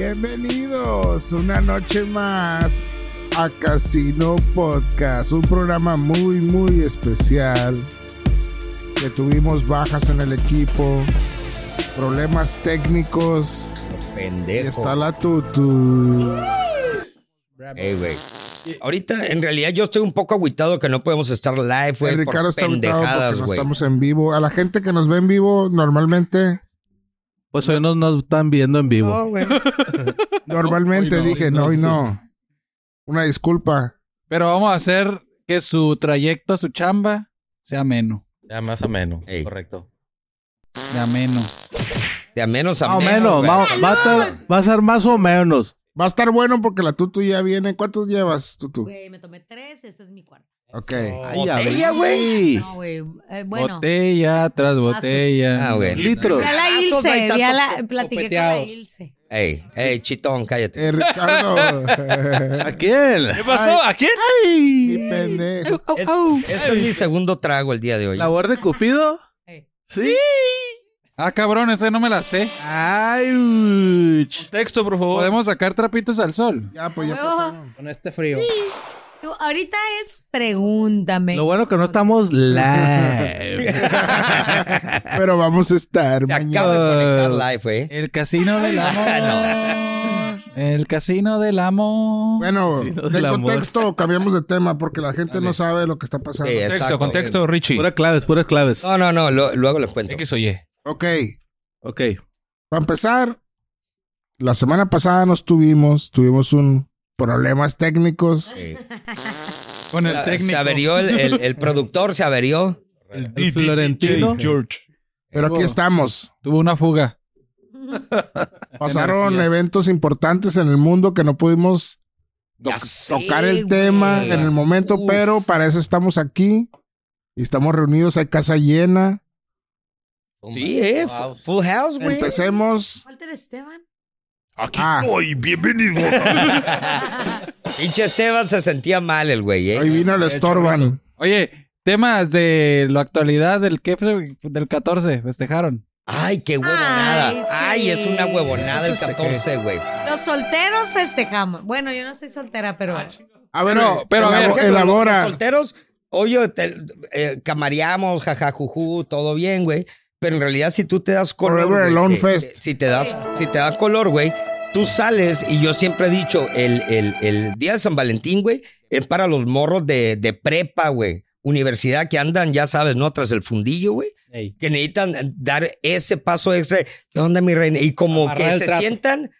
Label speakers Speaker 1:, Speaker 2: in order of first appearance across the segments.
Speaker 1: Bienvenidos una noche más a Casino Podcast, un programa muy, muy especial que tuvimos bajas en el equipo, problemas técnicos y
Speaker 2: Pendejo.
Speaker 1: está la tutu.
Speaker 2: Ey, güey. Ahorita, en realidad, yo estoy un poco agüitado que no podemos estar live, güey.
Speaker 1: El
Speaker 2: por
Speaker 1: Ricardo está agotado
Speaker 2: pendejadas,
Speaker 1: porque no
Speaker 2: güey.
Speaker 1: estamos en vivo. A la gente que nos ve en vivo, normalmente,
Speaker 3: Pues hoy no nos están viendo en vivo.
Speaker 1: normalmente
Speaker 4: Hoy no,
Speaker 1: dije,
Speaker 4: hoy
Speaker 1: no,
Speaker 4: no.
Speaker 1: hoy no. Una disculpa.
Speaker 4: Pero vamos a hacer que su trayecto a su chamba sea ameno.
Speaker 5: Ya más o menos.
Speaker 2: Ey.
Speaker 5: Correcto.
Speaker 4: De ameno.
Speaker 2: De a menos a
Speaker 3: Más o
Speaker 2: menos.
Speaker 3: menos,
Speaker 2: güey.
Speaker 3: va, va a estar- va a ser más o menos.
Speaker 1: Va a estar bueno porque la tutu ya viene. ¿Cuántos llevas, tutu?
Speaker 6: Güey, me tomé tres, este es mi cuarto.
Speaker 1: Ok.
Speaker 3: Ay,
Speaker 2: Botella,
Speaker 3: a ver.
Speaker 6: No, güey. eh, bueno,
Speaker 4: Botella tras botella.
Speaker 2: Ah, güey.
Speaker 3: Litros.
Speaker 6: vi a la
Speaker 2: Pedazos, güey,
Speaker 6: Ilse, vi a la, platiqué
Speaker 2: tanto
Speaker 6: con la
Speaker 4: copeteados.
Speaker 6: Ilse.
Speaker 2: Ey, ey, chitón, cállate.
Speaker 1: Eh, Ricardo.
Speaker 3: ¿A quién?
Speaker 7: ¿Qué pasó? ¿A quién?
Speaker 3: Ah.
Speaker 1: Mi pendejo.
Speaker 2: Es- este es mi segundo trago el día de hoy.
Speaker 3: ¿La voz de Cupido?
Speaker 6: Eh.
Speaker 3: Sí.
Speaker 4: Ah, cabrón, esa no me la sé.
Speaker 3: Ay, uch.
Speaker 7: Texto, por favor.
Speaker 4: Podemos sacar trapitos al sol.
Speaker 1: Ya, pues ya
Speaker 6: Huevo.
Speaker 1: pasaron.
Speaker 5: Con este frío.
Speaker 6: Tú, ahorita es pregúntame.
Speaker 3: Lo bueno que no estamos live.
Speaker 1: Pero vamos a estar
Speaker 2: Se acaba
Speaker 1: mañana.
Speaker 2: de conectar live, güey.
Speaker 4: El casino del amor. El casino del amor.
Speaker 1: Bueno,
Speaker 3: Sí, no,
Speaker 1: del
Speaker 3: del amor.
Speaker 1: contexto cambiamos de tema porque la gente no sabe lo que está pasando.
Speaker 2: Sí, exacto.
Speaker 7: Texto, contexto, Richie.
Speaker 3: Puras claves, puras claves.
Speaker 2: No, no, no, lo- luego les cuento.
Speaker 7: X o Y.
Speaker 1: Ok,
Speaker 3: Ok.
Speaker 1: para empezar, la semana pasada nos tuvimos, tuvimos un problemas técnicos.
Speaker 2: Sí.
Speaker 4: Con el
Speaker 2: Ah, Se
Speaker 4: técnico.
Speaker 2: averió el, el- el productor, se averió.
Speaker 7: El
Speaker 3: El Florentino.
Speaker 7: George.
Speaker 1: Pero aquí
Speaker 4: Huevo.
Speaker 1: estamos.
Speaker 4: Tuvo una fuga.
Speaker 1: Pasaron
Speaker 4: Energía.
Speaker 1: eventos importantes en el mundo que no pudimos
Speaker 2: Ya sé,
Speaker 1: tocar el
Speaker 2: güey.
Speaker 1: tema en el momento,
Speaker 2: Uf.
Speaker 1: pero para eso estamos aquí y estamos reunidos. Hay casa llena.
Speaker 2: Sí, eh. fu- Full house, güey.
Speaker 1: Empecemos.
Speaker 6: Walter Esteban.
Speaker 7: Aquí
Speaker 1: Ah.
Speaker 7: estoy, bienvenido.
Speaker 2: Pinche Esteban se sentía mal el güey,
Speaker 1: Hoy
Speaker 2: eh.
Speaker 1: vino el estorban.
Speaker 4: Oye, temas de la actualidad del que del 14 festejaron.
Speaker 2: Ay, qué huevonada.
Speaker 6: Ay,
Speaker 2: Ay,
Speaker 6: sí.
Speaker 2: es una huevonada el 14, güey.
Speaker 6: Los solteros festejamos. Bueno, yo no soy soltera, pero.
Speaker 4: Ah,
Speaker 1: A ver,
Speaker 4: Pero- pero a ver,
Speaker 1: elabo-
Speaker 4: ejemplo,
Speaker 1: Ah, elabora.
Speaker 2: Solteros, oye, te- eh, camareamos, jajajujú, todo bien, güey. Pero en realidad, si tú te das color.
Speaker 1: Forever
Speaker 2: güey,
Speaker 1: Alone
Speaker 2: te-
Speaker 1: Fest.
Speaker 2: te- si te das, si te da color, güey, tú sales, y yo siempre he dicho, el, el- el día de San Valentín, güey, es para los morros de, de prepa, güey. Universidad que andan, ya sabes, ¿no? Tras el fundillo, güey. Que necesitan dar ese paso extra. ¿Qué onda, mi reina? Y como
Speaker 5: Amarrar
Speaker 2: que
Speaker 5: el
Speaker 2: se
Speaker 5: trapo.
Speaker 2: sientan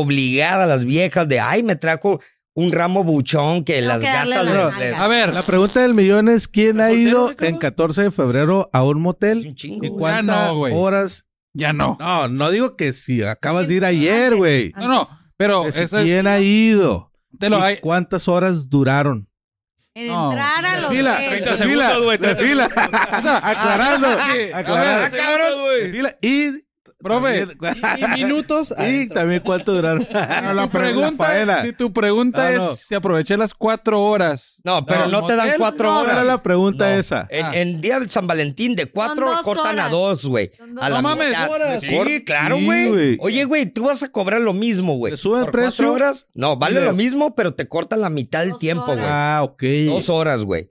Speaker 2: obligadas las viejas de, ay, me trajo un ramo buchón que
Speaker 6: Tengo
Speaker 2: las
Speaker 6: que darle
Speaker 2: gatas
Speaker 6: la
Speaker 2: les-
Speaker 6: nalga.
Speaker 2: les-
Speaker 4: A ver,
Speaker 3: La pregunta del millón es: ¿quién ha ido
Speaker 7: soltero, Ricardo?
Speaker 3: en 14 de febrero a un
Speaker 2: Es
Speaker 3: motel?
Speaker 2: un chingo.
Speaker 3: ¿Y
Speaker 2: güey.
Speaker 3: cuántas
Speaker 4: no, güey.
Speaker 3: horas?
Speaker 4: ya no.
Speaker 3: No, no digo que si acabas de ir ayer, güey.
Speaker 4: No, no, pero
Speaker 3: Que si
Speaker 4: eso es-
Speaker 3: ¿Quién ha ido?
Speaker 4: te lo
Speaker 3: ¿Y
Speaker 4: hay.
Speaker 3: cuántas horas duraron?
Speaker 6: En
Speaker 4: No.
Speaker 6: entrar a los.
Speaker 3: Fila,
Speaker 6: hoteles.
Speaker 7: 30 segundos, güey.
Speaker 3: De
Speaker 7: 30
Speaker 3: fila. Aclarando.
Speaker 4: Ah, sí.
Speaker 3: aclarando.
Speaker 4: A ver,
Speaker 3: De fila. Y.
Speaker 4: Profe.
Speaker 3: Y minutos. Y también cuánto duraron.
Speaker 1: Bueno, la
Speaker 4: tu pregunta,
Speaker 3: Faela.
Speaker 4: si tu pregunta
Speaker 3: Ah,
Speaker 4: es
Speaker 3: no.
Speaker 4: si aproveché las cuatro horas.
Speaker 2: No, pero no,
Speaker 4: No,
Speaker 2: te dan
Speaker 4: motel,
Speaker 2: cuatro
Speaker 3: No,
Speaker 2: horas.
Speaker 3: era la pregunta
Speaker 2: No.
Speaker 3: esa.
Speaker 2: En,
Speaker 4: Ah.
Speaker 2: en día de San Valentín, de cuatro
Speaker 6: dos
Speaker 2: cortan
Speaker 6: horas.
Speaker 2: a dos, güey.
Speaker 6: Son dos
Speaker 2: A la
Speaker 4: No mames,
Speaker 2: mitad.
Speaker 3: horas.
Speaker 2: Sí, claro,
Speaker 3: Sí,
Speaker 2: güey.
Speaker 3: güey.
Speaker 2: Oye, güey, tú vas a cobrar lo mismo, güey.
Speaker 3: ¿Te sube el
Speaker 2: Por cuatro
Speaker 3: precio?
Speaker 2: horas? No, vale
Speaker 3: Mira.
Speaker 2: lo mismo, pero te cortan la mitad del
Speaker 6: Dos
Speaker 2: tiempo,
Speaker 6: horas.
Speaker 2: güey.
Speaker 3: Ah, ok.
Speaker 2: Dos horas, güey.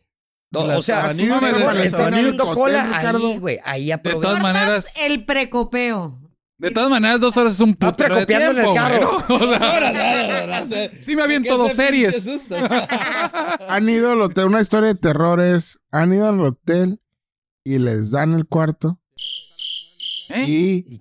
Speaker 2: No,
Speaker 3: Las
Speaker 2: o sea,
Speaker 3: sabanitas,
Speaker 2: no mames,
Speaker 3: las
Speaker 2: güey, están
Speaker 3: sabanitas.
Speaker 2: haciendo
Speaker 1: Hotel,
Speaker 2: cola ahí,
Speaker 1: Ricardo.
Speaker 2: güey. Ahí
Speaker 4: De
Speaker 2: aprovecha.
Speaker 4: todas maneras,
Speaker 6: El precopeo.
Speaker 4: de todas maneras, dos horas es un
Speaker 2: Estás
Speaker 4: puto de
Speaker 2: precopiando en el
Speaker 4: tiempo,
Speaker 2: carro.
Speaker 4: güey, ¿no? O sea, sí me aviento dos series.
Speaker 1: Han ido al hotel. Una historia de terrores. Han ido al hotel y les dan el cuarto.
Speaker 4: ¿Eh?
Speaker 1: Y,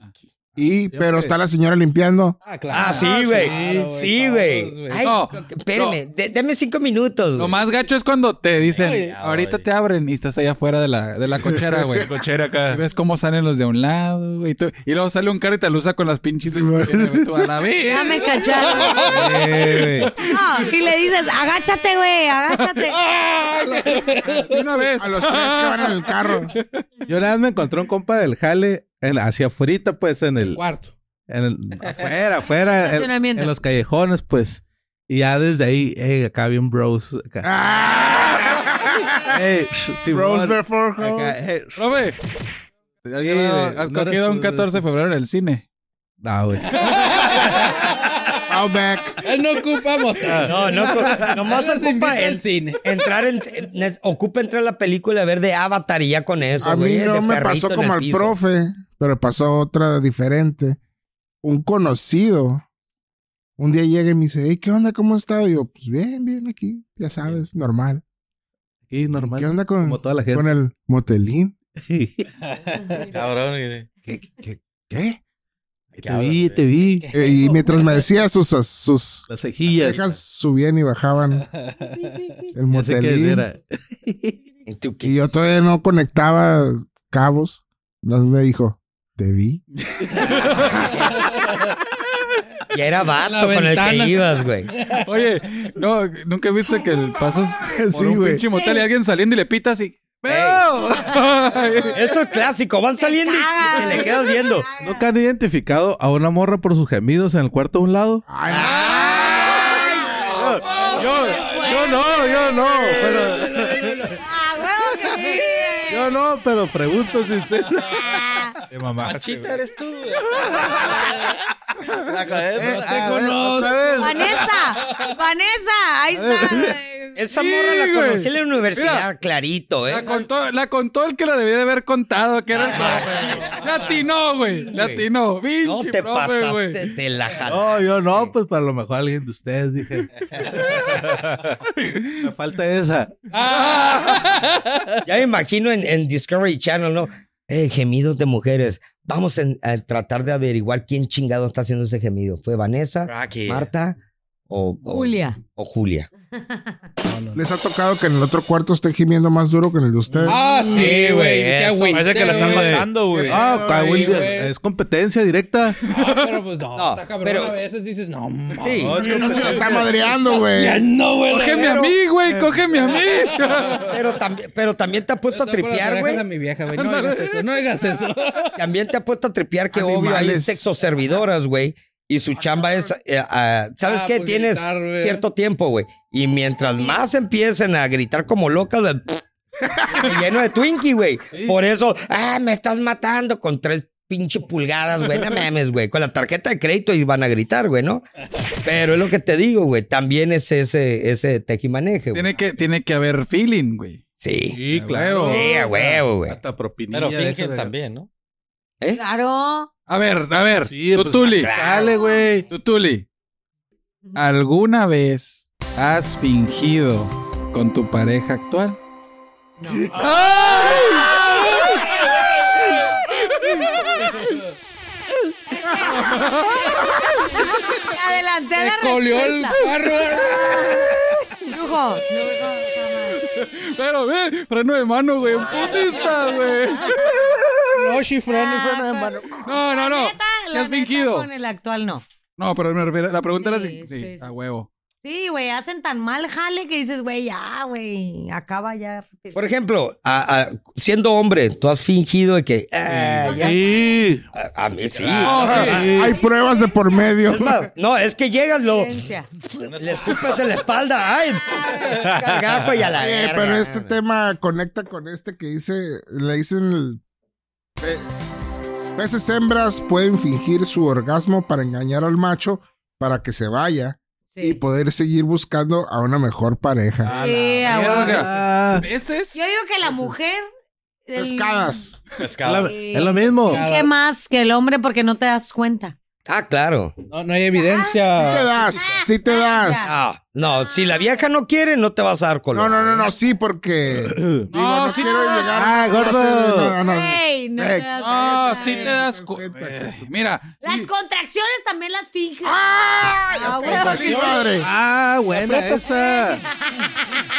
Speaker 1: y pero está la señora limpiando.
Speaker 2: Ah, sí, güey. Sí, güey. Ay,
Speaker 4: No,
Speaker 2: espérame, de- deme cinco minutos,
Speaker 4: Lo
Speaker 2: güey.
Speaker 4: más gacho es cuando te dicen,
Speaker 2: Ay,
Speaker 4: ahorita
Speaker 2: ay.
Speaker 4: te abren y estás allá afuera de la, de la cochera, güey.
Speaker 7: Cochera
Speaker 4: Y
Speaker 7: acá.
Speaker 4: ves cómo salen los de un lado, güey. Y, tú- y luego sale un carro y te alusa con las pinches. Tú a la vez.
Speaker 6: Ya me cacharon. No, y le dices, agáchate, güey, agáchate.
Speaker 4: De una vez.
Speaker 1: A los tres que van en el carro.
Speaker 3: Yo nada más me encontré un compa del jale en, hacia afuera, pues, en el.
Speaker 5: Cuarto.
Speaker 3: En el afuera, afuera. En,
Speaker 6: Estacionamiento.
Speaker 3: en los callejones, pues. Y ya desde ahí, eh, acá bien bros. Acá.
Speaker 4: Ah,
Speaker 3: Ey, sh- Simón.
Speaker 1: Rose before her.
Speaker 3: Acá, eh, sh-
Speaker 4: Profe. ¿Has
Speaker 3: Sí, no eres
Speaker 4: cogido
Speaker 3: tú,
Speaker 4: un 14 de febrero en el cine?
Speaker 3: No, güey.
Speaker 1: Outback.
Speaker 5: Él no ocupa botar.
Speaker 2: No, no, co- nomás
Speaker 5: Nos invita
Speaker 2: ocupa
Speaker 5: al
Speaker 2: en-
Speaker 5: cine.
Speaker 2: entrar en, en- ocupa entrar a la película y ver de Avatar y ya con eso.
Speaker 1: A mí
Speaker 2: güey, ¿eh? de
Speaker 1: no me
Speaker 2: perrito
Speaker 1: pasó
Speaker 2: en
Speaker 1: como
Speaker 2: el
Speaker 1: al
Speaker 2: piso.
Speaker 1: profe, pero pasó otra diferente. Un conocido un día llega y me dice, "Hey, ¿qué onda? ¿Cómo has estado? Y yo, pues bien, bien aquí, ya sabes, normal.
Speaker 3: Y normal.
Speaker 1: ¿Qué onda con,
Speaker 3: Como toda la
Speaker 1: con
Speaker 3: gente.
Speaker 1: el motelín?
Speaker 8: Cabrón. y-
Speaker 1: ¿Qué? qué, qué?
Speaker 3: te vi, te vi.
Speaker 1: Eh, y mientras me decía sus, sus
Speaker 3: Las cejillas.
Speaker 1: cejas subían y bajaban el
Speaker 3: Ya sé qué
Speaker 1: motelín.
Speaker 3: era.
Speaker 2: ¿Y tú qué?
Speaker 1: Y yo todavía no conectaba cabos. Nos me dijo, te vi.
Speaker 2: Ya era vato
Speaker 5: La
Speaker 2: con el que
Speaker 5: ventana.
Speaker 2: ibas, güey.
Speaker 4: Oye, no, nunca viste que pasas por
Speaker 1: Sí,
Speaker 4: un
Speaker 1: güey.
Speaker 4: pinche motel y alguien saliendo y le pitas y. ¡Veo!
Speaker 2: Eso es clásico, van saliendo y te le quedas viendo.
Speaker 3: ¿Nunca han identificado a una morra por sus gemidos en el cuarto de un lado? Yo, yo no, yo no, pero
Speaker 6: ¡Ah, huevo que sí!
Speaker 3: yo no, pero pregunto si usted
Speaker 7: De mamá.
Speaker 8: Machita eres tú. güey. La cabeza.
Speaker 3: Ah, otra vez.
Speaker 6: ¡Vanessa! ¡Vanessa! Ahí está.
Speaker 2: Esa
Speaker 4: Sí,
Speaker 2: morra la
Speaker 4: güey.
Speaker 2: conocí en la universidad,
Speaker 4: Mira.
Speaker 2: clarito, ¿eh?
Speaker 4: La contó, la contó el que la debía de haber contado, que era el profe. Latino, güey. Latino. Pinche
Speaker 2: Ah, No te
Speaker 4: profe,
Speaker 2: pasaste,
Speaker 4: güey.
Speaker 2: te la jalaste.
Speaker 3: No, yo no, pues para lo mejor alguien de ustedes, dije. Me falta esa.
Speaker 2: Ya me imagino en, en Discovery Channel, ¿no? Eh, gemidos de mujeres. Vamos en- a tratar de averiguar quién chingado está haciendo ese gemido. ¿Fue Vanessa,
Speaker 3: Ah,
Speaker 8: Rocky.
Speaker 2: Marta o, o-
Speaker 6: Julia.
Speaker 2: o Julia?
Speaker 1: Les ha tocado que en el otro cuarto estén gimiendo más duro que en el de ustedes.
Speaker 5: Ah, sí, güey. qué
Speaker 2: eso.
Speaker 5: agüite,
Speaker 7: Parece que la están
Speaker 5: güey.
Speaker 7: matando, güey.
Speaker 3: Ah, está
Speaker 1: Ay,
Speaker 3: Will,
Speaker 5: güey.
Speaker 3: es competencia directa.
Speaker 5: Ah, pero pues no,
Speaker 2: No,
Speaker 5: está cabrón.
Speaker 2: pero-
Speaker 5: a veces dices, no, mames.
Speaker 2: Sí.
Speaker 1: Es que no se la está madreando, güey.
Speaker 5: No, güey.
Speaker 4: Cógeme a mí, güey. Cógeme a mí.
Speaker 2: Pero también, pero también te ha puesto a
Speaker 5: Yo tengo las
Speaker 2: tripear,
Speaker 5: orejas
Speaker 2: güey.
Speaker 5: a mi vieja, güey. No digas eso, no digas eso.
Speaker 2: También te ha puesto a tripear que obvio hay
Speaker 1: Animales.
Speaker 2: sexoservidoras, güey. Y su chamba es, eh, ah, ¿sabes
Speaker 5: Ah,
Speaker 2: qué?
Speaker 5: pues,
Speaker 2: Tienes
Speaker 5: gritar, güey.
Speaker 2: cierto tiempo, güey. Y mientras más empiecen a gritar como locas, güey, lleno de Twinkie, güey. Por eso, ah, me estás matando con tres pinche pulgadas, güey. No mames, güey. Con la tarjeta de crédito y van a gritar, güey, ¿no? Pero es lo que te digo, güey. También es ese, ese tejimaneje, güey.
Speaker 4: tiene, que, tiene que haber feeling, güey.
Speaker 2: Sí.
Speaker 3: Sí,
Speaker 4: A
Speaker 3: claro.
Speaker 4: huevo.
Speaker 2: Sí, a
Speaker 3: O sea,
Speaker 2: huevo, güey.
Speaker 3: Hasta propinilla.
Speaker 8: Pero
Speaker 3: deja
Speaker 8: fingen
Speaker 3: de-
Speaker 8: también, ¿no?
Speaker 2: ¿Eh?
Speaker 6: Ah, Claro.
Speaker 4: A ver, a ver.
Speaker 3: Sí, pues,
Speaker 4: Tutuli.
Speaker 3: Dale, güey.
Speaker 4: Tutuli. ¿Alguna vez has fingido con tu pareja actual?
Speaker 6: Adelanté la
Speaker 5: Me colió el
Speaker 6: respuesta.
Speaker 5: barro.
Speaker 6: Lujo.
Speaker 4: Pero, ve, freno de mano, güey. Putista, güey.
Speaker 5: No, chifrón y freno de mano.
Speaker 4: No, no, no.
Speaker 6: Ah, pues. La neta,
Speaker 4: ¿Qué
Speaker 6: la
Speaker 4: has
Speaker 6: neta
Speaker 4: fingido?
Speaker 6: Con el actual no.
Speaker 4: No, pero me refiero- la pregunta era
Speaker 6: Sí,
Speaker 4: si.
Speaker 6: sí,
Speaker 4: Sí,
Speaker 6: sí,
Speaker 4: a
Speaker 6: sí.
Speaker 4: huevo.
Speaker 6: Sí, güey, hacen tan mal jale que dices, güey, ya, güey, acaba ya.
Speaker 2: Por ejemplo, a- a- siendo hombre, tú has fingido de que. ah, ya-
Speaker 3: Sí.
Speaker 2: a, a mí sí.
Speaker 5: Ah,
Speaker 4: No,
Speaker 1: Oh,
Speaker 4: sí.
Speaker 1: Hay pruebas de por medio.
Speaker 2: Es más, no, es que llegas, lo,
Speaker 6: Ciencia.
Speaker 2: le escupes en la espalda. ¡Ay! Gargajo y a la
Speaker 1: Eh,
Speaker 2: verga.
Speaker 1: pero este tema conecta con este que hice, le dicen el... pe- Peces hembras pueden fingir su orgasmo para engañar al macho para que se vaya y
Speaker 6: Sí.
Speaker 1: poder seguir buscando a una mejor pareja.
Speaker 4: Ah,
Speaker 6: Sí, a huevo.
Speaker 4: Verga.
Speaker 3: Ah,
Speaker 4: ¿Veces?
Speaker 6: Yo digo que la mujer. el-
Speaker 1: Pescadas.
Speaker 3: es la-
Speaker 8: Pescado.
Speaker 3: es lo mismo.
Speaker 6: ¿Qué más que el hombre porque no te das cuenta?
Speaker 2: Ah, claro.
Speaker 5: No, no hay evidencia.
Speaker 1: Te das, Ah, sí te das.
Speaker 2: Ah, no, si la vieja no quiere, no te vas a dar color.
Speaker 1: No, no, no, no, sí, porque... Digo, no,
Speaker 4: sí
Speaker 1: quiero
Speaker 4: te das.
Speaker 1: llegar...
Speaker 3: Ah,
Speaker 1: no sé,
Speaker 3: gordo.
Speaker 1: no, no, no.
Speaker 6: Ey, no te
Speaker 1: Eh,
Speaker 6: das
Speaker 4: No,
Speaker 6: cuenta.
Speaker 4: sí te das cu-
Speaker 1: Cuenta,
Speaker 4: Eh, Mira. sí.
Speaker 6: Las contracciones también las finges. Ah,
Speaker 1: ¡Ah!
Speaker 6: huevo que
Speaker 1: ¡Mi
Speaker 6: sí.
Speaker 1: madre!
Speaker 3: Ah, buena esa.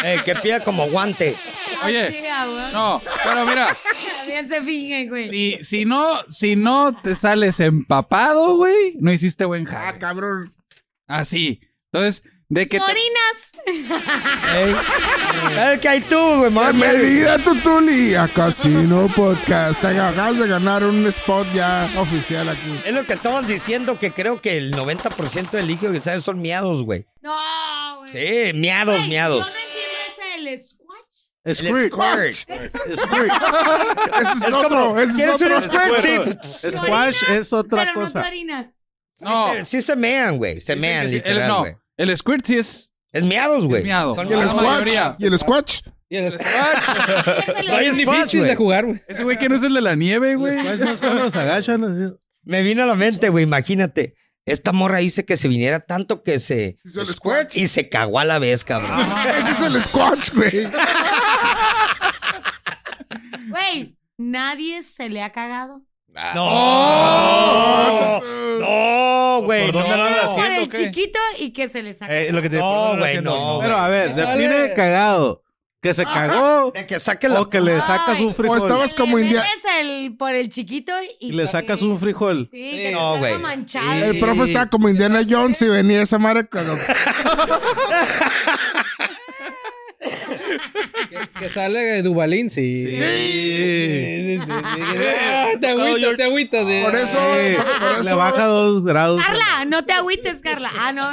Speaker 2: Eh, que pida como guante.
Speaker 3: eh.
Speaker 4: Oye.
Speaker 6: Sí, a huevo.
Speaker 4: No, pero mira.
Speaker 6: También se fingen, Eh, güey.
Speaker 4: Si, si no, si no te sales empapado, güey, no hiciste buen
Speaker 1: Ah,
Speaker 4: hack.
Speaker 1: cabrón.
Speaker 4: Así. Ah, Entonces, de que
Speaker 6: ¿Te
Speaker 4: te-
Speaker 6: orinas?
Speaker 2: Eh, ¿Sabes qué hay tú, güey? Mami?
Speaker 1: Bienvenida Tutuli a Casino Podcast. Te acabas de ganar un spot ya oficial aquí.
Speaker 2: Es lo que estaban diciendo, que creo que el 90% del líquido que sale son miados, güey.
Speaker 6: No, güey.
Speaker 2: Sí, miados,
Speaker 6: Güey,
Speaker 2: miados.
Speaker 6: Yo no entiendo ese del squash.
Speaker 2: El
Speaker 3: Squirt.
Speaker 2: squirt.
Speaker 3: Squirt.
Speaker 1: Ese es,
Speaker 2: Es
Speaker 1: otro,
Speaker 2: como,
Speaker 1: ese es
Speaker 2: ¿quieres
Speaker 1: otro.
Speaker 2: un squirt? Sí.
Speaker 3: Squash es otra
Speaker 6: Pero no te
Speaker 3: cosa.
Speaker 6: orinas.
Speaker 4: No.
Speaker 2: Sí, te- sí se mean, güey. Se
Speaker 4: Dicen que
Speaker 2: mean,
Speaker 4: sí.
Speaker 2: literal,
Speaker 4: el, no,
Speaker 2: güey.
Speaker 4: el squirt sí es
Speaker 2: Es meados, güey.
Speaker 4: miado.
Speaker 2: Son
Speaker 1: Y el
Speaker 4: La
Speaker 1: squash.
Speaker 4: mayoría.
Speaker 1: Y el squash.
Speaker 5: Y el squash
Speaker 2: No hay
Speaker 5: es
Speaker 2: squash,
Speaker 5: difícil de
Speaker 2: güey.
Speaker 5: jugar, güey.
Speaker 4: Ese güey que no es el de la nieve, güey.
Speaker 3: Pues, no es cuando se agachan. así.
Speaker 2: Me vino a la mente, güey, imagínate. Esta morra dice que se viniera tanto que se...
Speaker 1: Hizo el squash. Ah,
Speaker 2: Y se cagó a la vez, cabrón.
Speaker 1: Ese es el squash, güey.
Speaker 6: Güey, nadie se le ha cagado.
Speaker 4: Oh.
Speaker 1: Oh.
Speaker 2: ¡No! ¡No, güey!
Speaker 7: ¿Por dónde
Speaker 2: no.
Speaker 7: lo andan
Speaker 6: Por
Speaker 7: haciendo?
Speaker 6: el
Speaker 7: o qué?
Speaker 6: chiquito y que se le saca.
Speaker 7: Eh, lo que te
Speaker 1: Oh.
Speaker 2: No,
Speaker 7: por dónde lo
Speaker 2: güey,
Speaker 7: haciendo,
Speaker 2: no,
Speaker 7: güey.
Speaker 3: Pero a ver,
Speaker 5: Dale.
Speaker 3: define el cagado. Que se cagó
Speaker 2: De que saque la...
Speaker 3: o que le
Speaker 6: Ay.
Speaker 3: sacas un frijol.
Speaker 1: O estabas como
Speaker 6: Le
Speaker 1: india.
Speaker 6: metes el, por el chiquito y,
Speaker 3: Y le sacas un frijol.
Speaker 6: Sí, que
Speaker 2: No,
Speaker 6: no,
Speaker 2: güey.
Speaker 6: manchado.
Speaker 1: El profe estaba como Indiana Jones y venía esa madre cuando.
Speaker 5: Que, que sale de Dubalín, sí. Sí, sí, sí. sí. Ah, te agüitas, te agüitas. sí.
Speaker 1: Por eso.
Speaker 3: Sí,
Speaker 1: Por eso.
Speaker 3: le baja dos grados.
Speaker 6: Carla, no te agüites, Carla. Ah, no.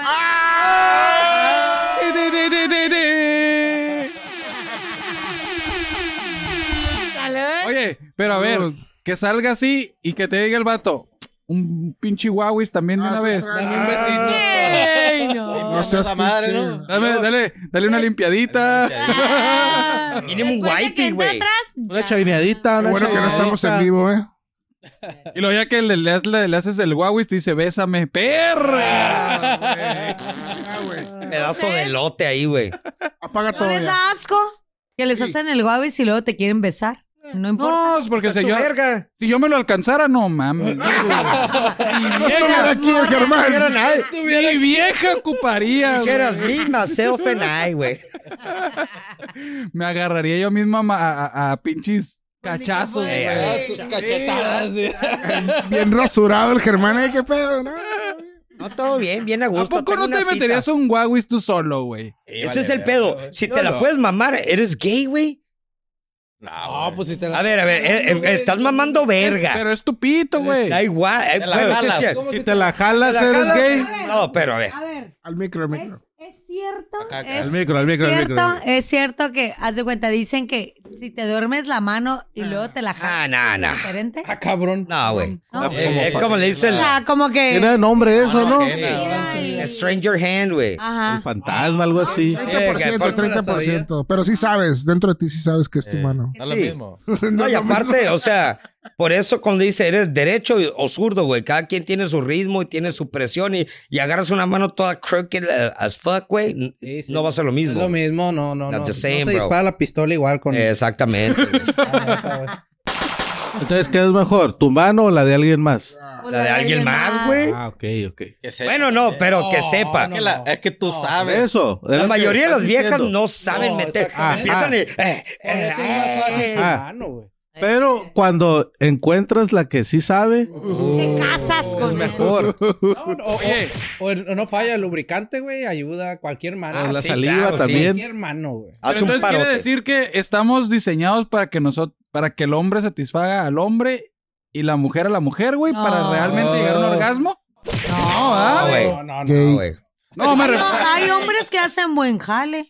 Speaker 6: Salud.
Speaker 4: Oye, pero a ver, que salga así y que te diga el vato. Un pinche Huawei también de
Speaker 1: Ah,
Speaker 4: una
Speaker 1: sí,
Speaker 4: vez.
Speaker 1: sí.
Speaker 4: Dame un besito.
Speaker 6: Ey, no.
Speaker 1: No seas
Speaker 8: Esa madre,
Speaker 1: pinche.
Speaker 8: ¿no?
Speaker 4: Dame, dale, dale una limpiadita.
Speaker 6: Ah,
Speaker 2: Mínimo un
Speaker 6: después de que
Speaker 2: wiping,
Speaker 6: entra
Speaker 2: güey.
Speaker 6: atrás,
Speaker 3: Una
Speaker 6: ya.
Speaker 3: chavineadita.
Speaker 1: Qué
Speaker 3: una
Speaker 1: bueno que no estamos en
Speaker 3: chavineadita.
Speaker 1: vivo, ¿eh?
Speaker 4: Y luego ya que le, le- le- le haces el Huawei, te dice, bésame.
Speaker 6: Ah,
Speaker 4: ¡Perra! güey!
Speaker 1: Ah,
Speaker 2: Pedazo de lote ahí, güey.
Speaker 1: Apaga
Speaker 6: ¿No
Speaker 1: todo.
Speaker 6: les
Speaker 1: ya.
Speaker 6: da asco que les hacen el guave si luego te quieren besar? No importa.
Speaker 4: No, es porque
Speaker 2: Esa
Speaker 4: si
Speaker 2: es tu
Speaker 4: yo,
Speaker 2: verga.
Speaker 4: si yo me lo alcanzara, no mames.
Speaker 1: No estuviera aquí el
Speaker 2: Dijeron,
Speaker 1: Germán.
Speaker 2: ay,
Speaker 4: Mi vieja ocuparía. güey.
Speaker 2: dijeras, me, myself and I, güey.
Speaker 4: Me agarraría yo mismo a, ma- a- a- a pinches
Speaker 2: Pues
Speaker 4: cachazos,
Speaker 6: micrófono.
Speaker 4: güey.
Speaker 5: Ah, tus cachetadas. sí.
Speaker 1: Bien rasurado el Germán. ¿eh? ¿Qué pedo, no?
Speaker 2: No, todo bien, bien a
Speaker 4: ¿A
Speaker 2: gusto.
Speaker 4: poco
Speaker 2: Tengo
Speaker 4: no
Speaker 2: una
Speaker 4: te
Speaker 2: cita.
Speaker 4: meterías un Huawei tú solo, güey?
Speaker 8: Sí,
Speaker 2: Ese
Speaker 8: vale,
Speaker 2: es el
Speaker 8: verga,
Speaker 2: pedo.
Speaker 8: güey.
Speaker 2: Si
Speaker 8: No,
Speaker 2: te la
Speaker 8: no.
Speaker 2: puedes mamar, eh, eres gay, güey.
Speaker 8: No,
Speaker 5: No, pues si te la.
Speaker 2: Ah, A ver, a ver, eh, eh, estás mamando verga.
Speaker 4: Pero es tu pito, güey.
Speaker 2: Da igual. eh,
Speaker 8: Te la
Speaker 2: bueno, sí,
Speaker 8: jalas.
Speaker 2: sí, sí.
Speaker 3: Si te la jalas,
Speaker 2: ¿Te la
Speaker 3: eres
Speaker 2: jalas?
Speaker 3: gay.
Speaker 2: No, pero a ver.
Speaker 6: A ver,
Speaker 1: Al micro, al
Speaker 6: es,
Speaker 1: micro.
Speaker 6: es cierto.
Speaker 8: Acá, acá.
Speaker 6: es
Speaker 3: Al micro, al micro, al
Speaker 6: cierto,
Speaker 3: micro. al micro.
Speaker 6: Es cierto que, haz de cuenta, dicen que si te duermes la mano y luego te la
Speaker 2: Ah,
Speaker 6: jalas.
Speaker 2: no, no.
Speaker 6: ¿es diferente?
Speaker 5: Ah, cabrón.
Speaker 2: No, güey.
Speaker 6: No.
Speaker 2: Eh, Es como le dice
Speaker 6: O
Speaker 2: el
Speaker 6: sea, como que.
Speaker 3: Tiene nombre eso,
Speaker 4: Ah,
Speaker 3: ¿no?
Speaker 6: mira y-
Speaker 2: el Stranger Hand, güey.
Speaker 6: Ajá.
Speaker 3: El fantasma, algo así.
Speaker 1: 30%,
Speaker 2: aparte me la
Speaker 1: 30%. Pero sí sabes, dentro de ti sí sabes que es tu mano.
Speaker 8: No es lo
Speaker 2: Sí.
Speaker 8: mismo.
Speaker 2: No, y aparte, o sea, por eso cuando dice eres derecho o zurdo, güey, cada quien tiene su ritmo y tiene su presión y, y agarras una mano toda crooked eh, as fuck, güey, n-
Speaker 5: Sí, sí.
Speaker 2: no va a ser lo mismo.
Speaker 5: Es lo mismo, no, no,
Speaker 2: Not
Speaker 5: no.
Speaker 2: the same,
Speaker 5: no se
Speaker 2: bro.
Speaker 5: dispara Ah, la pistola igual con.
Speaker 2: Exactamente. güey.
Speaker 5: Ah, neta, güey.
Speaker 3: Entonces, ¿qué es mejor? ¿Tu mano o la de alguien más?
Speaker 6: O
Speaker 2: La de alguien más, güey.
Speaker 3: Ah, ok, ok.
Speaker 8: Que sepa,
Speaker 2: Bueno, no, pero que
Speaker 5: No,
Speaker 2: sepa.
Speaker 8: Es que, la- es que tú sabes.
Speaker 3: Eso. es
Speaker 2: La
Speaker 3: lo que
Speaker 2: mayoría de
Speaker 3: estás
Speaker 2: las viejas
Speaker 3: diciendo.
Speaker 2: no saben
Speaker 5: No,
Speaker 2: meter.
Speaker 5: exactamente.
Speaker 2: Empiezan y, eh,
Speaker 5: Con
Speaker 2: eh,
Speaker 5: eso es más fácil
Speaker 2: eh.
Speaker 5: la
Speaker 3: Ah.
Speaker 5: mano, güey.
Speaker 3: Pero cuando encuentras la que sí sabe,
Speaker 6: Te casas con él.
Speaker 3: mejor.
Speaker 5: No, no, o,
Speaker 4: Oye.
Speaker 5: o- o no falla el lubricante, güey. Ayuda a cualquier mano.
Speaker 2: Ah,
Speaker 3: la
Speaker 2: sí,
Speaker 3: saliva
Speaker 2: claro, sí.
Speaker 3: también.
Speaker 5: Cualquier mano, güey.
Speaker 2: Haz
Speaker 4: Pero
Speaker 2: un
Speaker 4: entonces
Speaker 2: parote.
Speaker 4: quiere decir que estamos diseñados para que nosotros, para que el hombre satisfaga al hombre y la mujer a la mujer, güey,
Speaker 6: No.
Speaker 4: para realmente llegar a un orgasmo. ¿ah? No, ¿verdad?
Speaker 2: güey.
Speaker 5: No, no, no.
Speaker 2: No,
Speaker 1: Gay,
Speaker 2: güey.
Speaker 4: No, me
Speaker 6: Hay,
Speaker 4: refiero-
Speaker 6: hay hombres que hacen buen jale.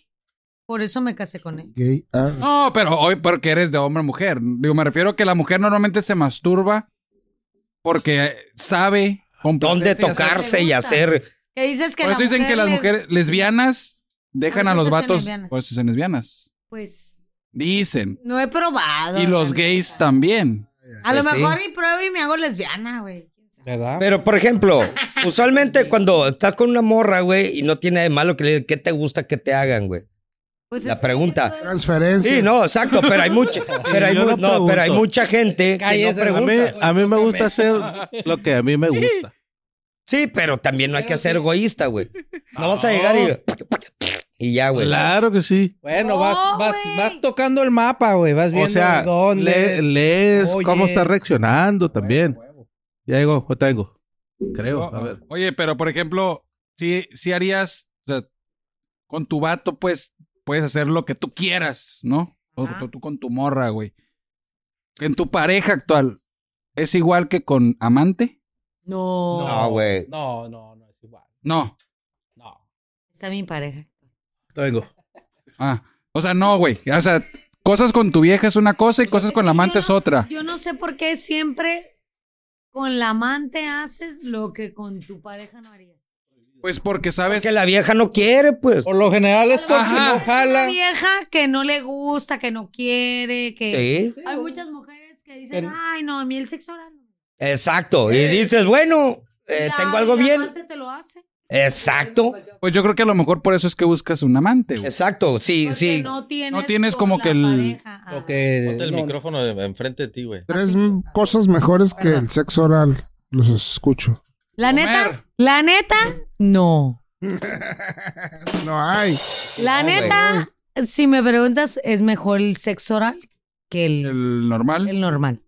Speaker 6: Por eso me casé con él.
Speaker 1: gay. ah.
Speaker 4: No, pero hoy porque eres de hombre a mujer. Digo, me refiero a que la mujer normalmente se masturba porque sabe
Speaker 2: Dónde
Speaker 4: complacerse y hacer-
Speaker 2: tocarse y hacer.
Speaker 6: Que dices Pues que
Speaker 4: Por
Speaker 6: la
Speaker 4: eso dicen
Speaker 6: mujer
Speaker 4: que las
Speaker 6: le-
Speaker 4: mujeres lesbianas dejan
Speaker 6: Por
Speaker 4: a
Speaker 6: eso
Speaker 4: los
Speaker 6: se hacen
Speaker 4: vatos
Speaker 6: lesbianas.
Speaker 4: por eso se hacen lesbianas.
Speaker 6: Pues
Speaker 4: Dicen.
Speaker 6: no he probado.
Speaker 4: Y los
Speaker 6: la
Speaker 4: gays
Speaker 6: neta.
Speaker 4: también.
Speaker 6: A lo
Speaker 2: Pues sí.
Speaker 6: mejor y pruebo y me hago lesbiana, güey. ¿Quién sabe?
Speaker 5: ¿Verdad?
Speaker 2: Pero, por ejemplo, usualmente cuando estás con una morra, güey, y no tiene de malo que le diga, ¿qué te gusta que te hagan, güey?
Speaker 6: Pues
Speaker 2: La
Speaker 6: es-
Speaker 2: pregunta.
Speaker 6: eso es-
Speaker 1: Transferencia.
Speaker 2: Sí, no, exacto, pero hay mucha, pero hay,
Speaker 3: yo
Speaker 2: mu- no,
Speaker 3: no
Speaker 2: pero
Speaker 3: pregunto.
Speaker 2: hay mucha gente Eh, que no
Speaker 5: Cállese,
Speaker 3: A mí,
Speaker 2: pregunta.
Speaker 3: a mí me gusta hacer lo que a mí me gusta.
Speaker 2: Sí, pero también no hay que ser egoísta, güey. No vas a llegar y y ya, güey.
Speaker 3: Claro que sí.
Speaker 5: Bueno,
Speaker 6: No,
Speaker 5: vas, vas,
Speaker 6: güey.
Speaker 5: vas tocando el mapa, güey. Vas
Speaker 3: O
Speaker 5: viendo
Speaker 3: sea,
Speaker 5: dónde.
Speaker 3: le- lees cómo
Speaker 5: Oyes.
Speaker 3: está reaccionando también. Ya digo, yo tengo. Creo, a ver.
Speaker 4: Oye, pero por ejemplo, si, si harías o sea, con tu vato, pues puedes hacer lo que tú quieras, ¿no? O
Speaker 6: Ajá.
Speaker 4: tú, tú con tu morra, güey. En tu pareja actual, ¿es igual que con amante?
Speaker 6: No.
Speaker 2: No, güey.
Speaker 5: No, no, no es igual.
Speaker 4: No.
Speaker 5: No.
Speaker 6: Está mi pareja.
Speaker 3: Tengo.
Speaker 4: Ah, o sea, no, güey. O sea, cosas con tu vieja es una cosa y cosas con la amante es otra.
Speaker 6: Yo no sé por qué siempre con la amante haces lo que con tu pareja no harías.
Speaker 4: Pues porque sabes.
Speaker 2: Que la vieja no quiere, pues.
Speaker 5: Por lo general es porque
Speaker 4: Ajá.
Speaker 5: no
Speaker 6: Una
Speaker 5: jala.
Speaker 6: vieja que no le gusta, que no quiere, que...
Speaker 2: Sí.
Speaker 6: Hay muchas mujeres que dicen,
Speaker 5: En-
Speaker 6: ay, no, a mí el sexo oral. no".
Speaker 2: Exacto. Y dices, bueno, eh,
Speaker 6: La-
Speaker 2: tengo algo
Speaker 6: el
Speaker 2: bien.
Speaker 6: amante te lo hace.
Speaker 2: Exacto.
Speaker 4: Pues yo creo que a lo mejor por eso es que buscas un amante, güey.
Speaker 2: Exacto. Sí,
Speaker 6: Porque
Speaker 2: sí.
Speaker 6: No tienes,
Speaker 4: No tienes
Speaker 6: con
Speaker 4: como
Speaker 6: la
Speaker 4: que el-
Speaker 6: pareja. Ah.
Speaker 5: Lo que-
Speaker 8: Ponte el
Speaker 5: no,
Speaker 8: micrófono de- enfrente de ti, güey.
Speaker 1: Tres m- cosas mejores que el sexo oral. Los escucho.
Speaker 6: La neta,
Speaker 4: Comer.
Speaker 6: la neta, no.
Speaker 1: No hay.
Speaker 6: La
Speaker 2: güey.
Speaker 6: neta, si me preguntas, es mejor el sexo oral que el,
Speaker 4: El normal.
Speaker 6: el normal.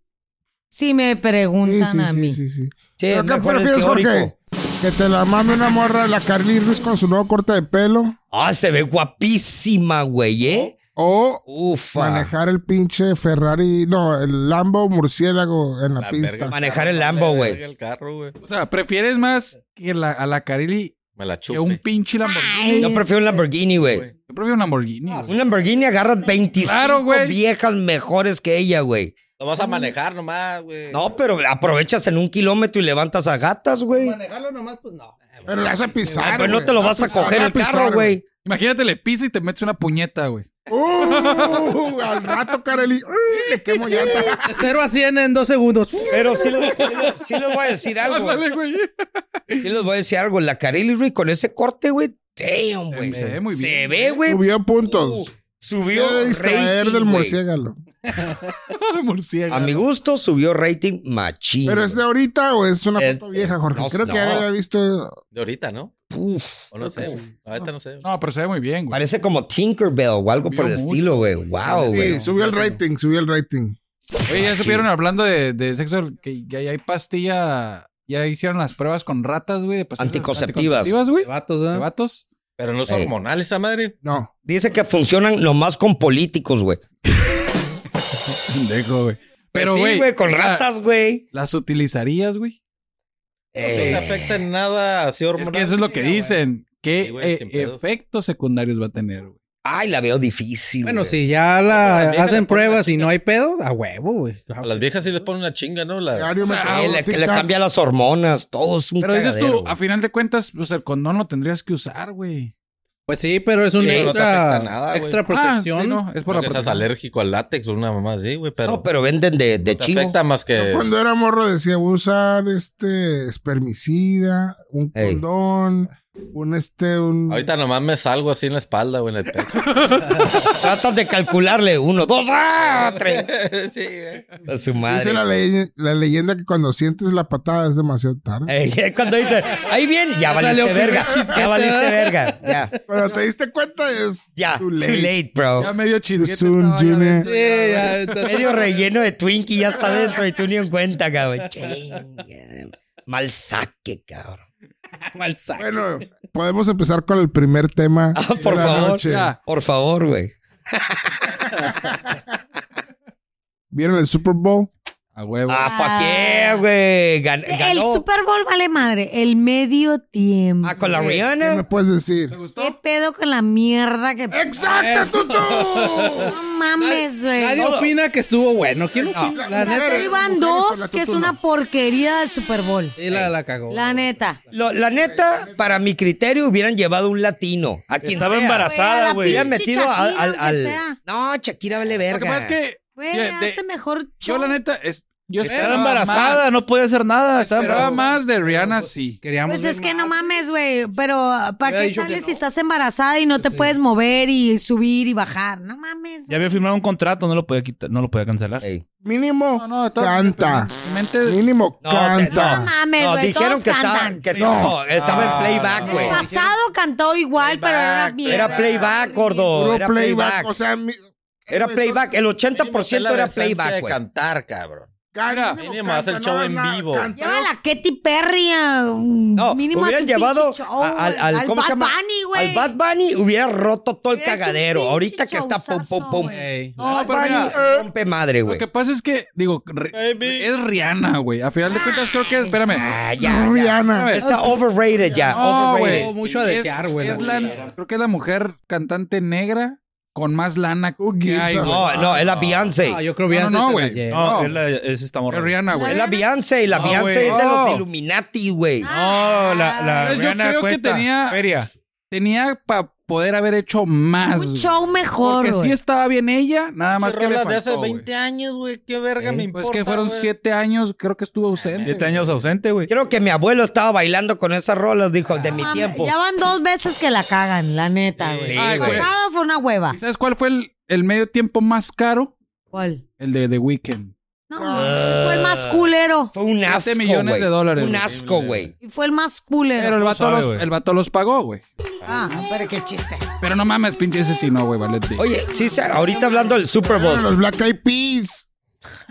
Speaker 6: Si me preguntan
Speaker 1: Sí, sí,
Speaker 6: a mí.
Speaker 1: sí, sí, sí.
Speaker 2: Sí,
Speaker 1: ¿Pero qué
Speaker 2: mejor el
Speaker 1: prefieres, Jorge?
Speaker 2: teórico.
Speaker 1: ¿Que te la mame una morra de la Carly Ruiz con su nuevo corte de pelo?
Speaker 2: Ah, se ve guapísima, güey, ¿eh?
Speaker 1: ¿O
Speaker 2: Ufa. Manejar,
Speaker 1: manejar el pinche Ferrari, no, el Lambo murciélago en la,
Speaker 8: La
Speaker 1: pista?
Speaker 8: verga.
Speaker 2: el Lambo, güey.
Speaker 8: El carro, güey.
Speaker 4: O sea, prefieres más que la, a la Carelli
Speaker 8: Me la
Speaker 4: que
Speaker 8: chupe.
Speaker 4: un pinche Lamborghini.
Speaker 6: Ay,
Speaker 2: Yo prefiero un Lamborghini, güey.
Speaker 4: Yo prefiero un Lamborghini.
Speaker 5: Ah,
Speaker 4: güey.
Speaker 2: Un Lamborghini agarra 25
Speaker 4: Claro, güey.
Speaker 2: viejas mejores que ella, güey.
Speaker 8: Lo vas a manejar nomás, güey.
Speaker 2: No, pero aprovechas en un kilómetro y levantas a gatas, güey.
Speaker 5: Manejarlo nomás, pues no.
Speaker 1: Pero la hace pisar.
Speaker 2: Ah, pues no
Speaker 1: güey.
Speaker 2: te lo
Speaker 1: La
Speaker 2: vas a
Speaker 1: pisar,
Speaker 2: coger
Speaker 1: la
Speaker 2: el
Speaker 1: pisar,
Speaker 2: carro, güey.
Speaker 4: Imagínate, le pisa y te metes una puñeta, güey.
Speaker 1: Uh, al rato, Carely. Uh, le quemo llanta.
Speaker 5: De 0 a 100 en 2 segundos.
Speaker 2: Pero sí, les- sí les- sí les voy a decir algo.
Speaker 4: Ándale, güey.
Speaker 2: Sí les voy a decir algo. La Carelli Ruiz con ese corte, güey. Damn, güey.
Speaker 4: se ve muy
Speaker 2: Se
Speaker 4: bien,
Speaker 2: ve, güey.
Speaker 1: Subió puntos.
Speaker 2: Uh, subió
Speaker 1: Debe distraer
Speaker 2: rating,
Speaker 1: del
Speaker 2: güey.
Speaker 1: murciélago.
Speaker 4: Murciélago.
Speaker 2: A mi gusto subió rating machín.
Speaker 1: ¿Pero es de ahorita o es una
Speaker 2: Eh,
Speaker 1: foto vieja, Jorge?
Speaker 2: no,
Speaker 1: Creo que ya
Speaker 2: no.
Speaker 1: la había visto.
Speaker 8: De ahorita, ¿no?
Speaker 2: güey. Uf,
Speaker 8: O no sé.
Speaker 1: que
Speaker 8: güey. Ahorita no sé. güey.
Speaker 4: No, pero se ve muy bien, güey.
Speaker 2: parece como Tinkerbell o algo por el
Speaker 4: Subió
Speaker 2: estilo, güey.
Speaker 1: Sí,
Speaker 2: Wow, güey.
Speaker 1: subió el rating, subió el rating.
Speaker 4: Oye, ya
Speaker 8: Ah,
Speaker 2: Machín.
Speaker 4: supieron hablando de, de sexo, que ya, ya hay pastilla, ya hicieron las pruebas con ratas, güey, de pastillas
Speaker 2: Anticonceptivas.
Speaker 4: anticonceptivas,
Speaker 5: De
Speaker 4: güey.
Speaker 5: vatos, ¿eh?
Speaker 4: De vatos. Eh,
Speaker 8: Pero no es
Speaker 2: Ey.
Speaker 8: hormonal esa madre.
Speaker 1: No.
Speaker 2: Dice que funcionan nomás con políticos, güey.
Speaker 4: Pendejo, güey.
Speaker 8: Pues
Speaker 4: Pero,
Speaker 2: Pues Sí,
Speaker 4: güey.
Speaker 2: güey, con
Speaker 4: la-
Speaker 2: ratas, güey.
Speaker 4: ¿Las utilizarías, güey?
Speaker 8: No se
Speaker 2: Eh.
Speaker 8: te afecta en nada así hormonal.
Speaker 4: Es que eso es lo que dicen. ¿Qué
Speaker 8: Sí, güey,
Speaker 4: eh,
Speaker 8: sin pedo.
Speaker 4: efectos secundarios va a tener, güey?
Speaker 2: Ay, la veo difícil.
Speaker 5: Bueno,
Speaker 2: güey.
Speaker 5: si ya la
Speaker 8: También le ponen
Speaker 5: hacen pruebas y
Speaker 8: chica.
Speaker 5: no hay pedo, a huevo, güey.
Speaker 8: A las viejas sí les ponen una chinga, ¿no? La...
Speaker 1: Diario me
Speaker 2: Eh,
Speaker 1: traigo
Speaker 2: le, que le
Speaker 1: tic-tacs.
Speaker 2: cambia las hormonas, todo es un
Speaker 4: Ah, Pero dices
Speaker 2: cagadero,
Speaker 4: tú,
Speaker 2: güey.
Speaker 4: a final de cuentas, pues el condón lo tendrías que usar, güey.
Speaker 5: Pues sí, pero es un
Speaker 8: Sí, pero no te
Speaker 5: extra,
Speaker 8: afecta nada, güey.
Speaker 5: extra
Speaker 4: Ah,
Speaker 5: protección.
Speaker 4: sí, no, es por la
Speaker 8: no que seas
Speaker 4: protección.
Speaker 8: alérgico al látex o una mamá así, güey, pero...
Speaker 2: No, pero venden de, de
Speaker 8: no te
Speaker 2: chingo.
Speaker 8: afecta más
Speaker 2: Eh,
Speaker 8: que...
Speaker 1: Yo Cuando era morro decía usar este espermicida, un
Speaker 2: Ey.
Speaker 1: condón, un este, un.
Speaker 8: Ahorita nomás me salgo así en la espalda, güey, en el pecho.
Speaker 2: Tratas de calcularle uno, dos, ¡ah! tres.
Speaker 8: sí, güey.
Speaker 2: A su
Speaker 1: Dice
Speaker 2: madre.
Speaker 1: la, ley- la leyenda que cuando sientes la patada es demasiado tarde.
Speaker 2: Ey, es cuando dice, ahí bien, ya valiste
Speaker 5: salió pura
Speaker 2: verga, ya valiste verga, ya,
Speaker 1: Cuando te diste cuenta es.
Speaker 2: ya,
Speaker 1: Too
Speaker 2: too
Speaker 1: late.
Speaker 2: late, bro.
Speaker 4: Ya medio chisguete
Speaker 1: Soon,
Speaker 4: estaba ya
Speaker 1: Junior.
Speaker 4: adentro, ya,
Speaker 5: Sí,
Speaker 4: güey.
Speaker 5: ya, está-
Speaker 2: Medio relleno de Twinkie ya está dentro y tú ni en cuenta, cabrón. Chinga, Mal saque, cabrón.
Speaker 5: mal saco.
Speaker 1: Bueno, podemos empezar con el primer tema.
Speaker 2: Ah, por
Speaker 1: de la
Speaker 2: favor.
Speaker 1: noche.
Speaker 4: Ya.
Speaker 2: Por favor, güey.
Speaker 1: ¿Vieron el Super Bowl?
Speaker 4: A huevo.
Speaker 2: Ah, fuck yeah, güey. Gan-
Speaker 6: Eh, El
Speaker 2: ganó.
Speaker 6: Super Bowl vale madre, el medio tiempo.
Speaker 2: Ah, con la
Speaker 1: ¿Qué me
Speaker 2: Rihanna.
Speaker 1: puedes decir?
Speaker 4: ¿Te gustó?
Speaker 6: ¿Qué pedo con la mierda que...
Speaker 1: ¡Exacto, Tutu!
Speaker 6: No mames, güey.
Speaker 5: Nadie
Speaker 2: Todo.
Speaker 5: opina que estuvo bueno. ¿Quién opina? La
Speaker 6: O sea,
Speaker 5: neta.
Speaker 6: que iban
Speaker 1: Mujeres con la
Speaker 6: dos, que es
Speaker 1: tutuna.
Speaker 6: una porquería de Super Bowl.
Speaker 5: Sí, la, la cagó.
Speaker 6: La neta.
Speaker 2: Lo- la neta, para mi criterio, hubieran llevado un latino. A quien
Speaker 7: Estaba
Speaker 2: sea.
Speaker 6: Güey, a
Speaker 7: embarazada,
Speaker 6: la
Speaker 7: güey.
Speaker 2: Hubieran metido
Speaker 6: Shakira,
Speaker 2: al. al,
Speaker 6: aunque
Speaker 2: al-
Speaker 6: sea.
Speaker 2: No, Shakira vale
Speaker 4: Ah, Lo que
Speaker 2: verga.
Speaker 4: pasa es que
Speaker 6: Güey,
Speaker 4: Ya, de-
Speaker 6: hace mejor
Speaker 4: yo,
Speaker 6: show.
Speaker 4: la neta, es, yo
Speaker 7: Estaba
Speaker 4: esperaba
Speaker 7: embarazada,
Speaker 4: más.
Speaker 7: no podía hacer nada. Estaba
Speaker 4: Esperaba
Speaker 7: embarazada.
Speaker 4: más de Rihanna, sí.
Speaker 5: Queríamos
Speaker 6: Pues
Speaker 5: ver
Speaker 6: es que
Speaker 5: más.
Speaker 6: no mames, güey. Pero ¿para
Speaker 5: Hubiera
Speaker 6: qué
Speaker 5: dicho que
Speaker 6: sales si
Speaker 5: no.
Speaker 6: estás embarazada y no te puedes mover y subir y bajar? No mames.
Speaker 7: Ya había firmado un contrato, no lo podía quitar, no lo podía cancelar.
Speaker 2: Ey.
Speaker 1: Mínimo,
Speaker 4: No, no, de todas
Speaker 1: canta.
Speaker 4: mi mente-
Speaker 1: Mínimo,
Speaker 2: No,
Speaker 1: canta.
Speaker 6: No mames,
Speaker 2: No,
Speaker 6: güey,
Speaker 2: dijeron
Speaker 6: todos
Speaker 2: que estaba,
Speaker 6: cantan.
Speaker 2: que no, estaba
Speaker 8: Ah,
Speaker 2: en playback,
Speaker 8: no.
Speaker 2: güey.
Speaker 6: El pasado cantó igual, pero era una
Speaker 8: Playback,
Speaker 6: mierda.
Speaker 2: Era playback, gordo.
Speaker 1: Puro
Speaker 2: era
Speaker 1: playback.
Speaker 2: playback.
Speaker 1: O sea, mi-
Speaker 2: Era
Speaker 1: Entonces,
Speaker 2: playback. El
Speaker 8: Ten
Speaker 2: 80%
Speaker 8: la
Speaker 2: era
Speaker 8: decencia
Speaker 2: playback,
Speaker 8: de
Speaker 2: güey.
Speaker 8: cantar, cabrón.
Speaker 1: Canta,
Speaker 4: Mira,
Speaker 1: mínimo,
Speaker 8: mínimo haz el
Speaker 1: canta,
Speaker 8: show
Speaker 1: no,
Speaker 8: en
Speaker 1: na-
Speaker 8: vivo.
Speaker 1: canta.
Speaker 6: Lleva la Katy Perry ah, a un
Speaker 2: No,
Speaker 6: mínimo a
Speaker 2: hubieran
Speaker 6: su
Speaker 2: llevado
Speaker 6: pinche show,
Speaker 2: a- al,
Speaker 6: güey.
Speaker 2: al-
Speaker 6: al
Speaker 2: ¿cómo
Speaker 6: Bad
Speaker 2: se llama?
Speaker 6: Bunny, güey.
Speaker 2: Al Bad Bunny hubiera roto todo el
Speaker 6: Hubiera hecho un
Speaker 2: cagadero.
Speaker 6: pinche
Speaker 2: Ahorita que está pum, pum,
Speaker 6: showzazo,
Speaker 2: pum.
Speaker 6: güey.
Speaker 5: Ey.
Speaker 4: No,
Speaker 2: Bad
Speaker 4: pero mira,
Speaker 2: Bunny rompe madre,
Speaker 4: lo
Speaker 2: güey.
Speaker 4: que pasa es que, digo, re-
Speaker 8: Baby.
Speaker 4: es Rihanna, güey. A final de cuentas, creo que, espérame.
Speaker 2: Ah, ya, ya.
Speaker 1: Rihanna.
Speaker 2: Está overrated ya,
Speaker 4: No,
Speaker 2: overrated.
Speaker 4: güey.
Speaker 5: Mucho a
Speaker 4: Es-
Speaker 5: desear, güey.
Speaker 4: es la-
Speaker 5: la neta.
Speaker 4: creo que es la mujer cantante negra con más lana
Speaker 1: Who
Speaker 4: que
Speaker 1: gives
Speaker 4: hay,
Speaker 1: a-
Speaker 4: güey.
Speaker 2: No, no, es la Beyoncé.
Speaker 5: Ah, yo creo
Speaker 4: No,
Speaker 5: Beyoncé
Speaker 4: no,
Speaker 5: se la
Speaker 4: güey.
Speaker 5: lleva.
Speaker 4: No.
Speaker 7: No, es, la, es esta
Speaker 4: Es
Speaker 7: morra.
Speaker 4: Rihanna,
Speaker 2: Es
Speaker 4: güey.
Speaker 2: la Beyoncé. La
Speaker 7: No,
Speaker 2: Beyoncé
Speaker 7: güey.
Speaker 2: es de los
Speaker 4: No.
Speaker 2: Illuminati, güey.
Speaker 7: No, la, la
Speaker 4: Pues Yo
Speaker 7: Rihanna
Speaker 4: creo que
Speaker 7: cuesta
Speaker 4: tenía-
Speaker 7: feria.
Speaker 4: Tenía para poder haber hecho más.
Speaker 6: Un
Speaker 4: güey.
Speaker 6: show mejor,
Speaker 4: Porque sí
Speaker 6: güey.
Speaker 4: estaba bien ella, nada más que le
Speaker 8: rolas
Speaker 4: faltó,
Speaker 8: de hace
Speaker 4: güey.
Speaker 8: 20 años, güey. Qué verga
Speaker 2: Ey,
Speaker 8: me importa.
Speaker 4: Pues que fueron
Speaker 8: güey.
Speaker 4: siete años, creo que estuvo ausente.
Speaker 7: ¿Eh? Siete años ausente, güey.
Speaker 2: Creo que mi abuelo estaba bailando con esas rolas, dijo, de
Speaker 4: Ah,
Speaker 2: mi
Speaker 6: Mami,
Speaker 2: tiempo.
Speaker 6: Ya van dos veces que la cagan, la neta, güey.
Speaker 2: Sí,
Speaker 6: el
Speaker 4: güey.
Speaker 6: pasado fue una hueva.
Speaker 4: ¿Y sabes cuál fue el, el medio tiempo más caro?
Speaker 6: ¿Cuál?
Speaker 4: El de The Weeknd.
Speaker 6: No, fue el
Speaker 8: Ah.
Speaker 6: más culero.
Speaker 2: Ah, Fue un asco,
Speaker 4: Siete millones
Speaker 2: güey.
Speaker 4: de dólares,
Speaker 2: Un
Speaker 4: güey.
Speaker 2: asco, güey.
Speaker 6: Y fue el más culero.
Speaker 4: Pero el vato,
Speaker 7: sabe,
Speaker 4: los,
Speaker 7: güey.
Speaker 4: el vato los pagó, güey.
Speaker 6: Ah, pero qué chiste.
Speaker 4: Pero no mames, pinche ese sí, no, güey, vale. digo.
Speaker 2: Oye, sí, se- ahorita hablando del Super Bowl.
Speaker 1: Los Black Eyed Peas.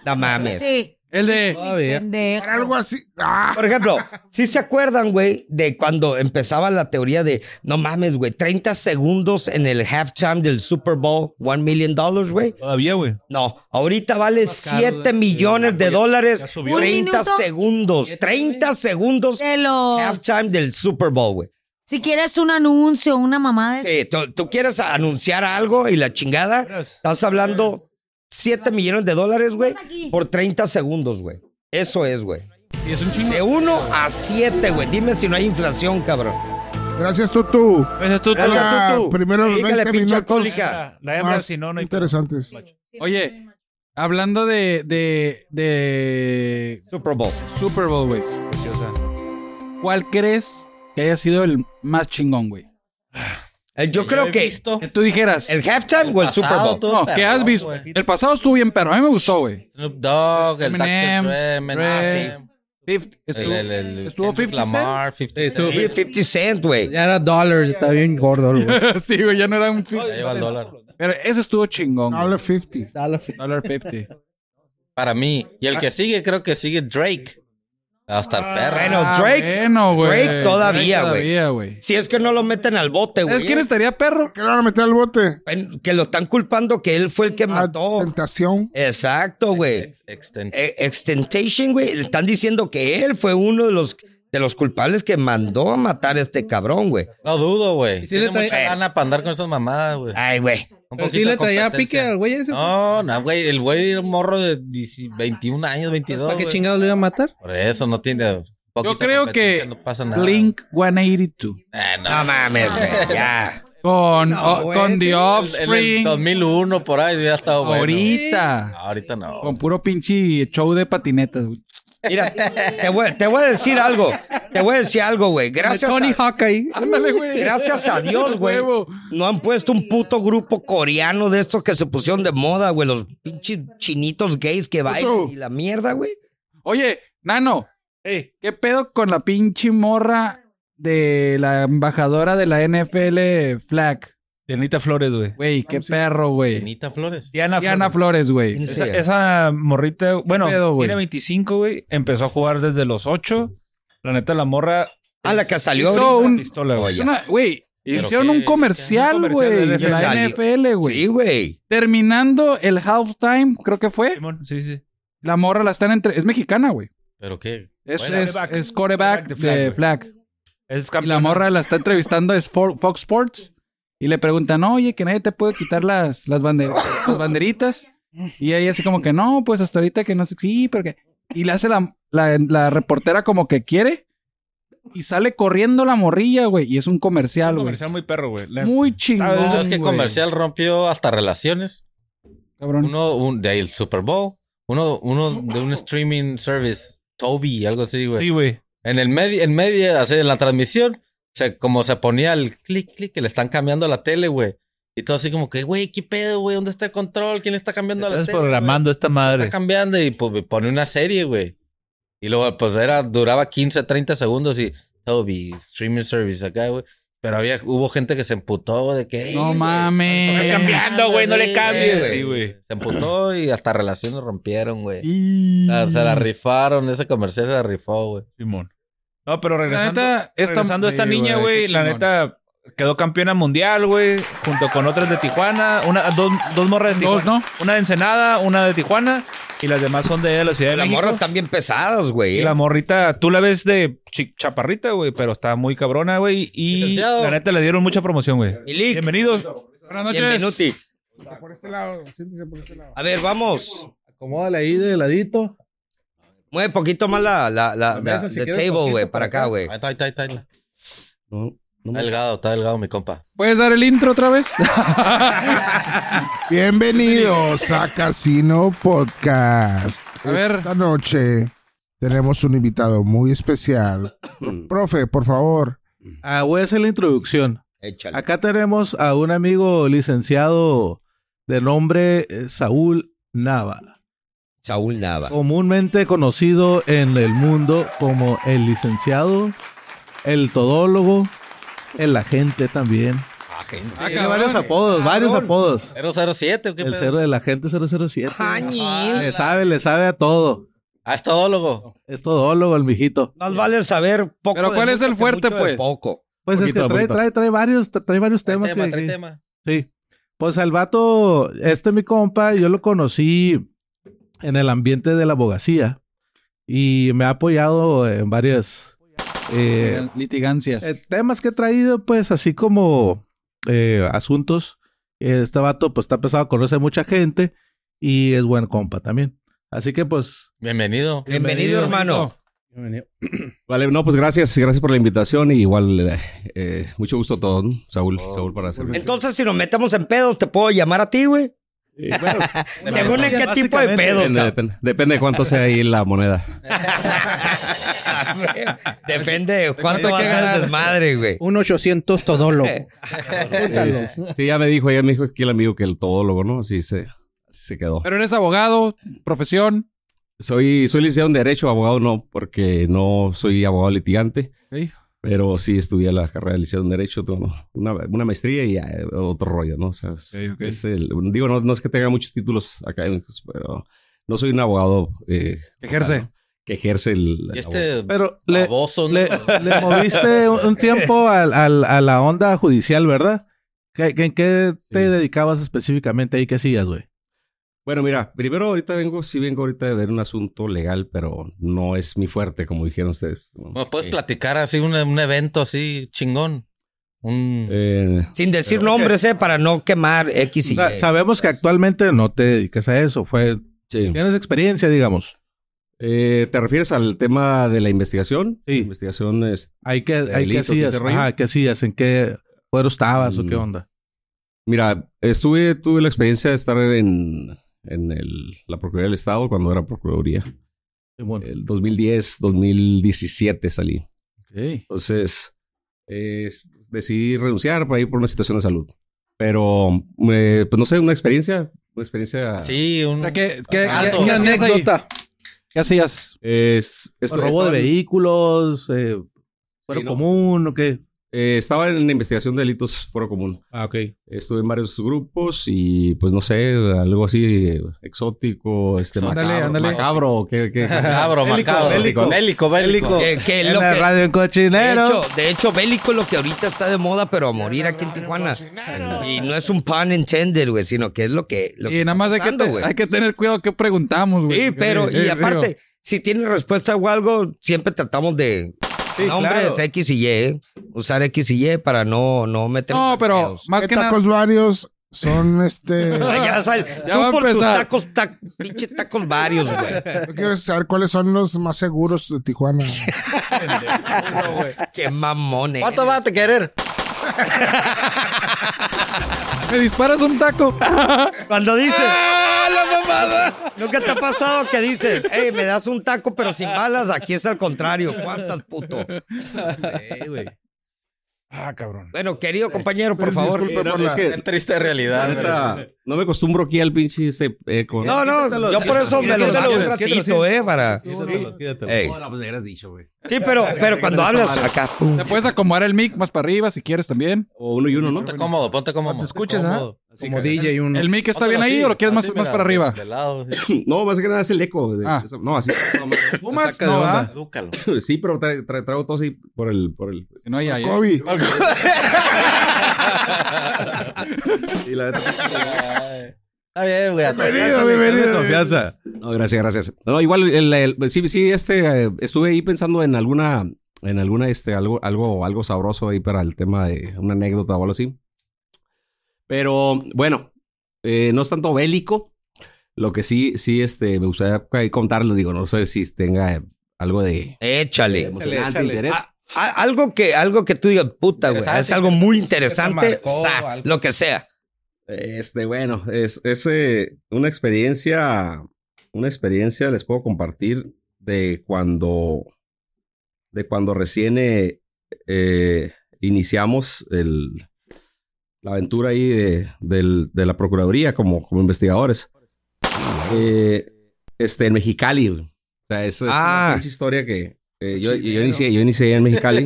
Speaker 2: No mames.
Speaker 6: Sí.
Speaker 4: El de.
Speaker 5: Todavía.
Speaker 6: pendejo.
Speaker 1: Era algo así. Ah,
Speaker 2: Por ejemplo, si se acuerdan, güey, de cuando empezaba la teoría de, no mames, güey, 30 segundos en el halftime del Super Bowl, one million dollars, güey.
Speaker 7: Todavía, güey.
Speaker 2: No, ahorita vale
Speaker 5: caro,
Speaker 2: 7
Speaker 4: eh,
Speaker 5: güey.
Speaker 2: millones de dólares,
Speaker 7: Ya subió.
Speaker 2: 30
Speaker 6: ¿Un minuto?
Speaker 2: segundos, 30 segundos
Speaker 6: De los-
Speaker 2: halftime del Super Bowl, güey.
Speaker 6: Si quieres un anuncio, una mamá de...
Speaker 2: Sí, tú, Eh, tú quieres anunciar algo y la chingada, estás hablando 7 millones de dólares, güey, por 30 segundos, güey. Eso es, güey.
Speaker 4: Y es un chingo.
Speaker 2: De 1 a 7, güey. Dime si no hay inflación, cabrón.
Speaker 1: gracias, Tutu.
Speaker 7: Gracias tú, tú.
Speaker 2: Gracias,
Speaker 1: Ya,
Speaker 2: Tutu.
Speaker 1: primero los
Speaker 2: Dígale,
Speaker 1: 20
Speaker 2: pinche
Speaker 1: minutos
Speaker 2: alcohólica.
Speaker 7: La hembra,
Speaker 1: más
Speaker 7: si no, no hay.
Speaker 1: interesantes.
Speaker 4: Oye, hablando de, de, de
Speaker 2: Super Bowl.
Speaker 4: Super Bowl, güey. ¿Cuál crees que haya sido el más chingón, güey?
Speaker 2: Eh, Yo creo
Speaker 8: he
Speaker 2: que
Speaker 8: visto.
Speaker 4: Que tú dijeras.
Speaker 2: el halftime o el Super
Speaker 8: pasado,
Speaker 2: Bowl.
Speaker 8: todo
Speaker 4: no, que has
Speaker 8: perrón,
Speaker 4: visto.
Speaker 8: güey.
Speaker 4: El pasado estuvo bien, pero a mí me gustó, güey.
Speaker 8: Snoop Dogg, el Dr.
Speaker 4: Eminem,
Speaker 8: Dre,
Speaker 4: Dre,
Speaker 8: Eminem. ah,
Speaker 4: Fif-
Speaker 8: El,
Speaker 4: Estuvo,
Speaker 8: el, el,
Speaker 4: estuvo
Speaker 8: Kendrick
Speaker 4: 50 Cent.
Speaker 8: Lamar, 50
Speaker 5: estuvo
Speaker 2: Sí, 50 Cent, güey.
Speaker 5: Ya era dólar, está bien gordo, güey.
Speaker 4: sí, güey, ya no era un. fi-
Speaker 8: Ya lleva el dólar.
Speaker 4: Pero ese estuvo chingón. güey.
Speaker 1: Dollar 50.
Speaker 5: Dale,
Speaker 4: Dollar 50.
Speaker 8: Para mí. Y
Speaker 2: Ah.
Speaker 8: el que sigue, creo que sigue Drake. Hasta el perro.
Speaker 2: Bueno,
Speaker 4: Ah,
Speaker 2: Drake.
Speaker 4: bueno, güey.
Speaker 2: Drake todavía, güey.
Speaker 4: Todavía, güey.
Speaker 2: Si es que no lo meten al bote, güey.
Speaker 4: ¿Sabes quién estaría perro?
Speaker 1: ¿Qué le van a meter al bote?
Speaker 2: En- Que lo están culpando que él fue el que
Speaker 1: A
Speaker 2: mató.
Speaker 1: tentación.
Speaker 2: Exacto, güey.
Speaker 8: Extend-
Speaker 2: Eh, Extentation, güey. Le están diciendo que él fue uno de los, de los culpables que mandó a matar a este cabrón, güey.
Speaker 8: No dudo, güey.
Speaker 5: ¿Y si
Speaker 8: Tiene
Speaker 5: le trae-
Speaker 8: mucha gana para andar con esas mamadas, güey.
Speaker 2: Ay, güey.
Speaker 8: Un
Speaker 5: Pero
Speaker 8: poquito
Speaker 5: sí le
Speaker 8: de
Speaker 5: traía pique
Speaker 8: competencia.
Speaker 5: al güey ese.
Speaker 8: No, no, güey. El güey era un morro de 10 21 años, 22.
Speaker 5: ¿Para qué
Speaker 8: güey.
Speaker 5: chingados lo iba a matar?
Speaker 8: Por eso no tiene. poquita
Speaker 4: Yo creo
Speaker 8: competencia,
Speaker 4: que
Speaker 8: No pasa nada.
Speaker 4: Blink 182.
Speaker 2: Eh,
Speaker 8: Ah, no.
Speaker 2: No mames, güey. Ya.
Speaker 4: Con,
Speaker 5: No,
Speaker 4: o-
Speaker 5: güey,
Speaker 4: con
Speaker 5: sí,
Speaker 4: The
Speaker 8: En el
Speaker 4: Offspring.
Speaker 8: 2001, por ahí, hubiera estado bueno.
Speaker 4: ahorita.
Speaker 8: No, ahorita no.
Speaker 4: Con puro pinche show de patinetas, güey.
Speaker 2: Mira, te voy, te voy a decir algo. Te voy a decir algo, güey. Gracias
Speaker 5: Tony
Speaker 2: a,
Speaker 5: Hawk ahí.
Speaker 4: Ándale, güey.
Speaker 2: Gracias a Dios, güey.
Speaker 4: Huevo.
Speaker 2: No han puesto un puto grupo coreano de estos que se pusieron de moda, güey. Los pinches chinitos gays que bailan y la mierda, güey.
Speaker 4: Oye, Nano,
Speaker 7: Ey,
Speaker 4: ¿qué pedo con la pinche morra de la embajadora de la NFL Flag?
Speaker 7: Dianita Flores, güey.
Speaker 4: Güey, qué perro, güey.
Speaker 8: Benita Flores.
Speaker 7: Diana,
Speaker 4: Diana
Speaker 7: Flores.
Speaker 4: Flores, güey.
Speaker 2: ¿Quién
Speaker 7: Esa,
Speaker 2: sea?
Speaker 7: esa morrita, bueno,
Speaker 4: ¿Qué pedo, güey?
Speaker 7: tiene 25, güey. Empezó a jugar desde los 8. La neta, la morra.
Speaker 2: A la que salió
Speaker 4: Hizo
Speaker 2: ahorita.
Speaker 7: Una
Speaker 4: un-
Speaker 7: pistola,
Speaker 2: Oye,
Speaker 7: güey.
Speaker 4: Es una- Güey,
Speaker 8: Pero
Speaker 4: hicieron
Speaker 8: qué-
Speaker 4: un comercial,
Speaker 7: qué-
Speaker 4: güey, de
Speaker 7: un comercial de
Speaker 4: la
Speaker 2: NFL.
Speaker 4: NFL, güey.
Speaker 2: Sí, güey.
Speaker 4: Terminando el halftime, creo que fue.
Speaker 7: Simón, Sí, sí.
Speaker 4: La morra la están entre. Es mexicana, güey.
Speaker 8: ¿Pero qué?
Speaker 4: Es,
Speaker 8: Bueno,
Speaker 4: es,
Speaker 7: coreback.
Speaker 4: es coreback
Speaker 7: Coreback de Flag,
Speaker 4: de
Speaker 7: güey.
Speaker 4: Flag.
Speaker 7: Es
Speaker 4: Y la
Speaker 7: campeona.
Speaker 4: morra la está entrevistando, es For- Fox Sports. Y le preguntan, oye, que nadie te puede quitar las, las, bander- las banderitas. Y ella así como que, no, pues hasta ahorita que no sé. Sí, porque... Y le hace la, la, la reportera como que quiere. Y sale corriendo la morrilla, güey. Y es un
Speaker 7: Un
Speaker 4: comercial, güey.
Speaker 7: comercial muy perro, güey. La-
Speaker 4: Muy
Speaker 7: ¿Sabes?
Speaker 4: chingón,
Speaker 8: ¿Sabes qué
Speaker 4: güey.
Speaker 8: comercial rompió hasta relaciones?
Speaker 4: Cabrón.
Speaker 8: Uno un, de ahí el Super Bowl. Uno, uno de un streaming service. Toby, algo así, güey.
Speaker 7: Sí, güey.
Speaker 8: En el medio, en medio, así en la transmisión, se, como se ponía el clic, clic, que le están cambiando la tele, güey. Y todo así como que, güey, ¿qué pedo, güey? ¿Dónde está el control? ¿Quién le está cambiando la
Speaker 7: Estás
Speaker 8: tele? güey?
Speaker 7: programando esta
Speaker 8: Está
Speaker 7: madre.
Speaker 8: cambiando y pues, pone una serie, güey. Y luego, pues era, duraba 15, 30 segundos y Toby, streaming service acá, güey. Pero había, hubo gente que se emputó güey, de que. "Ey,
Speaker 4: No
Speaker 8: güey,
Speaker 4: mames.
Speaker 8: estás
Speaker 7: cambiando, güey, no le
Speaker 8: sí,
Speaker 7: cambies".
Speaker 8: güey.
Speaker 7: Sí, güey.
Speaker 8: Se emputó y hasta relaciones rompieron, güey.
Speaker 4: Y-
Speaker 8: O sea, se la rifaron, ese comercial se la rifó, güey.
Speaker 7: Simón. No, pero regresando.
Speaker 4: neta, esta-
Speaker 7: regresando a esta
Speaker 4: sí,
Speaker 7: niña,
Speaker 4: güey,
Speaker 7: güey.
Speaker 4: qué
Speaker 7: La
Speaker 4: chingón.
Speaker 7: neta quedó campeona mundial, güey. Junto con otras de Tijuana. Una, dos, dos morras de
Speaker 4: Dos,
Speaker 7: Tijuana.
Speaker 4: ¿no?
Speaker 7: Una de Ensenada, una de Tijuana. Y las demás son de, la ciudad de
Speaker 2: Las
Speaker 7: México.
Speaker 2: morras están bien pesadas, güey.
Speaker 7: Y la morrita, tú la ves de chi- chaparrita, güey, pero está muy cabrona, güey. Y
Speaker 8: Licenciado.
Speaker 7: la neta le dieron mucha promoción, güey.
Speaker 2: Milik.
Speaker 7: Bienvenidos.
Speaker 4: Buenas
Speaker 2: Bienvenuti.
Speaker 1: Por este lado, siéntese por este lado.
Speaker 2: A ver, vamos.
Speaker 3: Acomódale ahí de ladito.
Speaker 2: Mueve poquito más la, la, la,
Speaker 8: Ah,
Speaker 3: La
Speaker 2: la-
Speaker 3: mesa, si
Speaker 2: the
Speaker 3: quieres,
Speaker 2: table,
Speaker 3: poquito
Speaker 2: güey, para
Speaker 3: para
Speaker 2: acá,
Speaker 3: acá.
Speaker 2: güey.
Speaker 8: Ahí está, ahí está, ahí está, ahí está.
Speaker 2: No, no
Speaker 8: Está
Speaker 2: me-
Speaker 8: delgado, está delgado mi compa.
Speaker 4: ¿Puedes dar el intro otra vez?
Speaker 1: Bienvenidos a Casino Podcast.
Speaker 4: A ver.
Speaker 1: Esta noche tenemos un invitado muy especial.
Speaker 2: Mm.
Speaker 1: Profe, por favor.
Speaker 3: Ah, voy a hacer la introducción.
Speaker 2: Échale.
Speaker 3: Acá tenemos a un amigo licenciado de nombre eh, Saúl Nava,
Speaker 2: Saúl Nava.
Speaker 3: comúnmente conocido en el mundo como el licenciado, el todólogo, el agente también.
Speaker 8: Ah, gente.
Speaker 3: Tiene varios apodos, varios apodos.
Speaker 8: 007 o qué
Speaker 3: El
Speaker 8: pedo?
Speaker 3: cero de la gente 007.
Speaker 2: Añi.
Speaker 3: Le sabe, le sabe a todo.
Speaker 8: Ah, es todólogo.
Speaker 3: Es todólogo el mijito.
Speaker 2: Más vale saber poco.
Speaker 4: Pero
Speaker 2: de
Speaker 4: ¿cuál es
Speaker 2: mucho
Speaker 4: el
Speaker 2: que
Speaker 4: fuerte,
Speaker 2: mucho de
Speaker 4: pues?
Speaker 2: Poco.
Speaker 3: Pues
Speaker 4: Poquito,
Speaker 3: es que trae,
Speaker 4: poquito.
Speaker 3: trae, trae varios, trae varios
Speaker 8: Trae
Speaker 3: temas.
Speaker 8: tema,
Speaker 3: que-
Speaker 8: trae
Speaker 3: que-
Speaker 8: tema.
Speaker 3: Sí. Pues al vato, este mi compa, yo lo conocí en el ambiente de la abogacía y me ha apoyado en varias eh,
Speaker 4: Litigancias.
Speaker 3: eh, temas que he traído, pues así como eh, asuntos. Este vato, pues está pesado, conoce mucha gente y es buen compa también. Así que, pues,
Speaker 8: Bienvenido.
Speaker 2: Bienvenido, hermano.
Speaker 9: Vale, no, pues gracias, gracias por la invitación y igual eh, eh, mucho gusto a todos, ¿no? Saúl, Saúl para hacer.
Speaker 2: Entonces, si nos metemos en pedos, te puedo llamar a ti, güey.
Speaker 9: Eh, bueno,
Speaker 2: Según en qué tipo de pedos,
Speaker 9: depende,
Speaker 2: cabrón.
Speaker 9: depende, depende de cuánto sea ahí la moneda.
Speaker 2: Depende de cuánto
Speaker 4: Hay
Speaker 2: va a
Speaker 4: que
Speaker 2: ser el
Speaker 4: ganar.
Speaker 2: desmadre, güey. Eh,
Speaker 5: Un 800 todólogo.
Speaker 9: Sí,
Speaker 5: Apúntalo.
Speaker 8: Este,
Speaker 9: sí, sí, ya me dijo, ya me dijo aquí el amigo que el todólogo, ¿no? Así se, así se quedó.
Speaker 4: Pero eres abogado, profesión.
Speaker 9: Soy, soy licenciado en Derecho, abogado no, porque no soy abogado litigante,
Speaker 4: Sí.
Speaker 9: pero sí estudié la carrera de licenciado en Derecho, todo, ¿no? una, una maestría y eh, otro rollo, ¿no? O sea, es-
Speaker 4: Ok, ok.
Speaker 9: es el- digo, no, no es que tenga muchos títulos académicos, pero no soy un abogado eh,
Speaker 4: Ejerce.
Speaker 9: Claro, que ejerce el.
Speaker 8: Y este
Speaker 3: pero le,
Speaker 8: baboso. ¿no?
Speaker 3: le, le moviste un, un tiempo al- al- a la onda judicial, ¿verdad? ¿Qué- qué- ¿En qué te
Speaker 9: Sí.
Speaker 3: dedicabas específicamente ahí? ¿Qué hacías, güey?
Speaker 9: Bueno, mira, primero ahorita vengo, sí vengo ahorita de ver un asunto legal, pero no es mi fuerte, como dijeron ustedes. ¿no?
Speaker 8: ¿Me puedes
Speaker 9: Eh,
Speaker 8: platicar así un, un evento así chingón? Un...
Speaker 9: eh,
Speaker 2: Sin decir
Speaker 9: Pero-
Speaker 2: nombres, eh, para no quemar X y Y.
Speaker 3: Sa- Sabemos que actualmente no te dedicas a eso. Fue,
Speaker 9: sí.
Speaker 3: tienes experiencia, digamos.
Speaker 9: Eh, ¿Te refieres al tema de la investigación?
Speaker 3: Sí.
Speaker 9: Investigación, es-
Speaker 3: Hay que, hay que
Speaker 9: delitos y
Speaker 3: hacías.
Speaker 9: ese rollo.
Speaker 3: Ajá, ¿qué hacías? ¿En qué fuero estabas o
Speaker 9: Mm.
Speaker 3: qué onda?
Speaker 9: Mira, estuve, tuve la experiencia de estar en, en el- la Procuraduría del Estado cuando era Procuraduría.
Speaker 3: Simón.
Speaker 9: El 2010, 2017 salí.
Speaker 4: Ok.
Speaker 9: Entonces, eh, decidí renunciar por ahí por una situación de salud. Pero, eh, pues no sé, una experiencia, una experiencia...
Speaker 8: Sí, un...
Speaker 4: O sea, ¿qué, qué,
Speaker 8: Ah,
Speaker 4: qué-
Speaker 8: eso.
Speaker 4: qué hacías ahí?
Speaker 5: Anécdota.
Speaker 4: ¿Qué hacías?
Speaker 9: Es, es-
Speaker 3: robo de
Speaker 9: estaba-
Speaker 3: vehículos, eh, fuero
Speaker 9: Sí, no.
Speaker 3: común o qué.
Speaker 9: eh, estaba en la investigación de delitos foro común.
Speaker 3: Ah, ok.
Speaker 9: Estuve en varios grupos y pues no sé, algo así eh, exótico, este,
Speaker 8: Ándale,
Speaker 9: macabro,
Speaker 4: ándale.
Speaker 9: macabro, ¿qué, qué,
Speaker 8: Cabro,
Speaker 3: Bélico,
Speaker 8: macabro.
Speaker 3: bélico.
Speaker 8: bélico, bélico.
Speaker 3: Bélico.
Speaker 2: Que- que
Speaker 3: En
Speaker 2: lo
Speaker 3: la
Speaker 2: que-
Speaker 3: radio
Speaker 2: de,
Speaker 3: en cochinero.
Speaker 2: hecho, de hecho, bélico es lo que ahorita está de moda, pero a morir aquí en Tijuana. Y no es un pan intended, güey, sino que es lo que. lo que
Speaker 4: y nada
Speaker 2: está
Speaker 4: más hay que,
Speaker 2: pasando,
Speaker 4: te-
Speaker 2: güey.
Speaker 4: hay que tener cuidado que preguntamos, güey.
Speaker 2: Sí,
Speaker 4: Porque,
Speaker 2: pero, y
Speaker 4: eh,
Speaker 2: aparte,
Speaker 4: digo,
Speaker 2: si tienen respuesta o algo, siempre tratamos de
Speaker 3: Sí,
Speaker 2: nombres
Speaker 3: claro.
Speaker 2: X y Y, eh. usar X y Y para no, no meternos
Speaker 4: No,
Speaker 2: en
Speaker 4: pero
Speaker 2: pedos.
Speaker 4: más
Speaker 1: ¿Qué
Speaker 4: que nada.
Speaker 1: tacos varios son este.
Speaker 2: Ay, Ya sal,
Speaker 4: Ya
Speaker 2: tú
Speaker 4: va a
Speaker 2: por tus
Speaker 4: empezar.
Speaker 2: tacos, ta- pinche tacos varios, güey.
Speaker 1: Yo quiero saber cuáles son los más seguros de Tijuana.
Speaker 2: Qué mamones.
Speaker 8: ¿Cuánto vas a querer?
Speaker 4: Me disparas un taco.
Speaker 7: Ah,
Speaker 2: Cuando dices.
Speaker 9: ¡Ah,
Speaker 2: Nunca te ha pasado que dices, hey, me das un taco, pero sin balas, aquí es al contrario. ¿Cuántas, puto?
Speaker 7: Ah, cabrón.
Speaker 2: Bueno, querido compañero, por favor.
Speaker 1: Disculpe
Speaker 9: No,
Speaker 1: por
Speaker 9: es
Speaker 1: la-
Speaker 9: que,
Speaker 8: Qué triste realidad.
Speaker 9: neta, no me acostumbro aquí al pinche ese eco.
Speaker 2: No, no, yo por eso me lo doy un ratito, eh, para. Ey.
Speaker 9: no, pues hubieras dicho, güey.
Speaker 2: Sí, pero, pero cuando hablas acá, pum.
Speaker 4: Te puedes acomodar el mic más para arriba si quieres también.
Speaker 9: O uno y uno, ¿no?
Speaker 8: Ponte cómodo, ponte cómodo.
Speaker 5: ¿Te escuchas, ah?
Speaker 9: Así
Speaker 5: Como
Speaker 9: que-
Speaker 2: eh,
Speaker 5: DJ uno.
Speaker 4: ¿El mic está bien ahí o lo quieres más, más para arriba?
Speaker 8: De lado. sí.
Speaker 9: No, más que nada es el eco. de-
Speaker 4: Ah.
Speaker 9: esa- No, así. no, más-
Speaker 4: ¿Fumas?
Speaker 3: saca de
Speaker 4: No,
Speaker 3: onda.
Speaker 4: ¿verdad?
Speaker 8: Edúcalo.
Speaker 9: sí, pero tra- tra- traigo todo así por el, por el,
Speaker 4: Si No, hay ahí. eh.
Speaker 1: Kobe,
Speaker 9: Y la neta-
Speaker 8: Está bien, güey.
Speaker 1: bienvenido, bienvenido.
Speaker 3: Confianza.
Speaker 9: no, gracias, gracias. No, igual el- el- sí, sí, este eh, estuve ahí pensando en alguna en alguna este algo algo algo sabroso ahí para el tema de una anécdota o algo así. Pero bueno, Eh, no es tanto bélico. Lo que sí, sí, este, me gustaría ahí contarles, digo, no sé si tenga eh, algo de
Speaker 2: Échale.
Speaker 9: emocionante,
Speaker 8: échale.
Speaker 9: interés.
Speaker 2: Ah, ah, algo, que, algo que tú digas, puta, güey.
Speaker 8: Interesante,
Speaker 2: Es algo muy interesante.
Speaker 8: marcó
Speaker 2: sa,
Speaker 8: algo.
Speaker 2: lo que sea.
Speaker 9: Este, bueno, es, es, eh, una experiencia, una experiencia les puedo compartir de cuando, de cuando recién eh, eh, iniciamos el, la aventura ahí de, del- de la Procuraduría como, como investigadores. Eh, este, en Mexicali. güey. O sea, eso es
Speaker 2: Ah.
Speaker 9: una pinche historia que eh, yo, yo inicié, yo inicié en Mexicali.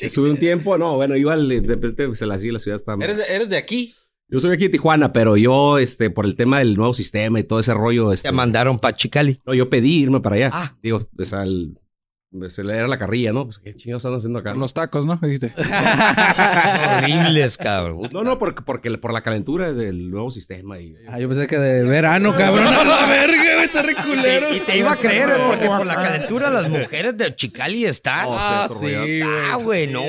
Speaker 9: Estuve un tiempo, no, bueno, iba al- de repente se la, sí, la ciudad está...
Speaker 8: ¿Eres de, eres de aquí?
Speaker 9: Yo soy aquí de Tijuana, pero yo, este, por el tema del nuevo sistema y todo ese rollo, este,
Speaker 2: Te mandaron para Chicali.
Speaker 9: no, yo pedí irme para allá.
Speaker 2: Ah.
Speaker 9: Digo, o sea, el- se le era la carrilla, ¿no? Pues, ¿qué chingados están haciendo acá?
Speaker 4: Los tacos, ¿no? Dijiste.
Speaker 2: Horribles, cabrón.
Speaker 9: No, no, porque, porque por la calentura del nuevo sistema. Y,
Speaker 5: Ah, yo pensé que de verano, cabrón. A la verga, güey, está re culero.
Speaker 2: Y te iba a creer,
Speaker 3: Este,
Speaker 1: no,
Speaker 2: porque
Speaker 1: no,
Speaker 2: por la
Speaker 3: ah,
Speaker 1: no.
Speaker 2: calentura las mujeres de Chicali están.
Speaker 9: No,
Speaker 5: Ah,
Speaker 9: se
Speaker 5: sí,
Speaker 9: atorrollaron.
Speaker 2: Ah, güey, no,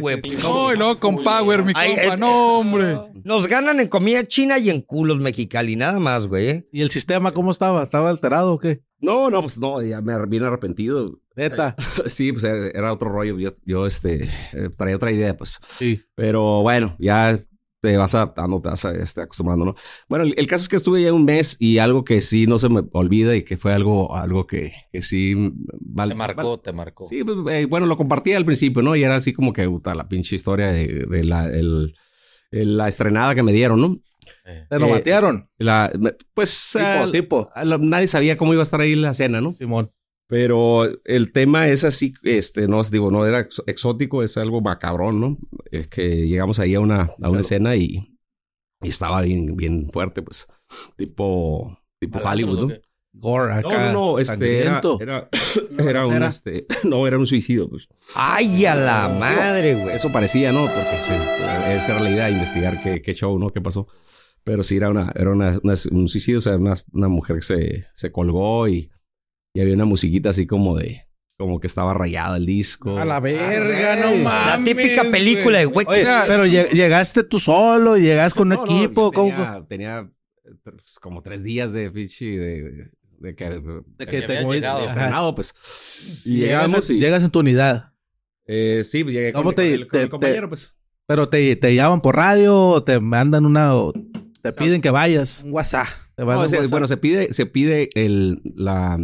Speaker 2: güey.
Speaker 4: No, y luego con Power, mi
Speaker 2: Ay,
Speaker 4: compa.
Speaker 2: es-
Speaker 4: No, hombre.
Speaker 2: Nos ganan en comida china y en culos mexicali, nada más, güey. ¿eh?
Speaker 3: ¿Y el sistema cómo estaba? ¿Estaba alterado o qué?
Speaker 9: No, no, pues no, ya me ar- vine arrepentido.
Speaker 3: Neta.
Speaker 9: Sí, pues era, era otro rollo. Yo, yo este, eh, traía otra idea, pues.
Speaker 3: Sí.
Speaker 9: Pero bueno, ya te vas adaptando, te vas este, acostumbrando, ¿no? Bueno, el, el caso es que estuve ya un mes y algo que sí no se me olvida y que fue algo, algo que, que sí... mal-
Speaker 8: Te marcó, te marcó.
Speaker 9: Sí, pues, eh, bueno, lo compartí al principio, ¿no? Y era así como que puta, la pinche historia de, de la, el- el- eh, la estrenada que me dieron, ¿no?
Speaker 8: Eh.
Speaker 3: Te lo
Speaker 9: Eh,
Speaker 3: batearon.
Speaker 9: La, me- pues
Speaker 3: Tipo,
Speaker 9: al-
Speaker 3: tipo.
Speaker 9: al- nadie sabía cómo iba a estar ahí la cena, ¿no?
Speaker 3: Simón.
Speaker 9: Pero el tema es así, este, no, digo, no era ex- exótico, es algo macabrón, ¿no? Es que llegamos ahí a una, a una escena y, y estaba bien, bien fuerte, pues, tipo, tipo
Speaker 8: Malandro,
Speaker 9: Hollywood,
Speaker 8: ¿o
Speaker 9: ¿no?
Speaker 8: qué?
Speaker 3: Gore
Speaker 9: No,
Speaker 3: acá.
Speaker 9: no, no, este, era,
Speaker 3: sangriento.
Speaker 9: era, era un, este, no, era un suicidio, pues.
Speaker 2: Ay, a la madre, güey.
Speaker 9: Eso parecía, ¿no? Porque sí, esa era la idea, investigar qué, qué show, ¿no? ¿Qué pasó? Pero sí, era, una, era una- una- un suicidio, o sea, una, una mujer que se, se colgó y, y había una musiquita así como de... Como que estaba rayado el disco.
Speaker 5: A la verga, no
Speaker 2: eh, La
Speaker 5: mames.
Speaker 2: típica película de güey.
Speaker 3: Oye,
Speaker 4: sea,
Speaker 3: pero lleg- llegaste tú solo, llegas con un
Speaker 9: No, no,
Speaker 3: equipo.
Speaker 9: yo
Speaker 3: ¿cómo-
Speaker 9: Tenía, tenía, eh, tres- como tres días de pinche... De, de, de que...
Speaker 3: de
Speaker 8: que había
Speaker 3: mueves-
Speaker 8: llegado.
Speaker 3: Ajá.
Speaker 9: estrenado, pues. Y
Speaker 3: Llegas,
Speaker 9: llegamos
Speaker 3: en-
Speaker 9: y...
Speaker 3: llegas en tu unidad.
Speaker 9: eh, sí, pues llegué con,
Speaker 3: ¿Cómo
Speaker 9: mi-
Speaker 3: te-
Speaker 9: con el, con el
Speaker 3: te-
Speaker 9: compañero, pues.
Speaker 3: Pero te, te llaman por radio, o te mandan una. o te piden que vayas.
Speaker 5: Un WhatsApp.
Speaker 3: Te mandan
Speaker 9: No,
Speaker 3: un
Speaker 9: o sea,
Speaker 3: WhatsApp.
Speaker 9: bueno, se pide, se pide el, la,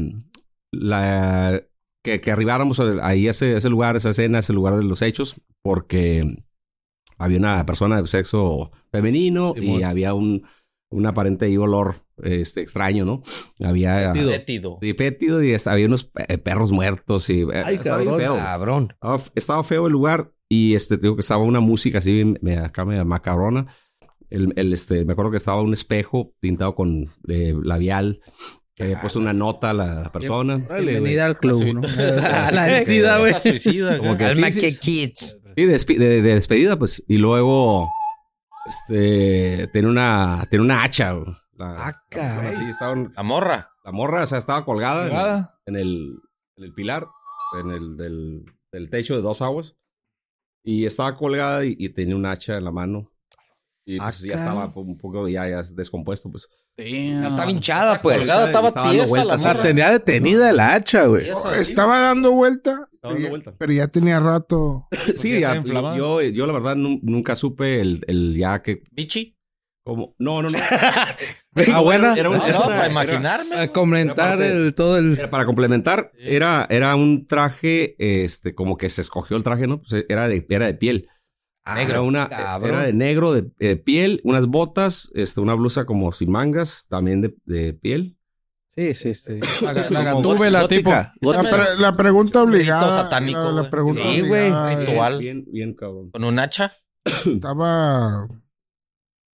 Speaker 9: la que, que arribáramos al- ahí a ese, a ese lugar, a esa escena, a ese lugar de los hechos, porque había una persona de sexo femenino y
Speaker 3: Simón.
Speaker 9: había un, un aparente ahí olor este, extraño, ¿no? Había
Speaker 3: Fétido.
Speaker 8: Fétido.
Speaker 9: sí, fétido y hasta había unos pe- perros muertos y eh,
Speaker 3: Ay,
Speaker 9: estaba bien
Speaker 3: cabrón.
Speaker 9: feo.
Speaker 2: Cabrón.
Speaker 9: Estaba, f- estaba feo el lugar y este, te digo que estaba una música así, bien- me, acá me macarona. El, el, este, me acuerdo que estaba un espejo pintado con eh, labial. Que había puesto una nota a la, la persona.
Speaker 3: Órale, güey.
Speaker 5: Bienvenida al club, ¿no? A la densidad, güey.
Speaker 8: Está suicida,
Speaker 9: Como
Speaker 8: acá.
Speaker 9: que-
Speaker 2: Alma
Speaker 9: sí,
Speaker 2: que
Speaker 9: sí.
Speaker 2: kids.
Speaker 9: Sí, despi- de, de despedida, pues. Y luego, este, tenía una, tenía una hacha. güey. La,
Speaker 2: Ah,
Speaker 9: la persona
Speaker 2: caray.
Speaker 9: así, estaba en-
Speaker 8: La morra.
Speaker 9: la morra, o sea, estaba colgada. en-
Speaker 4: Nada.
Speaker 9: en el, en el pilar, en el del, del techo de dos aguas. Y estaba colgada y, y tenía un hacha en la mano. Y pues,
Speaker 2: Ah,
Speaker 9: ya
Speaker 2: caray.
Speaker 9: estaba un poco ya, ya descompuesto, pues.
Speaker 2: No
Speaker 4: Damn.
Speaker 2: estaba hinchada, pues.
Speaker 8: Colgada estaba,
Speaker 9: estaba- estaba dando
Speaker 8: tiesa la
Speaker 9: vueltas,
Speaker 3: La
Speaker 8: morra.
Speaker 3: tenía detenida la hacha, güey.
Speaker 8: Tiesa, sí.
Speaker 1: Estaba dando vuelta,
Speaker 9: Estaba dando vuelta.
Speaker 1: pero ya tenía rato.
Speaker 9: sí,
Speaker 7: ya
Speaker 9: ya,
Speaker 7: está inflamada.
Speaker 9: yo, yo la verdad nu- nunca supe el, el ya que...
Speaker 8: Bichi.
Speaker 9: Como, no, no, no.
Speaker 3: Ah, buena.
Speaker 9: Era
Speaker 8: No,
Speaker 9: un-
Speaker 8: no,
Speaker 9: era una-
Speaker 8: para
Speaker 9: era-
Speaker 8: imaginarme.
Speaker 5: A comentar
Speaker 9: Aparte-
Speaker 5: el, todo el.
Speaker 9: Mira, para complementar, era, era un traje, este, como que se escogió el traje, ¿no? Pues era de, era de piel.
Speaker 2: Ah,
Speaker 9: era una
Speaker 2: cabrón.
Speaker 9: era de negro de, eh, piel, unas botas, este, una blusa como sin mangas, también de, de piel.
Speaker 5: Sí, sí, sí.
Speaker 4: La, la
Speaker 3: Como
Speaker 4: gatúbela, tipo.
Speaker 3: gótica.
Speaker 1: La,
Speaker 8: Esa
Speaker 1: pre- la pregunta obligada.
Speaker 8: satánico,
Speaker 1: la, la
Speaker 8: güey.
Speaker 1: pregunta
Speaker 2: Sí, güey.
Speaker 1: obligada es,
Speaker 8: Ritual. Actual.
Speaker 9: Bien, bien cabrón.
Speaker 8: Con un hacha.
Speaker 1: Estaba,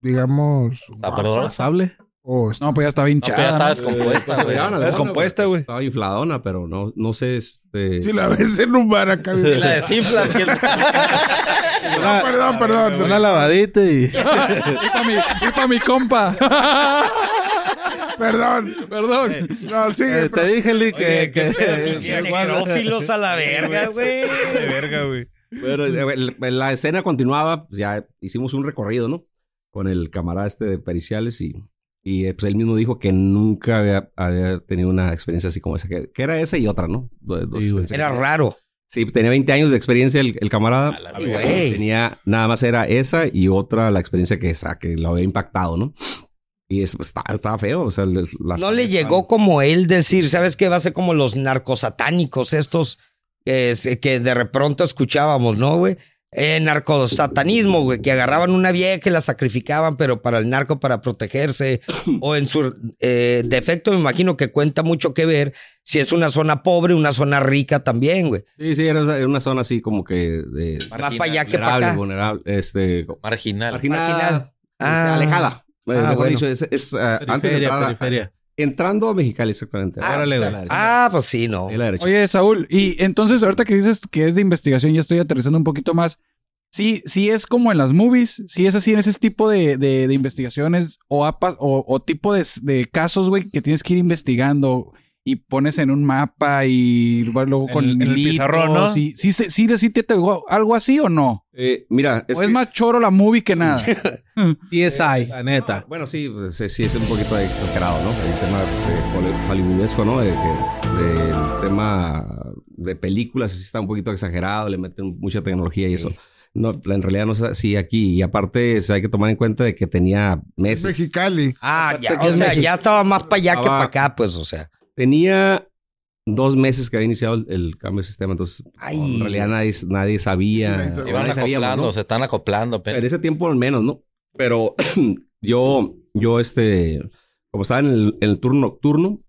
Speaker 1: digamos,
Speaker 8: La
Speaker 1: guapa,
Speaker 8: perdona.
Speaker 3: Sable.
Speaker 1: o est-
Speaker 4: No, pues ya estaba
Speaker 8: No, pero ya
Speaker 4: hinchada. ¿no?
Speaker 8: estaba descompuesta, güey.
Speaker 9: Estaba
Speaker 7: Descompuesta, güey.
Speaker 9: Estaba infladona, pero no, no sé, este...
Speaker 1: si la ves en un bar acá.
Speaker 8: Y la desinflas. que-
Speaker 1: No, perdón, perdón.
Speaker 3: Una lavadita y.
Speaker 4: Sí, pa' mi, sí, pa' mi compa.
Speaker 1: Perdón.
Speaker 4: Perdón.
Speaker 1: No, sí,
Speaker 3: Eh, te dije, Lee, que.
Speaker 7: Oye,
Speaker 3: que-
Speaker 2: Pinche necrófilos a la verga, güey.
Speaker 7: De verga, güey.
Speaker 9: Pero eh, el- la escena continuaba, pues, ya hicimos un recorrido, ¿no? con el camarada este de Periciales y, y eh, pues él mismo dijo que nunca había, había tenido una experiencia así como esa, que, que era esa y otra, ¿no? Dos- dos
Speaker 3: Sí, güey.
Speaker 9: experiencias.
Speaker 2: Era raro.
Speaker 9: Sí, tenía 20 años de experiencia el, el camarada.
Speaker 2: la güey.
Speaker 9: Tenía, nada más era esa y otra la experiencia que esa, que lo había impactado, ¿no? Y es, pues, estaba, estaba feo, o sea, les- las-
Speaker 2: No le llegó como él decir, ¿sabes qué? Va a ser como los narcosatánicos estos eh, se- que de repronto escuchábamos, ¿no, güey? Eh, narcosatanismo, güey, que agarraban una vieja y la sacrificaban, pero para el narco, para protegerse, o en su eh, defecto, me imagino que cuenta mucho que ver si es una zona pobre, una zona rica también, güey.
Speaker 9: Sí, sí, era, era una zona así como que de,
Speaker 2: Más para allá que para
Speaker 9: vulnerable,
Speaker 2: acá.
Speaker 9: vulnerable, este,
Speaker 8: Marginal.
Speaker 9: marginada,
Speaker 2: Marginal.
Speaker 9: este,
Speaker 2: Ah.
Speaker 9: alejada. Eh, mejor
Speaker 2: bueno.
Speaker 9: dicho, es, es, ah, antes de
Speaker 3: Periferia,
Speaker 9: entrar a-
Speaker 3: periferia.
Speaker 9: entrando a Mexicali, exactamente.
Speaker 2: Ah,
Speaker 9: Órale,
Speaker 3: sí.
Speaker 9: güey.
Speaker 2: Ah, pues sí, no.
Speaker 9: Ahí a la derecha.
Speaker 4: Oye, Saúl, y entonces ahorita que dices que es de investigación, ya estoy aterrizando un poquito más. Sí, sí es como en las movies, sí es así en ese tipo de, de- de investigaciones o, apas, o, o tipo de, de casos, güey, que tienes que ir investigando y pones en un mapa y luego
Speaker 7: En-
Speaker 4: con
Speaker 7: en el
Speaker 4: hilitos
Speaker 7: pizarrón, ¿no?
Speaker 4: y- sí, sí, sí, sí te tocó algo así o no.
Speaker 9: Eh, mira,
Speaker 4: o es
Speaker 9: que-
Speaker 4: más choro la movie que nada.
Speaker 5: CSI.
Speaker 3: Eh, La neta.
Speaker 9: Bueno, sí, pues, sí, sí, es un poquito exagerado, ¿no? El tema de hol- hollywoodesco, ¿no? De, que- de- el tema de películas sí está un poquito exagerado, le meten mucha tecnología y eso. No, en realidad no es así aquí. Y aparte, o sea, hay que tomar en cuenta de que tenía meses.
Speaker 1: Mexicali.
Speaker 2: Ah, ya,
Speaker 9: Aparte que
Speaker 2: o
Speaker 9: es
Speaker 2: sea,
Speaker 9: México.
Speaker 2: ya estaba más para allá que
Speaker 9: Estaba-
Speaker 2: para acá, pues, o sea.
Speaker 9: Tenía dos meses que había iniciado el, el cambio de sistema, entonces pues,
Speaker 2: Ay.
Speaker 9: en realidad nadie, nadie sabía.
Speaker 1: Nadie sabía.
Speaker 8: Se van
Speaker 9: Nadie sabíamos,
Speaker 8: acoplando,
Speaker 9: ¿no?
Speaker 8: se están acoplando. apenas.
Speaker 9: En ese tiempo al menos, ¿no? Pero yo, yo este, como estaba en el, en el turno nocturno,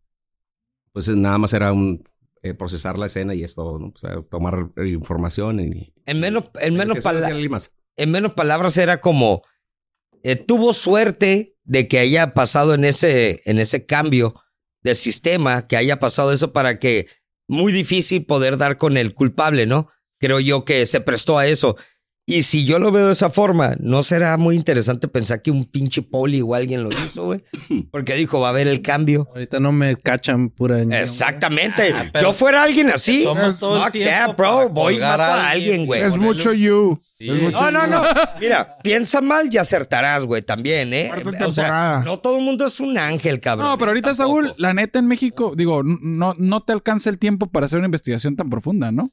Speaker 9: pues eh, nada más era un eh, procesar la escena y esto, ¿no? O sea, tomar eh, información y...
Speaker 2: En menos, en menos,
Speaker 9: Es que eso
Speaker 2: pala-
Speaker 9: hacía alguien más.
Speaker 2: en menos palabras era como eh, tuvo suerte de que haya pasado en ese en ese cambio de sistema que haya pasado eso para que muy difícil poder dar con el culpable no creo yo que se prestó a eso y si yo lo veo de esa forma no será muy interesante pensar que un pinche poli o alguien lo hizo güey porque dijo va a haber el cambio
Speaker 5: Ahorita no me cachan pura.
Speaker 2: exactamente
Speaker 8: pero-
Speaker 2: yo fuera alguien así
Speaker 8: Tomas todo el
Speaker 2: fuck
Speaker 8: tiempo
Speaker 2: that,
Speaker 8: para
Speaker 2: bro voy y
Speaker 8: colgar
Speaker 2: mato a alguien güey
Speaker 1: Es
Speaker 8: Ponele
Speaker 1: mucho
Speaker 8: un-
Speaker 1: you.
Speaker 8: Sí.
Speaker 1: Es mucho
Speaker 2: no, no,
Speaker 1: you.
Speaker 2: no. Mira, piensa mal y acertarás, güey, también, ¿eh?
Speaker 1: Cuarta
Speaker 2: O sea,
Speaker 1: temporada.
Speaker 2: no todo el mundo es un ángel, cabrón.
Speaker 4: No, pero ahorita,
Speaker 2: Tampoco.
Speaker 4: Saúl, la neta en México, digo, n- no, no te alcanza el tiempo para hacer una investigación tan profunda, ¿no?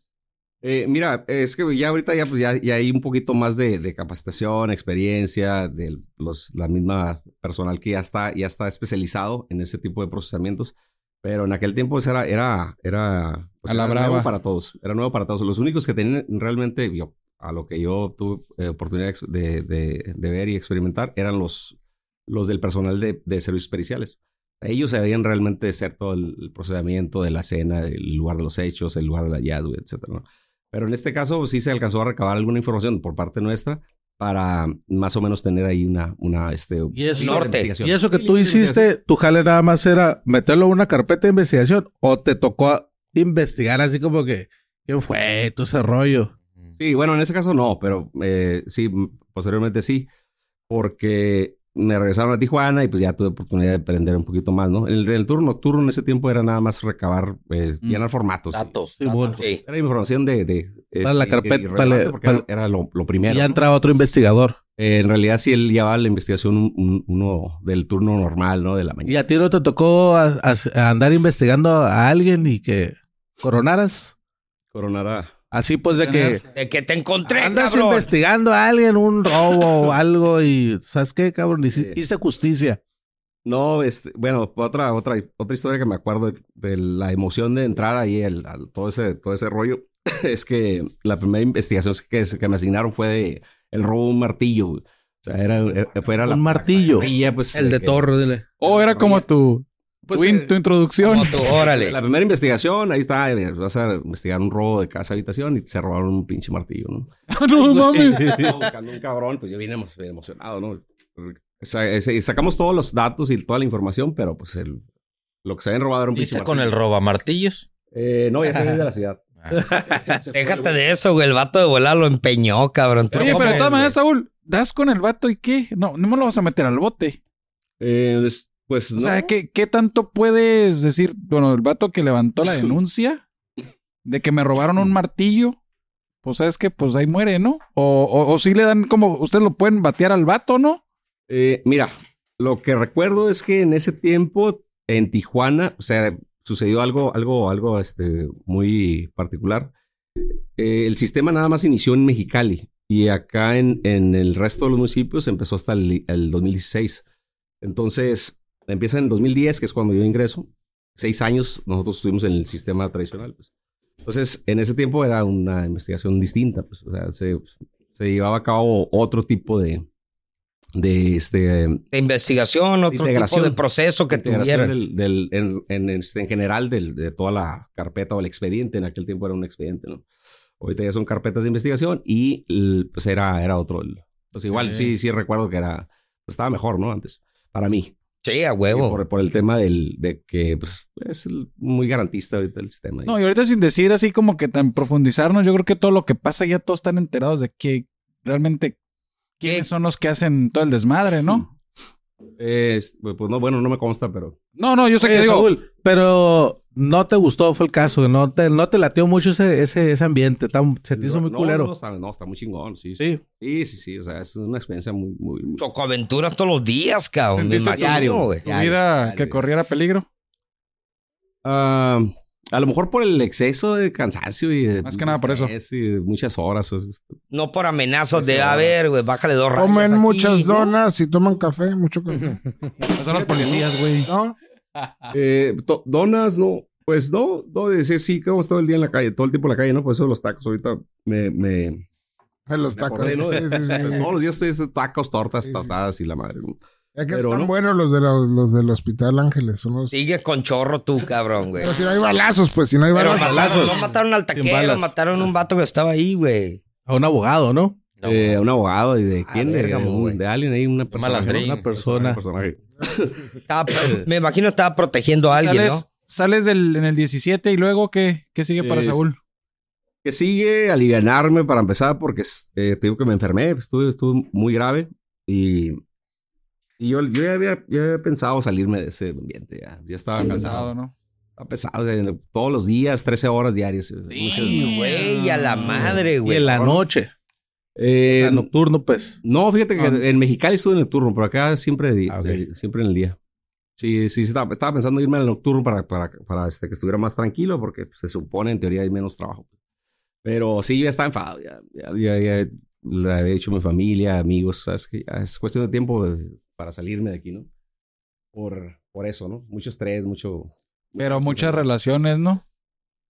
Speaker 9: Eh, mira, es que ya ahorita ya, pues ya, ya hay un poquito más de, de capacitación, experiencia, de los, la misma personal que ya está, ya está especializado en ese tipo de procesamientos. Pero en aquel tiempo pues, era, era, era, pues,
Speaker 4: A la
Speaker 9: era
Speaker 4: brava.
Speaker 9: nuevo para todos. Era nuevo para todos. Los únicos que tenían realmente, yo, a lo que yo tuve eh, oportunidad de ex- de, de- de ver y experimentar, eran los, los del personal de, de servicios periciales. Ellos sabían realmente hacer todo el, el procesamiento de la escena, el lugar de los hechos, el lugar del hallazgo, etcétera. ¿no? Pero en este caso sí se alcanzó a recabar alguna información por parte nuestra para más o menos tener ahí una, una este,
Speaker 3: Y eso-
Speaker 9: una
Speaker 2: Norte.
Speaker 9: investigación.
Speaker 3: Y eso que tú
Speaker 9: Sí, sí,
Speaker 3: hiciste, tu jale nada más era meterlo en una carpeta de investigación o te tocó a- investigar así como que quién fue todo ese rollo.
Speaker 9: Sí, bueno, en ese caso no, pero eh, sí, m- posteriormente sí, porque me regresaron a Tijuana y pues ya tuve oportunidad de aprender un poquito más, ¿no? El, el turno nocturno en ese tiempo era nada más recabar, eh,
Speaker 4: Mm.
Speaker 9: llenar formatos.
Speaker 8: Datos.
Speaker 3: Sí, bueno.
Speaker 2: Sí.
Speaker 9: Era información de... de eh,
Speaker 3: Para la
Speaker 9: y- y
Speaker 3: carpeta,
Speaker 9: relevante
Speaker 3: para le-
Speaker 9: porque
Speaker 3: para-
Speaker 9: era, era lo, lo
Speaker 3: Y
Speaker 9: primero.
Speaker 3: ya
Speaker 9: ¿no?
Speaker 3: entraba otro investigador.
Speaker 9: Eh, en realidad sí él llevaba la investigación un- un- uno del turno normal, ¿no? De la mañana.
Speaker 3: ¿Y a ti no te tocó a- a- a andar investigando a alguien y que coronaras?
Speaker 9: Coronará.
Speaker 3: Así pues de que
Speaker 2: De que te encontré,
Speaker 3: andas
Speaker 2: cabrón.
Speaker 3: investigando a alguien un robo o algo y ¿sabes qué, cabrón? Hici-
Speaker 9: Sí.
Speaker 3: Hiciste justicia.
Speaker 9: No, este, bueno, otra, otra, otra historia que me acuerdo de, de la emoción de entrar ahí, el, al- todo, ese, todo ese rollo, es que la primera investigación que, que me asignaron fue de el robo de un martillo. güey. O sea, era, era- fue era la-
Speaker 3: Un martillo.
Speaker 9: la carrilla, pues,
Speaker 5: El de
Speaker 9: que-
Speaker 5: Torre, dile.
Speaker 4: O Oh, era como tu,
Speaker 9: pues,
Speaker 4: tu, in-
Speaker 9: eh,
Speaker 4: tu introducción.
Speaker 2: Como tú, órale.
Speaker 9: La primera investigación, ahí está, eh, vas a investigar un robo de casa habitación y se robaron un pinche martillo, ¿no?
Speaker 4: no mames.
Speaker 9: Estaba buscando un cabrón, pues yo vine emo- emocionado, ¿no? O sea, ese- sacamos todos los datos y toda la información, pero pues el, lo que se habían robado era un pinche
Speaker 8: ¿Viste con el
Speaker 9: martillo.
Speaker 8: roba martillos?
Speaker 9: Eh, no, ya se de la ciudad.
Speaker 2: Ah. Déjate de eso, güey. El vato de volar lo empeñó, cabrón. ¿Tú
Speaker 4: Oye,
Speaker 2: cómo
Speaker 4: pero de
Speaker 2: ves,
Speaker 4: todas
Speaker 2: güey?
Speaker 4: maneras, Saúl, das con el vato y qué? No, no me lo vas a meter al bote.
Speaker 9: Eh, des- pues
Speaker 4: O
Speaker 9: no.
Speaker 4: sea, ¿qué, ¿qué tanto puedes decir? Bueno, el vato que levantó la denuncia de que me robaron un martillo, pues sabes que pues ahí muere, ¿no? O, o, o sí le dan como, ustedes lo pueden batear al vato, ¿no?
Speaker 9: Eh, mira, lo que recuerdo es que en ese tiempo en Tijuana, o sea, sucedió algo, algo, algo este, muy particular. Eh, el sistema nada más inició en Mexicali y acá en, en el resto de los municipios empezó hasta el, el 2016. Entonces, empieza en el 2010, que es cuando yo ingreso. Seis años nosotros estuvimos en el sistema tradicional. pues. Entonces, en ese tiempo era una investigación distinta. Pues, o sea, se, se llevaba a cabo otro tipo de, de este,
Speaker 2: De investigación, otro tipo
Speaker 9: Integración.
Speaker 2: de proceso que
Speaker 9: integración
Speaker 2: tuvieran.
Speaker 9: del, del- en, en- en- en general del- de toda la carpeta o el expediente. En aquel tiempo era un expediente, ¿no? Ahorita ya son carpetas de investigación y el- pues era, era otro. el- Pues igual,
Speaker 8: Ok.
Speaker 9: sí, sí recuerdo que era, pues, estaba mejor, ¿no? Antes, para mí.
Speaker 2: Sí, a
Speaker 9: Y
Speaker 2: huevo.
Speaker 9: Por, por el tema del, de que pues, es el- muy garantista ahorita el sistema.
Speaker 4: No, y ahorita sin decir así como que tan profundizarnos, yo creo que todo lo que pasa ya todos están enterados de que realmente quiénes son los que hacen todo el desmadre, ¿no?
Speaker 9: Eh, es- pues no, bueno, no me consta, pero...
Speaker 4: No, no, yo sé
Speaker 3: Oye,
Speaker 4: que digo.
Speaker 3: Saúl, pero no te gustó, fue el caso. No te, no te latió mucho ese, ese, ese ambiente. tan- se te hizo muy
Speaker 9: no,
Speaker 3: culero.
Speaker 9: No, está, no, está muy chingón, sí. Sí,
Speaker 3: sí.
Speaker 9: sí, sí, sí, o sea, es una experiencia muy... muy, muy-
Speaker 2: Chocoaventuras todos los días, cabrón. Me
Speaker 4: Sentiste
Speaker 2: imagino,
Speaker 9: diario.
Speaker 2: güey.
Speaker 4: tu
Speaker 9: Ya,
Speaker 4: vida
Speaker 9: ya,
Speaker 4: que
Speaker 9: ya.
Speaker 4: corriera peligro.
Speaker 9: Ah, a lo mejor por el exceso de cansancio y de-
Speaker 4: Más que nada por eso.
Speaker 9: y de muchas horas. o sea,
Speaker 2: No por amenazas de, a
Speaker 9: Pues, ah.
Speaker 2: ver, güey, bájale dos rayas.
Speaker 1: Comen
Speaker 2: aquí,
Speaker 1: muchas
Speaker 2: ¿no?
Speaker 1: donas y toman café, mucho café.
Speaker 4: No son los policías, güey.
Speaker 1: ¿No?
Speaker 9: eh, to- donas, no. Pues no, no de decir sí, que hemos todo el día en la calle, todo el tiempo en la calle, ¿no? Por eso los tacos ahorita me. me
Speaker 1: En los
Speaker 9: Me
Speaker 1: tacos.
Speaker 9: acordé, ¿no?
Speaker 1: Sí, sí, sí.
Speaker 9: todos los días estoy haciendo tacos, tortas,
Speaker 1: Sí, sí, sí.
Speaker 9: tostadas y la madre. ¿no?
Speaker 1: Es que
Speaker 9: Pero
Speaker 1: están
Speaker 9: no.
Speaker 1: buenos los, de los, los del Hospital Ángeles. Son los-
Speaker 2: Sigue con chorro tú, cabrón, güey.
Speaker 1: Pero si no hay balazos, pues si no hay
Speaker 2: Pero
Speaker 1: balazos.
Speaker 2: mataron, no mataron al
Speaker 3: Sin
Speaker 2: taquero,
Speaker 3: balas.
Speaker 2: mataron a un vato que estaba ahí, güey.
Speaker 3: A un abogado, ¿no?
Speaker 9: Eh, un abogado y de
Speaker 2: Ah,
Speaker 9: quién? De-
Speaker 2: verga,
Speaker 9: de, un-
Speaker 2: güey.
Speaker 9: de alguien ahí, una persona. ¿no?
Speaker 8: malandrín.
Speaker 9: Una
Speaker 3: Persona.
Speaker 9: persona. personaje.
Speaker 2: Estaba- me imagino estaba protegiendo a alguien,
Speaker 4: sales,
Speaker 2: ¿no?
Speaker 4: sales del, en el 17 y luego, ¿qué, qué sigue para
Speaker 9: Es-
Speaker 4: Saúl?
Speaker 9: que sigue alivianarme para empezar porque eh, te digo que me enfermé, estuve, estuve muy grave y, y yo, yo ya, había, ya había pensado salirme de ese ambiente, ya, ya estaba
Speaker 4: Cansado,
Speaker 9: cansado,
Speaker 4: ¿no?
Speaker 9: estaba pesado, o sea, todos los días, 13 horas diarias. muchas-
Speaker 2: Y, güey, a la madre,
Speaker 3: Y
Speaker 2: güey.
Speaker 3: en la noche.
Speaker 9: Eh,
Speaker 3: en nocturno, pues.
Speaker 9: no, fíjate que
Speaker 4: Ah.
Speaker 9: en Mexicali estuve en el turno, pero acá siempre, de-
Speaker 3: Ah, ok.
Speaker 9: de- siempre en el día. Sí, sí, sí, estaba, estaba pensando irme al nocturno para, para, para este, que estuviera más tranquilo, porque se supone en teoría hay menos trabajo. Pero sí, yo ya estaba enfadado. Ya, ya, ya- ya le había dicho a mi familia, amigos, ¿sabes? Que ya es cuestión de tiempo pues, para salirme de aquí, ¿no? Por, por eso, ¿no? Mucho estrés, mucho.
Speaker 4: Pero muchas
Speaker 9: relaciones.
Speaker 4: relaciones, ¿no?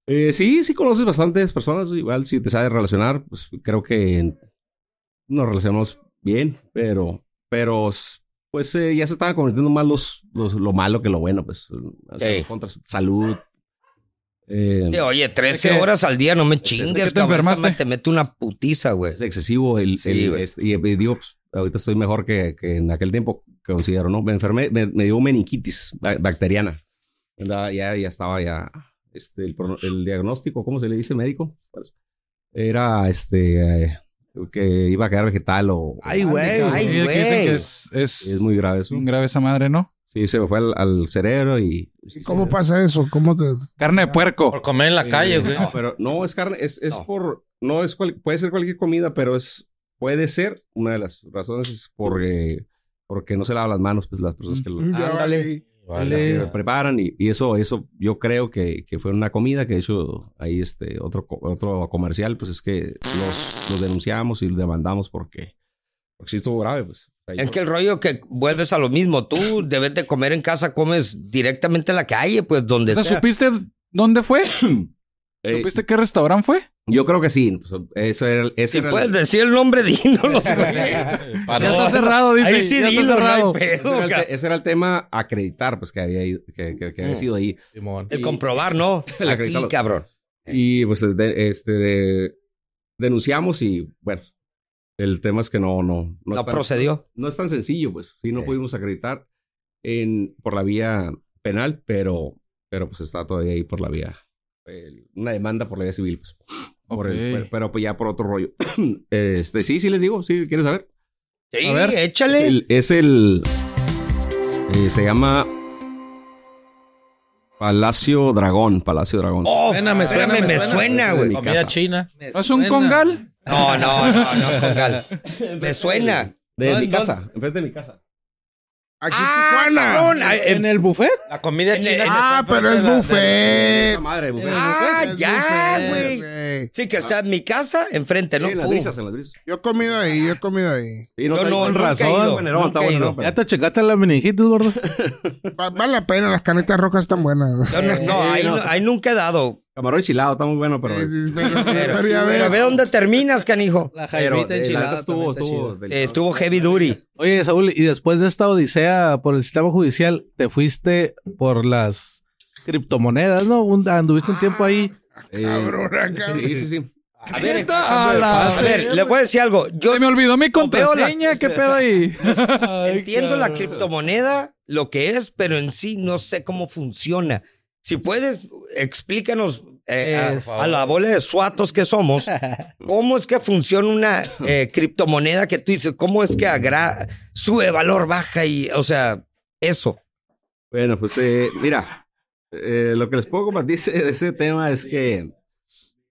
Speaker 9: Eh, sí, sí conoces bastantes personas. Igual si te sabes relacionar, pues creo que nos relacionamos bien, pero, pero pues eh, ya se estaban convirtiendo más los, los- lo malo que lo bueno, pues. o sea,
Speaker 2: Sí.
Speaker 9: los contras, salud. eh,
Speaker 2: Sí, oye, 13
Speaker 4: Es que-
Speaker 2: horas al día, no me
Speaker 4: es
Speaker 2: chingues,
Speaker 4: que te
Speaker 2: cabrón. esa
Speaker 4: enfermaste.
Speaker 2: madre Te mete una putiza, güey.
Speaker 9: es excesivo el,
Speaker 2: Sí,
Speaker 9: el-
Speaker 2: güey.
Speaker 9: este, y, y digo, pues, ahorita estoy mejor que, que en aquel tiempo que considero, ¿no? Me enfermé, me, me dio meningitis ba- bacteriana. Andaba- ya, ya estaba ya, este, el, prono- el diagnóstico, ¿cómo se le dice médico? Era, este, eh, que iba a quedar vegetal o...
Speaker 3: Ay, güey.
Speaker 2: Ay,
Speaker 4: Sí, que dicen
Speaker 2: güey.
Speaker 4: que es, es,
Speaker 9: es muy grave eso.
Speaker 4: un grave esa madre, ¿no?
Speaker 9: Sí, se me fue al, al cerebro y...
Speaker 1: ¿Y ¿Cómo pasa eso? ¿Cómo te.?
Speaker 4: Carne de puerco.
Speaker 8: Por comer en la calle, güey.
Speaker 9: No, pero no es carne, es, es
Speaker 2: No.
Speaker 9: por, no es cual- puede ser cualquier comida, pero es, puede ser, una de las razones es porque, porque no se lavan las manos, pues las personas que lo
Speaker 1: Ya
Speaker 2: Ándale.
Speaker 1: valí.
Speaker 9: las que
Speaker 8: Vale.
Speaker 9: preparan y, y eso, eso yo creo que, que fue una comida que de hecho ahí este otro, co- otro comercial, pues es que los, los denunciamos y los demandamos porque, porque sí estuvo grave, pues. Ahí-
Speaker 2: Es que el rollo que vuelves a lo mismo. Tú debes de comer en casa, comes directamente en la calle, pues donde
Speaker 4: O sea,
Speaker 2: sea.
Speaker 4: ¿supiste dónde fue?
Speaker 9: Eh,
Speaker 4: ¿Supiste qué restaurante fue?
Speaker 9: yo creo que sí, pues, eso era, ese
Speaker 2: Si
Speaker 9: era el-
Speaker 2: puedes decir el nombre, dinos, güey.
Speaker 4: Ya está
Speaker 8: Paró.
Speaker 4: cerrado, dice.
Speaker 2: Ahí sí
Speaker 4: ya está
Speaker 2: dilo, no hay
Speaker 4: cerrado.
Speaker 9: ese, era
Speaker 2: pedo,
Speaker 9: el,
Speaker 2: cabrón.
Speaker 9: te- ese era el tema acreditar, pues que había ido- que, que- que había
Speaker 2: Mm.
Speaker 9: sido ahí.
Speaker 3: Simón.
Speaker 2: El comprobar, ¿no?
Speaker 9: El
Speaker 2: Aquí,
Speaker 9: acreditarlo.
Speaker 2: cabrón.
Speaker 9: Y pues de- este, de- denunciamos y bueno, el tema es que no, no,
Speaker 2: No
Speaker 9: está-
Speaker 2: procedió.
Speaker 9: no es tan sencillo, pues. Sí, no
Speaker 2: Sí.
Speaker 9: pudimos acreditar en, por la vía penal, pero, pero pues está todavía ahí por la vía. el- una demanda por la vía civil, pues. Por el-
Speaker 4: Ok.
Speaker 9: pero, pero, pues ya por otro rollo. este, sí, sí les digo, sí, ¿quieres saber?
Speaker 2: Sí,
Speaker 4: A ver.
Speaker 9: Es
Speaker 2: échale.
Speaker 9: el. es el- eh, se llama. Palacio Dragón, Palacio Dragón.
Speaker 2: Oh,
Speaker 5: Suena, me suena,
Speaker 2: espérame, me
Speaker 5: me
Speaker 2: suena,
Speaker 9: suena.
Speaker 2: güey.
Speaker 9: Mi
Speaker 8: Comida
Speaker 9: casa.
Speaker 8: china.
Speaker 4: ¿No es un congal?
Speaker 2: No, no, no, no, Congal. Me suena.
Speaker 9: de
Speaker 2: ¿dónde-
Speaker 9: mi casa, enfrente de mi casa.
Speaker 1: Aquí en Tijuana.
Speaker 2: cabrón! Ah,
Speaker 5: ¿En
Speaker 2: eh,
Speaker 5: el buffet?
Speaker 8: La comida
Speaker 2: En-
Speaker 8: china.
Speaker 2: en-
Speaker 8: que está
Speaker 1: ah, pero es
Speaker 8: enfrente de la-
Speaker 1: buffet.
Speaker 9: Esa madre, güey.
Speaker 2: Ah,
Speaker 1: Es
Speaker 2: ya,
Speaker 1: buffet,
Speaker 2: güey.
Speaker 1: güey.
Speaker 2: Sí, que está en mi casa, enfrente, ¿no?
Speaker 9: Sí, en las
Speaker 2: Uh,
Speaker 9: brisas, en las brisas.
Speaker 1: Yo he comido ahí, yo he comido ahí.
Speaker 9: Sí,
Speaker 2: Yo
Speaker 9: está-
Speaker 2: no,
Speaker 9: está-
Speaker 2: nunca
Speaker 9: está
Speaker 2: he
Speaker 9: bueno,
Speaker 2: ido,
Speaker 9: bueno,
Speaker 2: nunca
Speaker 9: está
Speaker 2: he
Speaker 9: bueno,
Speaker 2: ido.
Speaker 9: pero-
Speaker 3: ¿Ya te checaste la meningitis, gordo?
Speaker 1: Va- Vale la pena, las canetas rojas están buenas.
Speaker 2: yo no, no, ahí, no- ahí nunca he dado.
Speaker 9: Camarón chilado, está muy bueno, pero.
Speaker 1: Sí, sí, pero,
Speaker 2: Pero,
Speaker 1: pero ya ves.
Speaker 2: pero ve dónde terminas, canijo.
Speaker 5: La
Speaker 9: Pero,
Speaker 5: jaimita
Speaker 9: eh, la
Speaker 5: enchilada
Speaker 9: neta
Speaker 5: también
Speaker 9: estuvo,
Speaker 5: está
Speaker 9: estuvo.
Speaker 5: chida.
Speaker 9: del-
Speaker 2: Eh, Estuvo heavy duty.
Speaker 3: Oye, Saúl, y después de esta odisea por el sistema judicial, te fuiste por las criptomonedas, ¿no? Un- anduviste un tiempo ahí.
Speaker 9: Eh,
Speaker 1: Cabrón, cabrón.
Speaker 9: Sí, sí, sí.
Speaker 2: A ver,
Speaker 4: Neta,
Speaker 2: a
Speaker 4: a Ah,
Speaker 1: Ah,
Speaker 4: la
Speaker 2: a ver,
Speaker 4: verga.
Speaker 2: le voy a decir algo. Yo
Speaker 4: Se me olvidó mi
Speaker 2: No veo la-
Speaker 4: contraseña, ¿qué pedo ahí?
Speaker 2: entiendo la criptomoneda, lo que es, pero en sí no sé cómo funciona. Si puedes, explícanos eh, a-
Speaker 3: Es-
Speaker 2: a, la bola de suatos que somos, cómo es que funciona una eh, criptomoneda que tú dices, cómo es que agra- sube valor, baja y, o sea, eso.
Speaker 9: Bueno, pues eh, mira, eh, lo que les puedo compartir ese- de ese tema es que,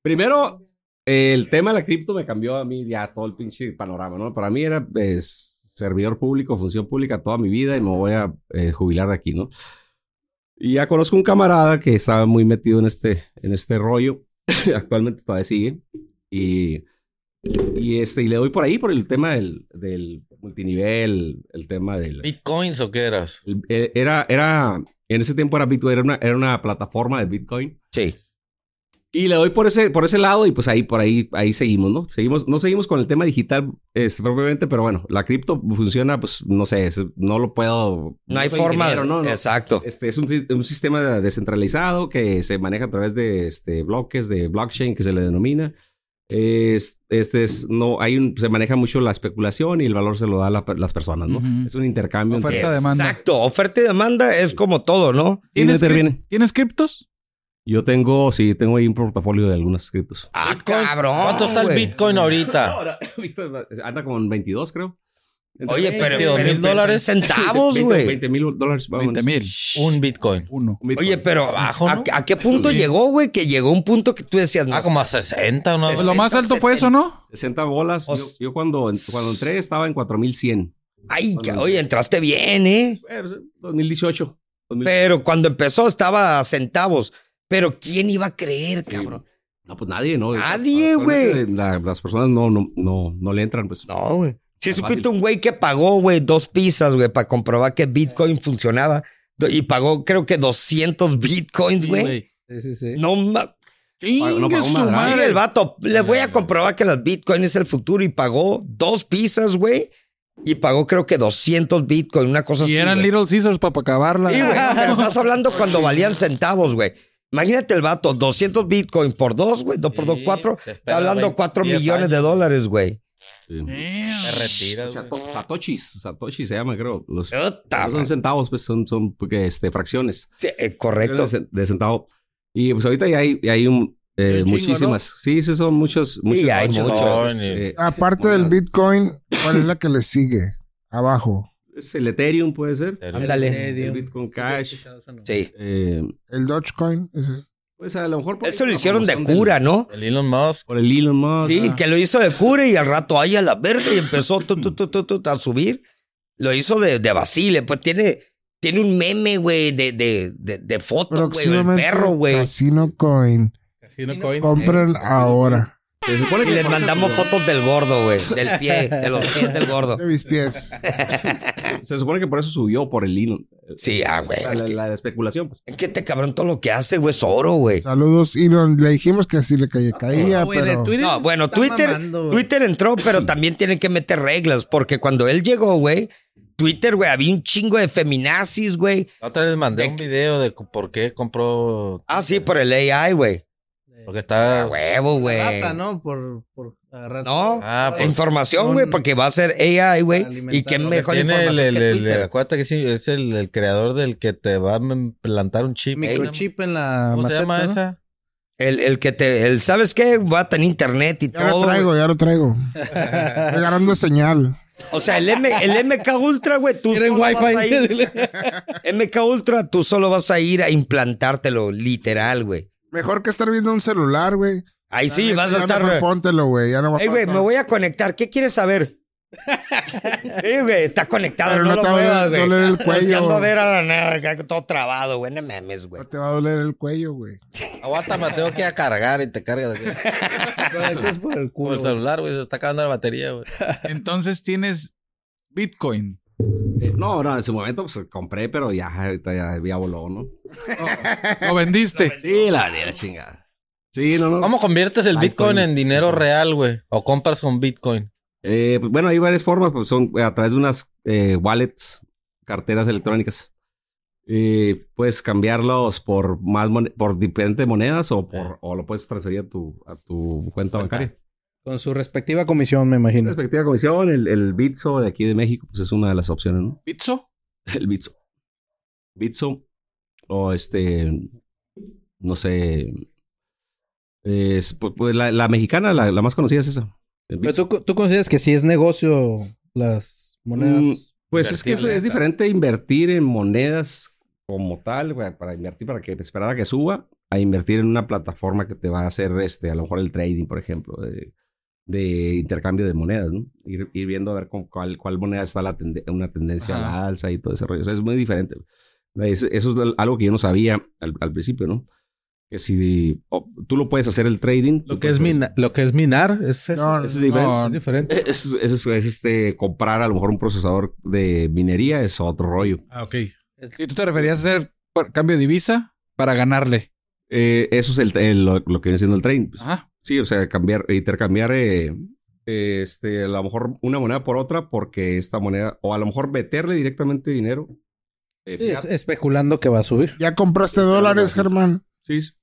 Speaker 9: primero, eh, el tema de la cripto me cambió a mí ya todo el pinche panorama, ¿no? Para mí era pues, servidor público, función pública toda mi vida y me voy a eh, jubilar de aquí, ¿no? Y ya conozco un camarada que estaba muy metido en este, en este rollo, actualmente todavía sigue, y, y, este, y le doy por ahí por el tema del, del multinivel, el tema del...
Speaker 8: ¿Bitcoins o qué eras?
Speaker 9: El- eh, Era, era, en ese tiempo era Bitcoin, era una, era una plataforma de Bitcoin.
Speaker 2: Sí.
Speaker 9: Y le doy por ese, por ese lado y pues ahí, por ahí, ahí seguimos, ¿no? Seguimos, no seguimos con el tema digital este, propiamente, pero bueno, la cripto funciona, pues no sé, es- no lo puedo.
Speaker 2: No hay
Speaker 9: soy
Speaker 2: forma.
Speaker 9: ingeniero, no, no.
Speaker 2: Exacto.
Speaker 9: Este es un, si- un sistema descentralizado que se maneja a través de este, bloques de blockchain que se le denomina. Es- Este es, no, hay un, se maneja mucho la especulación y el valor se lo da la- las personas, ¿no?
Speaker 4: Ujú.
Speaker 9: Es un intercambio. entre-
Speaker 4: Oferta, demanda.
Speaker 2: Exacto. Oferta y demanda es como todo, ¿no?
Speaker 4: ¿Tienes,
Speaker 9: Y no
Speaker 4: cri-
Speaker 9: interviene.
Speaker 4: ¿Tienes criptos?
Speaker 9: Yo tengo, sí, tengo ahí un portafolio de algunos criptos.
Speaker 2: Ah, cabrón.
Speaker 8: ¿Cuánto está el
Speaker 2: güey.
Speaker 8: Bitcoin ahorita?
Speaker 9: Anda con 22, creo.
Speaker 2: Oye, pero,
Speaker 8: 22
Speaker 2: pero
Speaker 8: mil
Speaker 2: empezó en
Speaker 8: dólares.
Speaker 2: centavos, güey.
Speaker 9: 20 mil dólares. pues,
Speaker 4: 20
Speaker 9: vámonos.
Speaker 4: mil.
Speaker 8: Un Bitcoin.
Speaker 4: Uno.
Speaker 9: Un Bitcoin.
Speaker 2: Oye, pero
Speaker 8: Bajo,
Speaker 2: ¿a,
Speaker 8: ¿no?
Speaker 2: a qué punto
Speaker 9: Sí.
Speaker 2: llegó, güey? Que llegó un punto que tú decías, no
Speaker 8: Ah, como a 60, ¿no?
Speaker 2: Pues
Speaker 4: Lo más alto fue eso, ¿no?
Speaker 9: 60 bolas.
Speaker 2: O
Speaker 9: Yo,
Speaker 2: s-
Speaker 9: yo cuando, cuando entré estaba en 4100.
Speaker 2: Ay, ca- oye, entraste bien, ¿eh?
Speaker 9: Eh, pues, 2018. 2000.
Speaker 2: Pero cuando empezó estaba a centavos. Pero ¿quién iba a creer, cabrón?
Speaker 9: No, pues nadie, ¿no?
Speaker 2: Nadie,
Speaker 9: Actualmente la- las personas no, no, no, no le entran, pues.
Speaker 2: No, güey. Si
Speaker 9: Está
Speaker 2: supiste
Speaker 9: fácil.
Speaker 2: un güey que pagó, güey, dos pizzas, güey, para comprobar que Bitcoin funcionaba. Do- Y pagó, creo que 200 bitcoins, güey.
Speaker 5: Sí, sí, sí.
Speaker 2: No, ma-
Speaker 9: Pago- no
Speaker 4: Chingue
Speaker 9: pago
Speaker 4: su
Speaker 9: madre.
Speaker 2: Mira
Speaker 4: madre.
Speaker 2: el vato, le voy a comprobar que las bitcoins es el futuro. Y pagó dos pizzas, güey. Y pagó, creo que 200 bitcoins, una cosa así.
Speaker 4: Y eran
Speaker 2: güey.
Speaker 4: Little Caesars para acabarla.
Speaker 2: Sí, güey, pero estás hablando cuando valían centavos, güey. Imagínate el vato, 200 bitcoin por dos, güey, dos por dos,
Speaker 8: Sí,
Speaker 2: cuatro. Está
Speaker 8: se espera
Speaker 2: hablando
Speaker 8: 20,
Speaker 2: 4
Speaker 8: 10
Speaker 2: millones de
Speaker 8: años.
Speaker 2: dólares, güey.
Speaker 8: Te
Speaker 4: Damn.
Speaker 8: retiras, güey.
Speaker 9: Sato- Satoshis. Satoshis se llama, creo. Los,
Speaker 2: Puta,
Speaker 9: no son centavos, pues son, son porque, este, fracciones.
Speaker 2: Sí, eh, correcto.
Speaker 9: de, de centavo. Y pues ahorita ya hay, ya hay un, eh,
Speaker 3: Un chingo,
Speaker 9: muchísimas. Sí, sí, son muchos. muchos
Speaker 2: ya hay muchos.
Speaker 9: Eh,
Speaker 1: Aparte del Bitcoin, ¿cuál es la que le sigue? Abajo.
Speaker 9: es el Ethereum, puede ser.
Speaker 2: Ándale.
Speaker 9: El Bitcoin Cash.
Speaker 2: Sí.
Speaker 9: eh,
Speaker 1: El Dogecoin. ese es-
Speaker 9: pues a lo mejor. por
Speaker 2: Eso
Speaker 9: ahí
Speaker 2: lo
Speaker 9: la
Speaker 2: hicieron de
Speaker 9: promoción del-
Speaker 2: cura, ¿no?
Speaker 8: El Elon Musk.
Speaker 9: Por el Elon Musk.
Speaker 2: Sí,
Speaker 9: ah.
Speaker 2: que lo hizo de cura y al rato ahí a la verga y empezó tu, tu, tu, tu, tu, a subir. Lo hizo de, de Basile, pues tiene, tiene un meme, güey, de, de, de, de foto, güey, el
Speaker 1: Próximamente,
Speaker 2: perro, güey.
Speaker 1: Casino Coin.
Speaker 5: Casino coin.
Speaker 1: Compren
Speaker 8: eh.
Speaker 1: ahora.
Speaker 9: Se supone
Speaker 2: Y
Speaker 9: que
Speaker 2: les
Speaker 9: por eso
Speaker 2: mandamos
Speaker 9: se-
Speaker 2: fotos del gordo, güey, Pues, del pie, de los pies del gordo.
Speaker 1: De mis pies.
Speaker 9: Se supone que por eso subió por el Elon.
Speaker 2: Sí, ah, güey.
Speaker 9: La, la- la especulación. Pues.
Speaker 2: Es que este cabrón todo lo que hace, güey, es oro, güey.
Speaker 1: Saludos, Elon. Le dijimos que así le caía, caía,
Speaker 5: Güey, de
Speaker 1: pero...
Speaker 5: Twitter
Speaker 2: No, bueno,
Speaker 5: está
Speaker 2: Twitter,
Speaker 5: mamando, güey.
Speaker 2: Twitter entró, pero también tienen que meter reglas, porque cuando él llegó, güey, Twitter, güey, había un chingo de feminazis, güey.
Speaker 8: La Otra vez mandé
Speaker 2: ¿De
Speaker 8: un
Speaker 2: qué?
Speaker 8: video de cu- por qué compró.
Speaker 2: Ah, sí, por el AI, güey.
Speaker 8: Porque
Speaker 2: A
Speaker 8: está.
Speaker 2: huevo, güey.
Speaker 5: Rata, ¿no? Por, por agarrar.
Speaker 2: Eh.
Speaker 5: pues,
Speaker 2: No.
Speaker 8: Ah, por-
Speaker 2: Información, güey, porque va a ser AI, güey. Y qué
Speaker 5: Alimentarlo.
Speaker 2: mejor
Speaker 8: Tiene el,
Speaker 2: información
Speaker 8: el-
Speaker 2: que
Speaker 8: el-
Speaker 2: Twitter.
Speaker 8: acuérdate que sí, es el, el creador del que te va a mem- plantar un chip.
Speaker 5: Microchip en la
Speaker 8: ¿Cómo se llama
Speaker 5: maceta, ¿no?
Speaker 8: esa?
Speaker 2: El, el que te, el, ¿sabes qué? Va a tener internet y
Speaker 1: Ya lo
Speaker 2: todo. güey.
Speaker 1: traigo, ya lo traigo. Estoy ganando señal.
Speaker 2: O sea, el, M, el MK Ultra, güey, tú
Speaker 5: Quieren
Speaker 2: solo vas a ir.
Speaker 5: wifi.
Speaker 2: MK Ultra, tú solo vas a ir a implantártelo, literal, güey.
Speaker 1: Mejor que estar viendo un celular, güey.
Speaker 2: Ahí
Speaker 1: La
Speaker 2: sí,
Speaker 1: neta,
Speaker 2: vas a
Speaker 1: ya
Speaker 2: estar.
Speaker 1: mejor póntelo, güey. Ya no va a
Speaker 2: Ey, güey,
Speaker 1: faltar.
Speaker 2: me voy a conectar. ¿Qué quieres saber? Sí, güey, está conectado,
Speaker 1: Pero
Speaker 2: no,
Speaker 1: no
Speaker 2: lo
Speaker 1: te va a doler-
Speaker 2: muevas, güey.
Speaker 1: doler el
Speaker 2: Es que
Speaker 1: cuello.
Speaker 2: ando a ver a la nada, acá todo trabado, güey, no memes, güey.
Speaker 1: No te va a doler el cuello, güey.
Speaker 8: Aguanta, Mateo, que a cargar y te cargas. güey.
Speaker 5: Es por el
Speaker 8: Como
Speaker 5: culo.
Speaker 8: el celular, güey, se está acabando la batería, güey.
Speaker 4: Entonces tienes Bitcoin.
Speaker 9: Eh, No, no, en su momento pues compré, pero ya, ahorita ya, ya voló, ¿no?
Speaker 4: Lo vendiste.
Speaker 9: Sí, la de la chingada. Sí, no, no.
Speaker 8: ¿Cómo conviertes el
Speaker 9: Bitcoin.
Speaker 8: Bitcoin en dinero real, güey? ¿O compras con Bitcoin?
Speaker 9: Eh, pues, bueno, hay varias formas, pues son a través de unas eh, wallets, carteras electrónicas. Y puedes cambiarlos por más mon- por diferentes monedas o por
Speaker 8: Eh.
Speaker 9: o lo puedes transferir a tu, a tu cuenta bancaria.
Speaker 5: Con su respectiva comisión, me
Speaker 9: La
Speaker 5: imagino.
Speaker 9: respectiva comisión, el, el Bitso de aquí de México, pues es una de las opciones, ¿no?
Speaker 4: ¿Bitso?
Speaker 9: El Bitso. Bitso. O este. No sé. es, pu- pues la, la mexicana, la, la más conocida es esa. el
Speaker 5: Pero
Speaker 9: Bitso.
Speaker 5: tú, tú consideras que si es negocio las monedas.
Speaker 9: Pues es que eso
Speaker 8: Invertirle,
Speaker 9: es
Speaker 8: está.
Speaker 9: diferente invertir en monedas como tal, güey, para invertir, para que esperar a que suba, a invertir en una plataforma que te va a hacer este, a lo mejor el trading, por ejemplo, de, de intercambio de monedas, ¿no? Ir, ir viendo a ver con cuál, cuál moneda está la tende- una tendencia a la alza y todo ese rollo. O sea, es muy diferente. Es- eso es algo que yo no sabía al, al principio, ¿no? Que si o- tú lo puedes hacer el trading.
Speaker 3: Lo
Speaker 9: tú
Speaker 3: que es,
Speaker 9: puedes-
Speaker 3: mina- lo que es minar es eso.
Speaker 1: No,
Speaker 9: Eso es diferente.
Speaker 4: No,
Speaker 3: Es diferente.
Speaker 9: Eso, es- eso es este, comprar a lo mejor un procesador de minería, es otro rollo.
Speaker 3: Ah, ok.
Speaker 4: ¿Y tú te referías a hacer por- cambio de divisa para ganarle?
Speaker 9: Eh, eso es el, el- lo, lo que viene siendo el trading. pues.
Speaker 4: Ajá.
Speaker 9: Sí, o sea, cambiar, intercambiar eh, eh, este, a lo mejor una moneda por otra porque esta moneda, o a lo mejor meterle directamente dinero. eh,
Speaker 5: Sí, es-
Speaker 9: fiat.
Speaker 5: especulando que va a subir.
Speaker 1: ¿Ya compraste dólares, Germán?
Speaker 9: Sí, sí.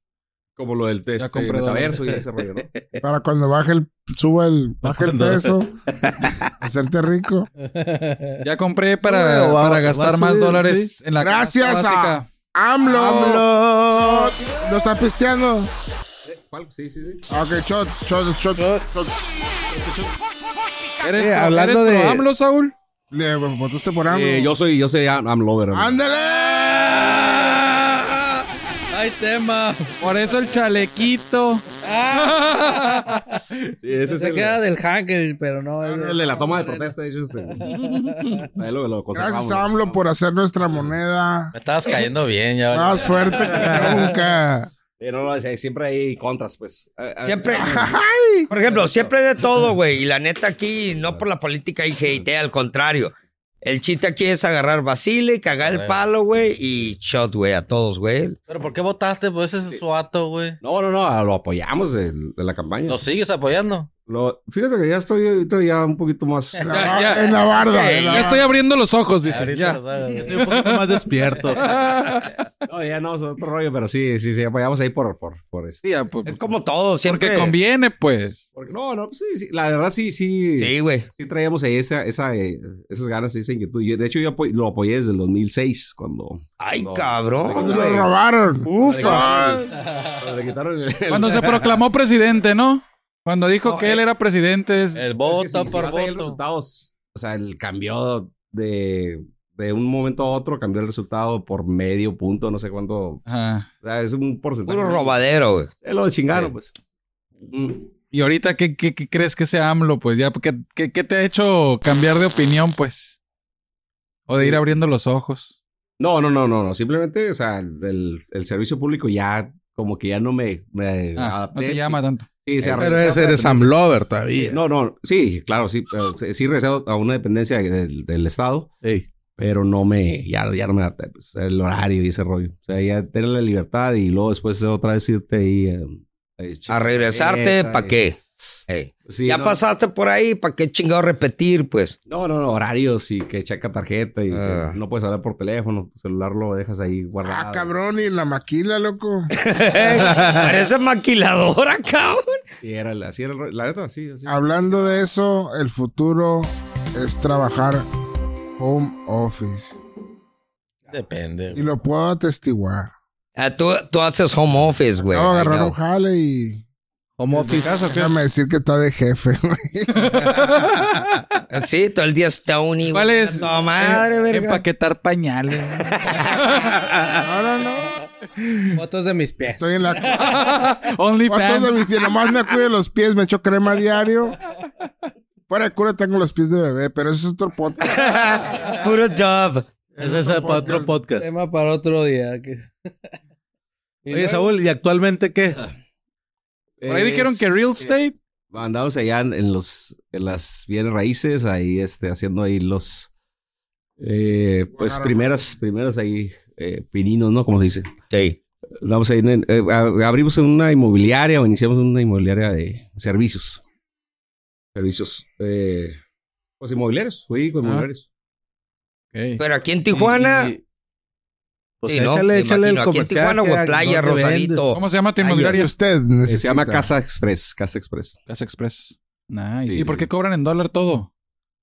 Speaker 9: Como lo del test,
Speaker 4: compré
Speaker 9: metaverso y ese rollo, ¿no?
Speaker 1: Para cuando baje el, suba el, baje el
Speaker 3: Cuando-
Speaker 1: peso, hacerte rico.
Speaker 4: Ya compré para,
Speaker 3: Bueno, va-
Speaker 4: para
Speaker 3: va a
Speaker 4: gastar más
Speaker 3: subir,
Speaker 4: dólares en la
Speaker 1: Gracias
Speaker 4: canasta
Speaker 1: a-
Speaker 4: básica.
Speaker 1: ¡AMLO!
Speaker 3: ¡AMLO!
Speaker 1: ¿Lo está pisteando?
Speaker 9: ¿Cuál? Sí, sí, sí.
Speaker 1: Ok, shot, shot, shot,
Speaker 2: Eh,
Speaker 1: shot.
Speaker 4: ¿Eres,
Speaker 3: Eh,
Speaker 4: pro-
Speaker 3: hablando
Speaker 4: eres
Speaker 3: de-
Speaker 4: pro AMLO, Saúl?
Speaker 1: Le pues, votaste por AMLO.
Speaker 9: Eh, yo soy, yo soy Am- Amlover. amigo.
Speaker 5: Ah,
Speaker 1: ¡Ándale!
Speaker 5: ¡Ay, tema!
Speaker 4: Por eso el chalequito.
Speaker 1: Ah.
Speaker 9: Sí, ese es
Speaker 5: Se
Speaker 9: el, Ah,
Speaker 5: queda del hacker, pero no. es-
Speaker 9: el de la toma de protesta, dice usted. Ahí lo, lo
Speaker 1: Gracias,
Speaker 9: conservamos.
Speaker 1: AMLO, por hacer nuestra moneda
Speaker 8: Me estabas cayendo bien, ya. vale.
Speaker 1: más fuerte que nunca.
Speaker 9: Sí, no, no, sí, siempre hay contras, pues. Ah, ah,
Speaker 2: Siempre,
Speaker 9: ah,
Speaker 2: por ejemplo, siempre de todo, güey. Y la neta aquí, no por la política y hate, eh, al contrario. El chiste aquí es agarrar vacile, cagar el palo, güey, y shot, güey, a todos, güey.
Speaker 8: ¿Pero por qué votaste por ese suato, güey?
Speaker 9: No, no, no, lo apoyamos de, de la campaña.
Speaker 8: ¿Lo sigues apoyando?
Speaker 9: Lo- fíjate que ya estoy ahorita ya un poquito más.
Speaker 1: En
Speaker 4: Ya,
Speaker 1: la,
Speaker 4: ya.
Speaker 1: en la barda. en la
Speaker 4: Ya estoy
Speaker 1: barda.
Speaker 4: abriendo los ojos, dice.
Speaker 8: Ahorita
Speaker 4: Ya.
Speaker 8: lo sabes, güey.
Speaker 3: Estoy un poquito más despierto.
Speaker 9: No, ya no, es otro rollo, pero sí, sí, sí, apoyamos ahí por, por, por este.
Speaker 4: Sí, ya, por-
Speaker 2: Es como todo, siempre.
Speaker 4: porque conviene, pues.
Speaker 9: Porque, no, no, pues sí,
Speaker 3: Ah.
Speaker 9: sí, la verdad sí, sí.
Speaker 2: Sí, güey.
Speaker 9: Sí traíamos ahí esa, esa, eh, esas ganas, esa inquietud. Yo, de hecho, yo apoy- lo apoyé desde el 2006, cuando.
Speaker 2: Ay,
Speaker 9: No.
Speaker 2: cabrón,
Speaker 1: Nos lo
Speaker 2: güey.
Speaker 1: robaron. Ufa.
Speaker 9: cuando le quitaron el. el-
Speaker 4: Cuando se proclamó presidente, ¿no? Cuando dijo que él era presidente. es-
Speaker 8: El
Speaker 9: eh, Es
Speaker 8: voto
Speaker 9: que si- si
Speaker 8: por
Speaker 9: vas a ver los
Speaker 8: voto.
Speaker 9: resultados, o sea, el cambio de, de un momento a otro, cambió el resultado por medio punto, no sé cuánto. O
Speaker 4: Ajá.
Speaker 9: sea, es un porcentaje.
Speaker 2: Puro robadero, güey.
Speaker 9: Eh, lo chingaron,
Speaker 2: Sí.
Speaker 9: pues. Mm.
Speaker 4: Y ahorita, ¿qué, qué, qué crees que sea AMLO? Pues ya, ¿qué, qué, qué te ha hecho cambiar de opinión, pues? O de ir abriendo los ojos.
Speaker 9: No, no, no, no, no. Simplemente, o sea, el, el servicio público ya, como que ya no me, me
Speaker 4: Ah, no
Speaker 9: adapté.
Speaker 4: te llama tanto.
Speaker 9: Sí, se
Speaker 3: Pero
Speaker 9: arregló
Speaker 3: ese
Speaker 9: la
Speaker 3: eres
Speaker 9: tendencia.
Speaker 3: Amlover todavía.
Speaker 9: No, no, sí, claro, sí. pero Sí, regresé a una dependencia del, del Estado.
Speaker 3: Ey.
Speaker 9: pero no me, ya, ya no me adapté, pues, el horario y ese rollo. O sea, ya tener la libertad y luego después otra vez irte ahí. eh, ahí,
Speaker 2: A regresarte,
Speaker 9: chingada,
Speaker 2: ¿pa'
Speaker 9: eh,
Speaker 2: qué? Ey.
Speaker 9: sí,
Speaker 2: Ya
Speaker 9: no,
Speaker 2: pasaste por ahí, ¿pa' qué chingado repetir, pues?
Speaker 9: No, no, no, horarios y que checa tarjeta y que
Speaker 2: Ah.
Speaker 9: no puedes hablar por teléfono, tu celular lo dejas ahí guardado.
Speaker 1: Ah, cabrón, y la maquila, loco.
Speaker 2: Parece maquiladora, cabrón.
Speaker 9: Sí, era, el- así era el rollo. La neta, sí, así.
Speaker 1: Hablando de eso, el futuro es trabajar home office.
Speaker 8: Depende,
Speaker 1: Y
Speaker 8: güey.
Speaker 1: lo puedo atestiguar.
Speaker 2: Ah, tú, tú haces home office, güey.
Speaker 1: Acabo de
Speaker 2: I
Speaker 1: agarrar
Speaker 2: know.
Speaker 1: un jale y
Speaker 3: Home office.
Speaker 1: déjame decir que está de jefe, güey.
Speaker 2: Sí, todo el día Stony, güey.
Speaker 4: ¿Cuál es?
Speaker 2: No, madre,
Speaker 4: Eh,
Speaker 2: verga.
Speaker 4: Empaquetar pañales.
Speaker 1: No, no, no.
Speaker 5: Fotos de mis pies.
Speaker 1: Estoy en la.
Speaker 4: Only
Speaker 1: Fotos de
Speaker 4: fans. Ah,
Speaker 1: mis pies. Nomás me cuido los pies, me echo crema diario. Fuera de cura tengo los pies de bebé, pero eso es otro podcast.
Speaker 2: Puro job.
Speaker 3: Ese es para otro podcast.
Speaker 5: Tema para otro día. que- Y
Speaker 3: Oye,
Speaker 5: luego-
Speaker 3: Saúl, ¿y actualmente qué?
Speaker 2: Ah.
Speaker 4: Por ahí dijeron que real estate.
Speaker 9: Andamos allá en, en los en las bienes raíces, ahí este, haciendo ahí los eh, pues
Speaker 1: Guajarra.
Speaker 9: primeras, primeros ahí eh, pininos, ¿no? Como se dice.
Speaker 2: Sí.
Speaker 9: Andamos ahí en- eh, a- abrimos una inmobiliaria o iniciamos una inmobiliaria de servicios. Servicios eh, pues inmobiliarios, sí, con
Speaker 4: Ah.
Speaker 9: inmobiliarios.
Speaker 2: Pero aquí en Tijuana.
Speaker 3: Y- Pues
Speaker 2: Sí, ¿no?
Speaker 3: échale,
Speaker 2: Me
Speaker 3: échale el
Speaker 2: imagino, aquí en
Speaker 3: comercial.
Speaker 2: Tijuana,
Speaker 3: que-
Speaker 2: Playa,
Speaker 3: ¿dónde
Speaker 2: Rosarito.
Speaker 4: ¿Cómo se llama tu
Speaker 2: Ay,
Speaker 1: Y
Speaker 4: inmobiliaria?
Speaker 1: usted
Speaker 9: Eh,
Speaker 1: necesita.
Speaker 9: se llama Casa Express, Casa Express.
Speaker 4: Casa Express. Nice.
Speaker 9: Sí.
Speaker 4: ¿Y por qué cobran en dólar todo?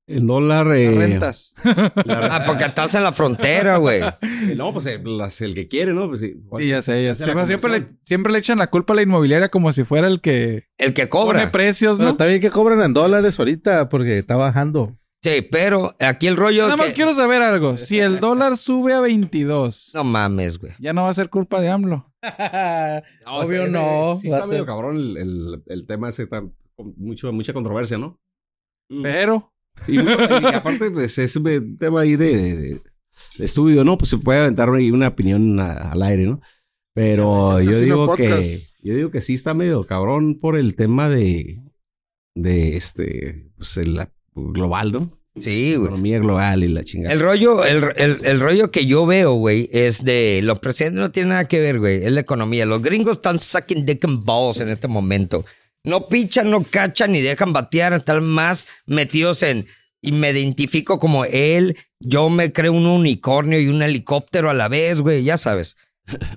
Speaker 9: En dólar.
Speaker 4: Las
Speaker 9: eh,
Speaker 4: rentas.
Speaker 9: la renta-
Speaker 2: Ah, porque estás en la frontera, güey.
Speaker 9: Eh, No, pues eh, las- el que quiere, ¿no? Pues sí.
Speaker 4: Sí, ya sé, ya
Speaker 9: Esa
Speaker 4: sé.
Speaker 9: es la
Speaker 4: Pero Siempre le,
Speaker 9: conversión.
Speaker 4: siempre le echan la culpa a la inmobiliaria como si fuera el que
Speaker 2: El que
Speaker 4: pone
Speaker 2: cobra.
Speaker 4: precios,
Speaker 3: Pero
Speaker 4: ¿no?
Speaker 3: también que cobran en dólares ahorita porque está bajando.
Speaker 2: Sí, pero aquí el rollo.
Speaker 4: Nada más
Speaker 2: que-
Speaker 4: quiero saber algo. Si el dólar sube a 22,
Speaker 2: No mames, güey.
Speaker 4: ya no va a ser culpa de AMLO.
Speaker 9: No, ese-
Speaker 5: Obvio
Speaker 9: ese-
Speaker 5: no,
Speaker 9: Sí
Speaker 5: va
Speaker 9: está
Speaker 5: a
Speaker 9: medio
Speaker 5: ser-
Speaker 9: cabrón el, el, el tema ese. Está con mucho, mucha controversia, ¿no? Mm.
Speaker 4: Pero
Speaker 9: Y, muy- y aparte, pues es un tema ahí de, de- de- de estudio, ¿no? Pues se puede aventar ahí una opinión a- al aire, ¿no? Pero yo
Speaker 1: Casino
Speaker 9: digo que
Speaker 1: Podcast.
Speaker 9: yo digo que sí está medio cabrón por el tema de de este pues el la- global, ¿no?
Speaker 2: Sí, güey.
Speaker 9: Economía global y la chingada.
Speaker 2: El rollo, el, el- el rollo que yo veo, güey, es de los presidentes no tiene nada que ver, güey. Es la economía. Los gringos están sucking dick and balls en este momento. No pichan, no cachan ni dejan batear. Están más metidos en. Y me identifico como él. Yo me creo un unicornio y un helicóptero a la vez, güey. Ya sabes.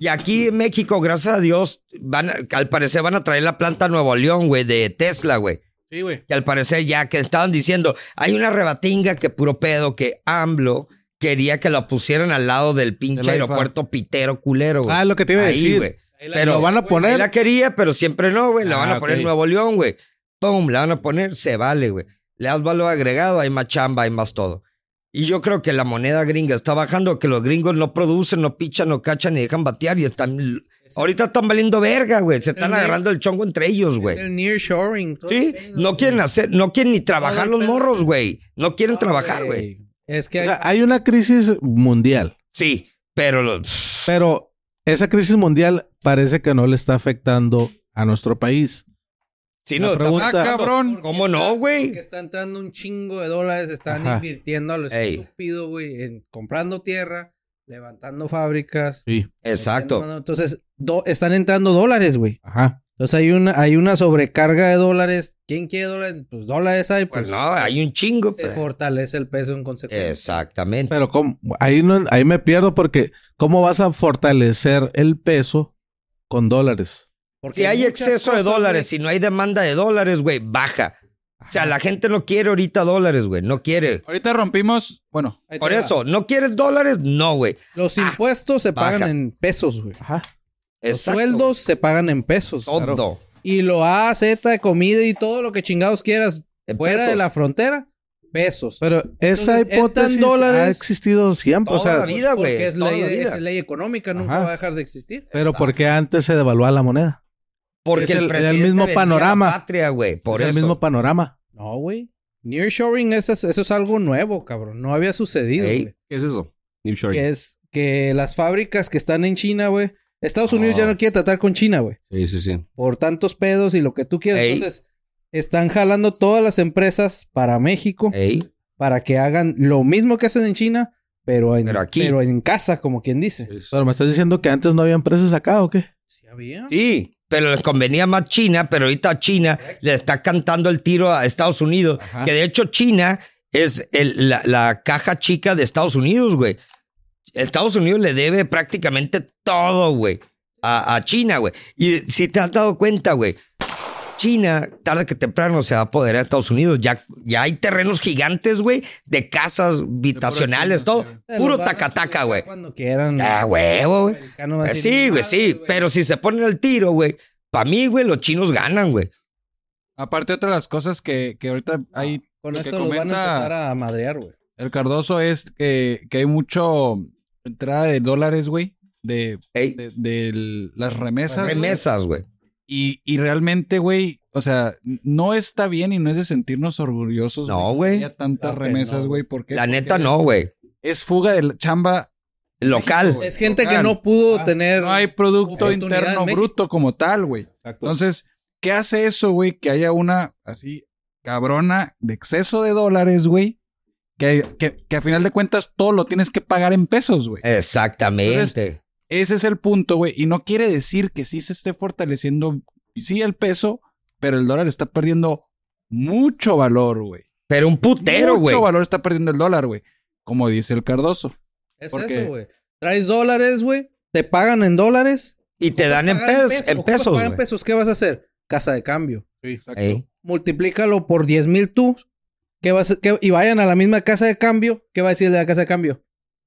Speaker 2: Y aquí en México, gracias a Dios, van, a- al parecer van a traer la planta a Nuevo León, güey, de Tesla, güey
Speaker 3: Sí, güey.
Speaker 2: que al parecer ya que estaban diciendo, hay una rebatinga que puro pedo que AMLO quería que la pusieran al lado del pinche
Speaker 4: Del AIFA.
Speaker 2: aeropuerto pitero culero, güey.
Speaker 3: Ah, lo que te iba a
Speaker 2: Ahí,
Speaker 3: decir.
Speaker 2: güey.
Speaker 5: la-
Speaker 2: Pero
Speaker 3: lo van a
Speaker 2: ahí
Speaker 3: poner.
Speaker 2: la Pues, quería, pero siempre no, güey. La
Speaker 3: Ah,
Speaker 2: van a poner en
Speaker 3: ok.
Speaker 2: Nuevo León, güey. Pum, la van a poner, se vale, güey. Le das valor agregado, hay más chamba, hay más todo. Y yo creo que la moneda gringa está bajando, que los gringos no producen, no pichan, no cachan ni dejan batear y están... Ahorita están valiendo verga, güey. Se están
Speaker 5: Es el-
Speaker 2: agarrando el chongo entre ellos, güey.
Speaker 5: El nearshoring. todo
Speaker 2: Sí,
Speaker 5: el pedo,
Speaker 2: no
Speaker 5: güey.
Speaker 2: quieren hacer, no quieren ni trabajar los morros, güey. No quieren
Speaker 5: No,
Speaker 2: trabajar, güey.
Speaker 5: Es que
Speaker 3: O sea, hay una crisis mundial,
Speaker 2: Sí, pero los,
Speaker 3: pero esa crisis mundial parece que no le está afectando a nuestro país.
Speaker 2: sí,
Speaker 3: La
Speaker 2: no,
Speaker 3: pregunta-
Speaker 4: Ah, cabrón.
Speaker 2: ¿Cómo no, güey?
Speaker 5: Que está entrando un chingo de dólares, están
Speaker 3: Ajá.
Speaker 5: invirtiendo a lo
Speaker 2: Ey.
Speaker 5: estúpido, güey, en comprando tierra, levantando fábricas.
Speaker 3: Sí,
Speaker 5: metiendo
Speaker 2: exacto.
Speaker 5: mano. Entonces, do- están entrando dólares, güey.
Speaker 3: ajá.
Speaker 5: Entonces hay una, hay una sobrecarga de dólares. ¿Quién quiere dólares? Pues dólares hay, pues.
Speaker 2: Pues no, hay un chingo.
Speaker 5: Se
Speaker 2: pues.
Speaker 5: fortalece el peso en consecuencia.
Speaker 2: Exactamente.
Speaker 3: Pero ¿cómo? ahí no, ahí me pierdo porque ¿cómo vas a fortalecer el peso con dólares?
Speaker 5: Porque
Speaker 2: Si hay
Speaker 5: muchas
Speaker 2: exceso de
Speaker 5: cosas,
Speaker 2: dólares,
Speaker 5: güey.
Speaker 2: si no hay demanda de dólares, güey, baja. O sea, la gente no quiere ahorita dólares, güey. No quiere.
Speaker 4: ahorita rompimos, bueno,
Speaker 5: Ahí te
Speaker 2: Por
Speaker 5: va.
Speaker 2: eso, ¿no quieres dólares? No, güey.
Speaker 5: Los impuestos se pagan
Speaker 2: Ah, baja.
Speaker 5: en pesos, güey.
Speaker 3: Ajá.
Speaker 5: Los
Speaker 2: Exacto.
Speaker 5: sueldos se pagan en pesos.
Speaker 2: Todo.
Speaker 5: Y lo A, Z, comida y todo lo que chingados quieras
Speaker 2: En
Speaker 5: fuera de
Speaker 2: pesos.
Speaker 5: la frontera, pesos.
Speaker 3: Pero esa
Speaker 5: Entonces,
Speaker 3: hipótesis
Speaker 5: entran dólares
Speaker 3: ha existido siempre,
Speaker 2: Toda
Speaker 3: o sea,
Speaker 2: la vida, güey.
Speaker 5: ah, Porque es
Speaker 2: toda
Speaker 5: ley,
Speaker 2: la vida.
Speaker 5: es ley económica, nunca
Speaker 3: Ajá.
Speaker 5: va a dejar de existir.
Speaker 3: pero ¿por qué antes se devaluaba la moneda?
Speaker 2: Porque
Speaker 3: es
Speaker 2: el,
Speaker 3: el- el
Speaker 2: presidente
Speaker 3: mismo
Speaker 2: vendía la
Speaker 3: panorama.
Speaker 2: patria, güey. Por
Speaker 3: es
Speaker 2: eso.
Speaker 3: el mismo panorama.
Speaker 5: No, güey. Nearshoring, eso es, eso es algo nuevo, cabrón. No había sucedido,
Speaker 2: Ey.
Speaker 5: güey.
Speaker 9: ¿Qué es eso? New
Speaker 5: Que es que las fábricas que están en China, güey. Estados Unidos
Speaker 9: Ah.
Speaker 5: ya no quiere tratar con China, güey.
Speaker 9: Sí, sí, sí.
Speaker 5: Por tantos pedos y lo que tú quieras.
Speaker 2: Ey.
Speaker 5: Entonces, están jalando todas las empresas para México.
Speaker 2: Ey,
Speaker 5: Para que hagan lo mismo que hacen en China, pero en,
Speaker 2: Pero
Speaker 5: pero
Speaker 2: aquí.
Speaker 5: en casa, como quien dice.
Speaker 3: Pero me estás diciendo que antes no había empresas acá o qué?
Speaker 5: Sí, había.
Speaker 2: Sí, pero les convenía más China, pero ahorita China le está cantando el tiro a Estados Unidos.
Speaker 3: Ajá.
Speaker 2: Que de hecho China es el- la, la caja chica de Estados Unidos, güey. Estados Unidos le debe prácticamente todo, güey, a, a China, güey. Y si te has dado cuenta, güey, China tarde que temprano se va a apoderar de Estados Unidos. Ya, ya hay terrenos gigantes, güey, de casas habitacionales,
Speaker 4: China,
Speaker 2: todo.
Speaker 4: sí.
Speaker 5: Se los
Speaker 2: Puro
Speaker 5: van a
Speaker 2: tacataca,
Speaker 5: chingar
Speaker 2: güey.
Speaker 5: Cuando quieran.
Speaker 2: Ah, huevo, güey.
Speaker 5: Americano va a
Speaker 2: Eh,
Speaker 5: decir,
Speaker 2: sí, güey,
Speaker 5: "Madre,
Speaker 2: sí. Pero si se ponen al tiro, güey. Para mí, güey, los chinos ganan, güey.
Speaker 4: aparte otra de las cosas que, que ahorita hay,
Speaker 5: Con
Speaker 4: lo que
Speaker 5: esto los van
Speaker 4: comenta-
Speaker 5: a empezar a madrear, güey.
Speaker 4: el Cardoso es que, que hay mucho entrada de dólares, güey, de,
Speaker 2: Ey,
Speaker 4: de, de las remesas. güey.
Speaker 2: remesas, güey.
Speaker 4: Y, y realmente, güey, o sea, no está bien y no es de sentirnos orgullosos.
Speaker 2: No, güey.
Speaker 4: que haya tantas
Speaker 5: Claro que
Speaker 4: remesas,
Speaker 5: no.
Speaker 4: güey. ¿Por qué?
Speaker 2: La
Speaker 4: Porque
Speaker 2: neta
Speaker 4: es-
Speaker 2: no, güey.
Speaker 4: Es fuga de la chamba.
Speaker 2: Local.
Speaker 5: Es gente que no pudo
Speaker 4: Ah,
Speaker 5: tener.
Speaker 4: No hay producto
Speaker 5: Oportunidad en
Speaker 4: interno
Speaker 5: México.
Speaker 4: bruto como tal, güey.
Speaker 5: Exacto.
Speaker 4: Entonces, ¿qué hace eso, güey? Que haya una así cabrona de exceso de dólares, güey. Que, que, que a final de cuentas todo lo tienes que pagar en pesos, güey.
Speaker 2: Exactamente.
Speaker 4: Ese es el punto, güey. Y no quiere decir que sí se esté fortaleciendo, sí, el peso, pero el dólar está perdiendo mucho valor, güey.
Speaker 2: Pero un putero,
Speaker 4: Mucho
Speaker 2: güey.
Speaker 4: valor está perdiendo el dólar, güey. Como dice el Cardoso.
Speaker 5: es
Speaker 4: ¿por qué?
Speaker 5: eso, güey. Traes dólares, güey. Te pagan en dólares.
Speaker 2: Y te dan en,
Speaker 5: Pagan
Speaker 2: pes- en
Speaker 5: Ocupas
Speaker 2: pesos,
Speaker 5: pagar en
Speaker 2: güey.
Speaker 5: pesos. ¿Qué vas a hacer? Casa de cambio.
Speaker 2: Ey.
Speaker 5: Multiplícalo por 10 mil tú. ¿Qué vas a- qué- y vayan a la misma casa de cambio. ¿Qué va a decir de la casa de cambio?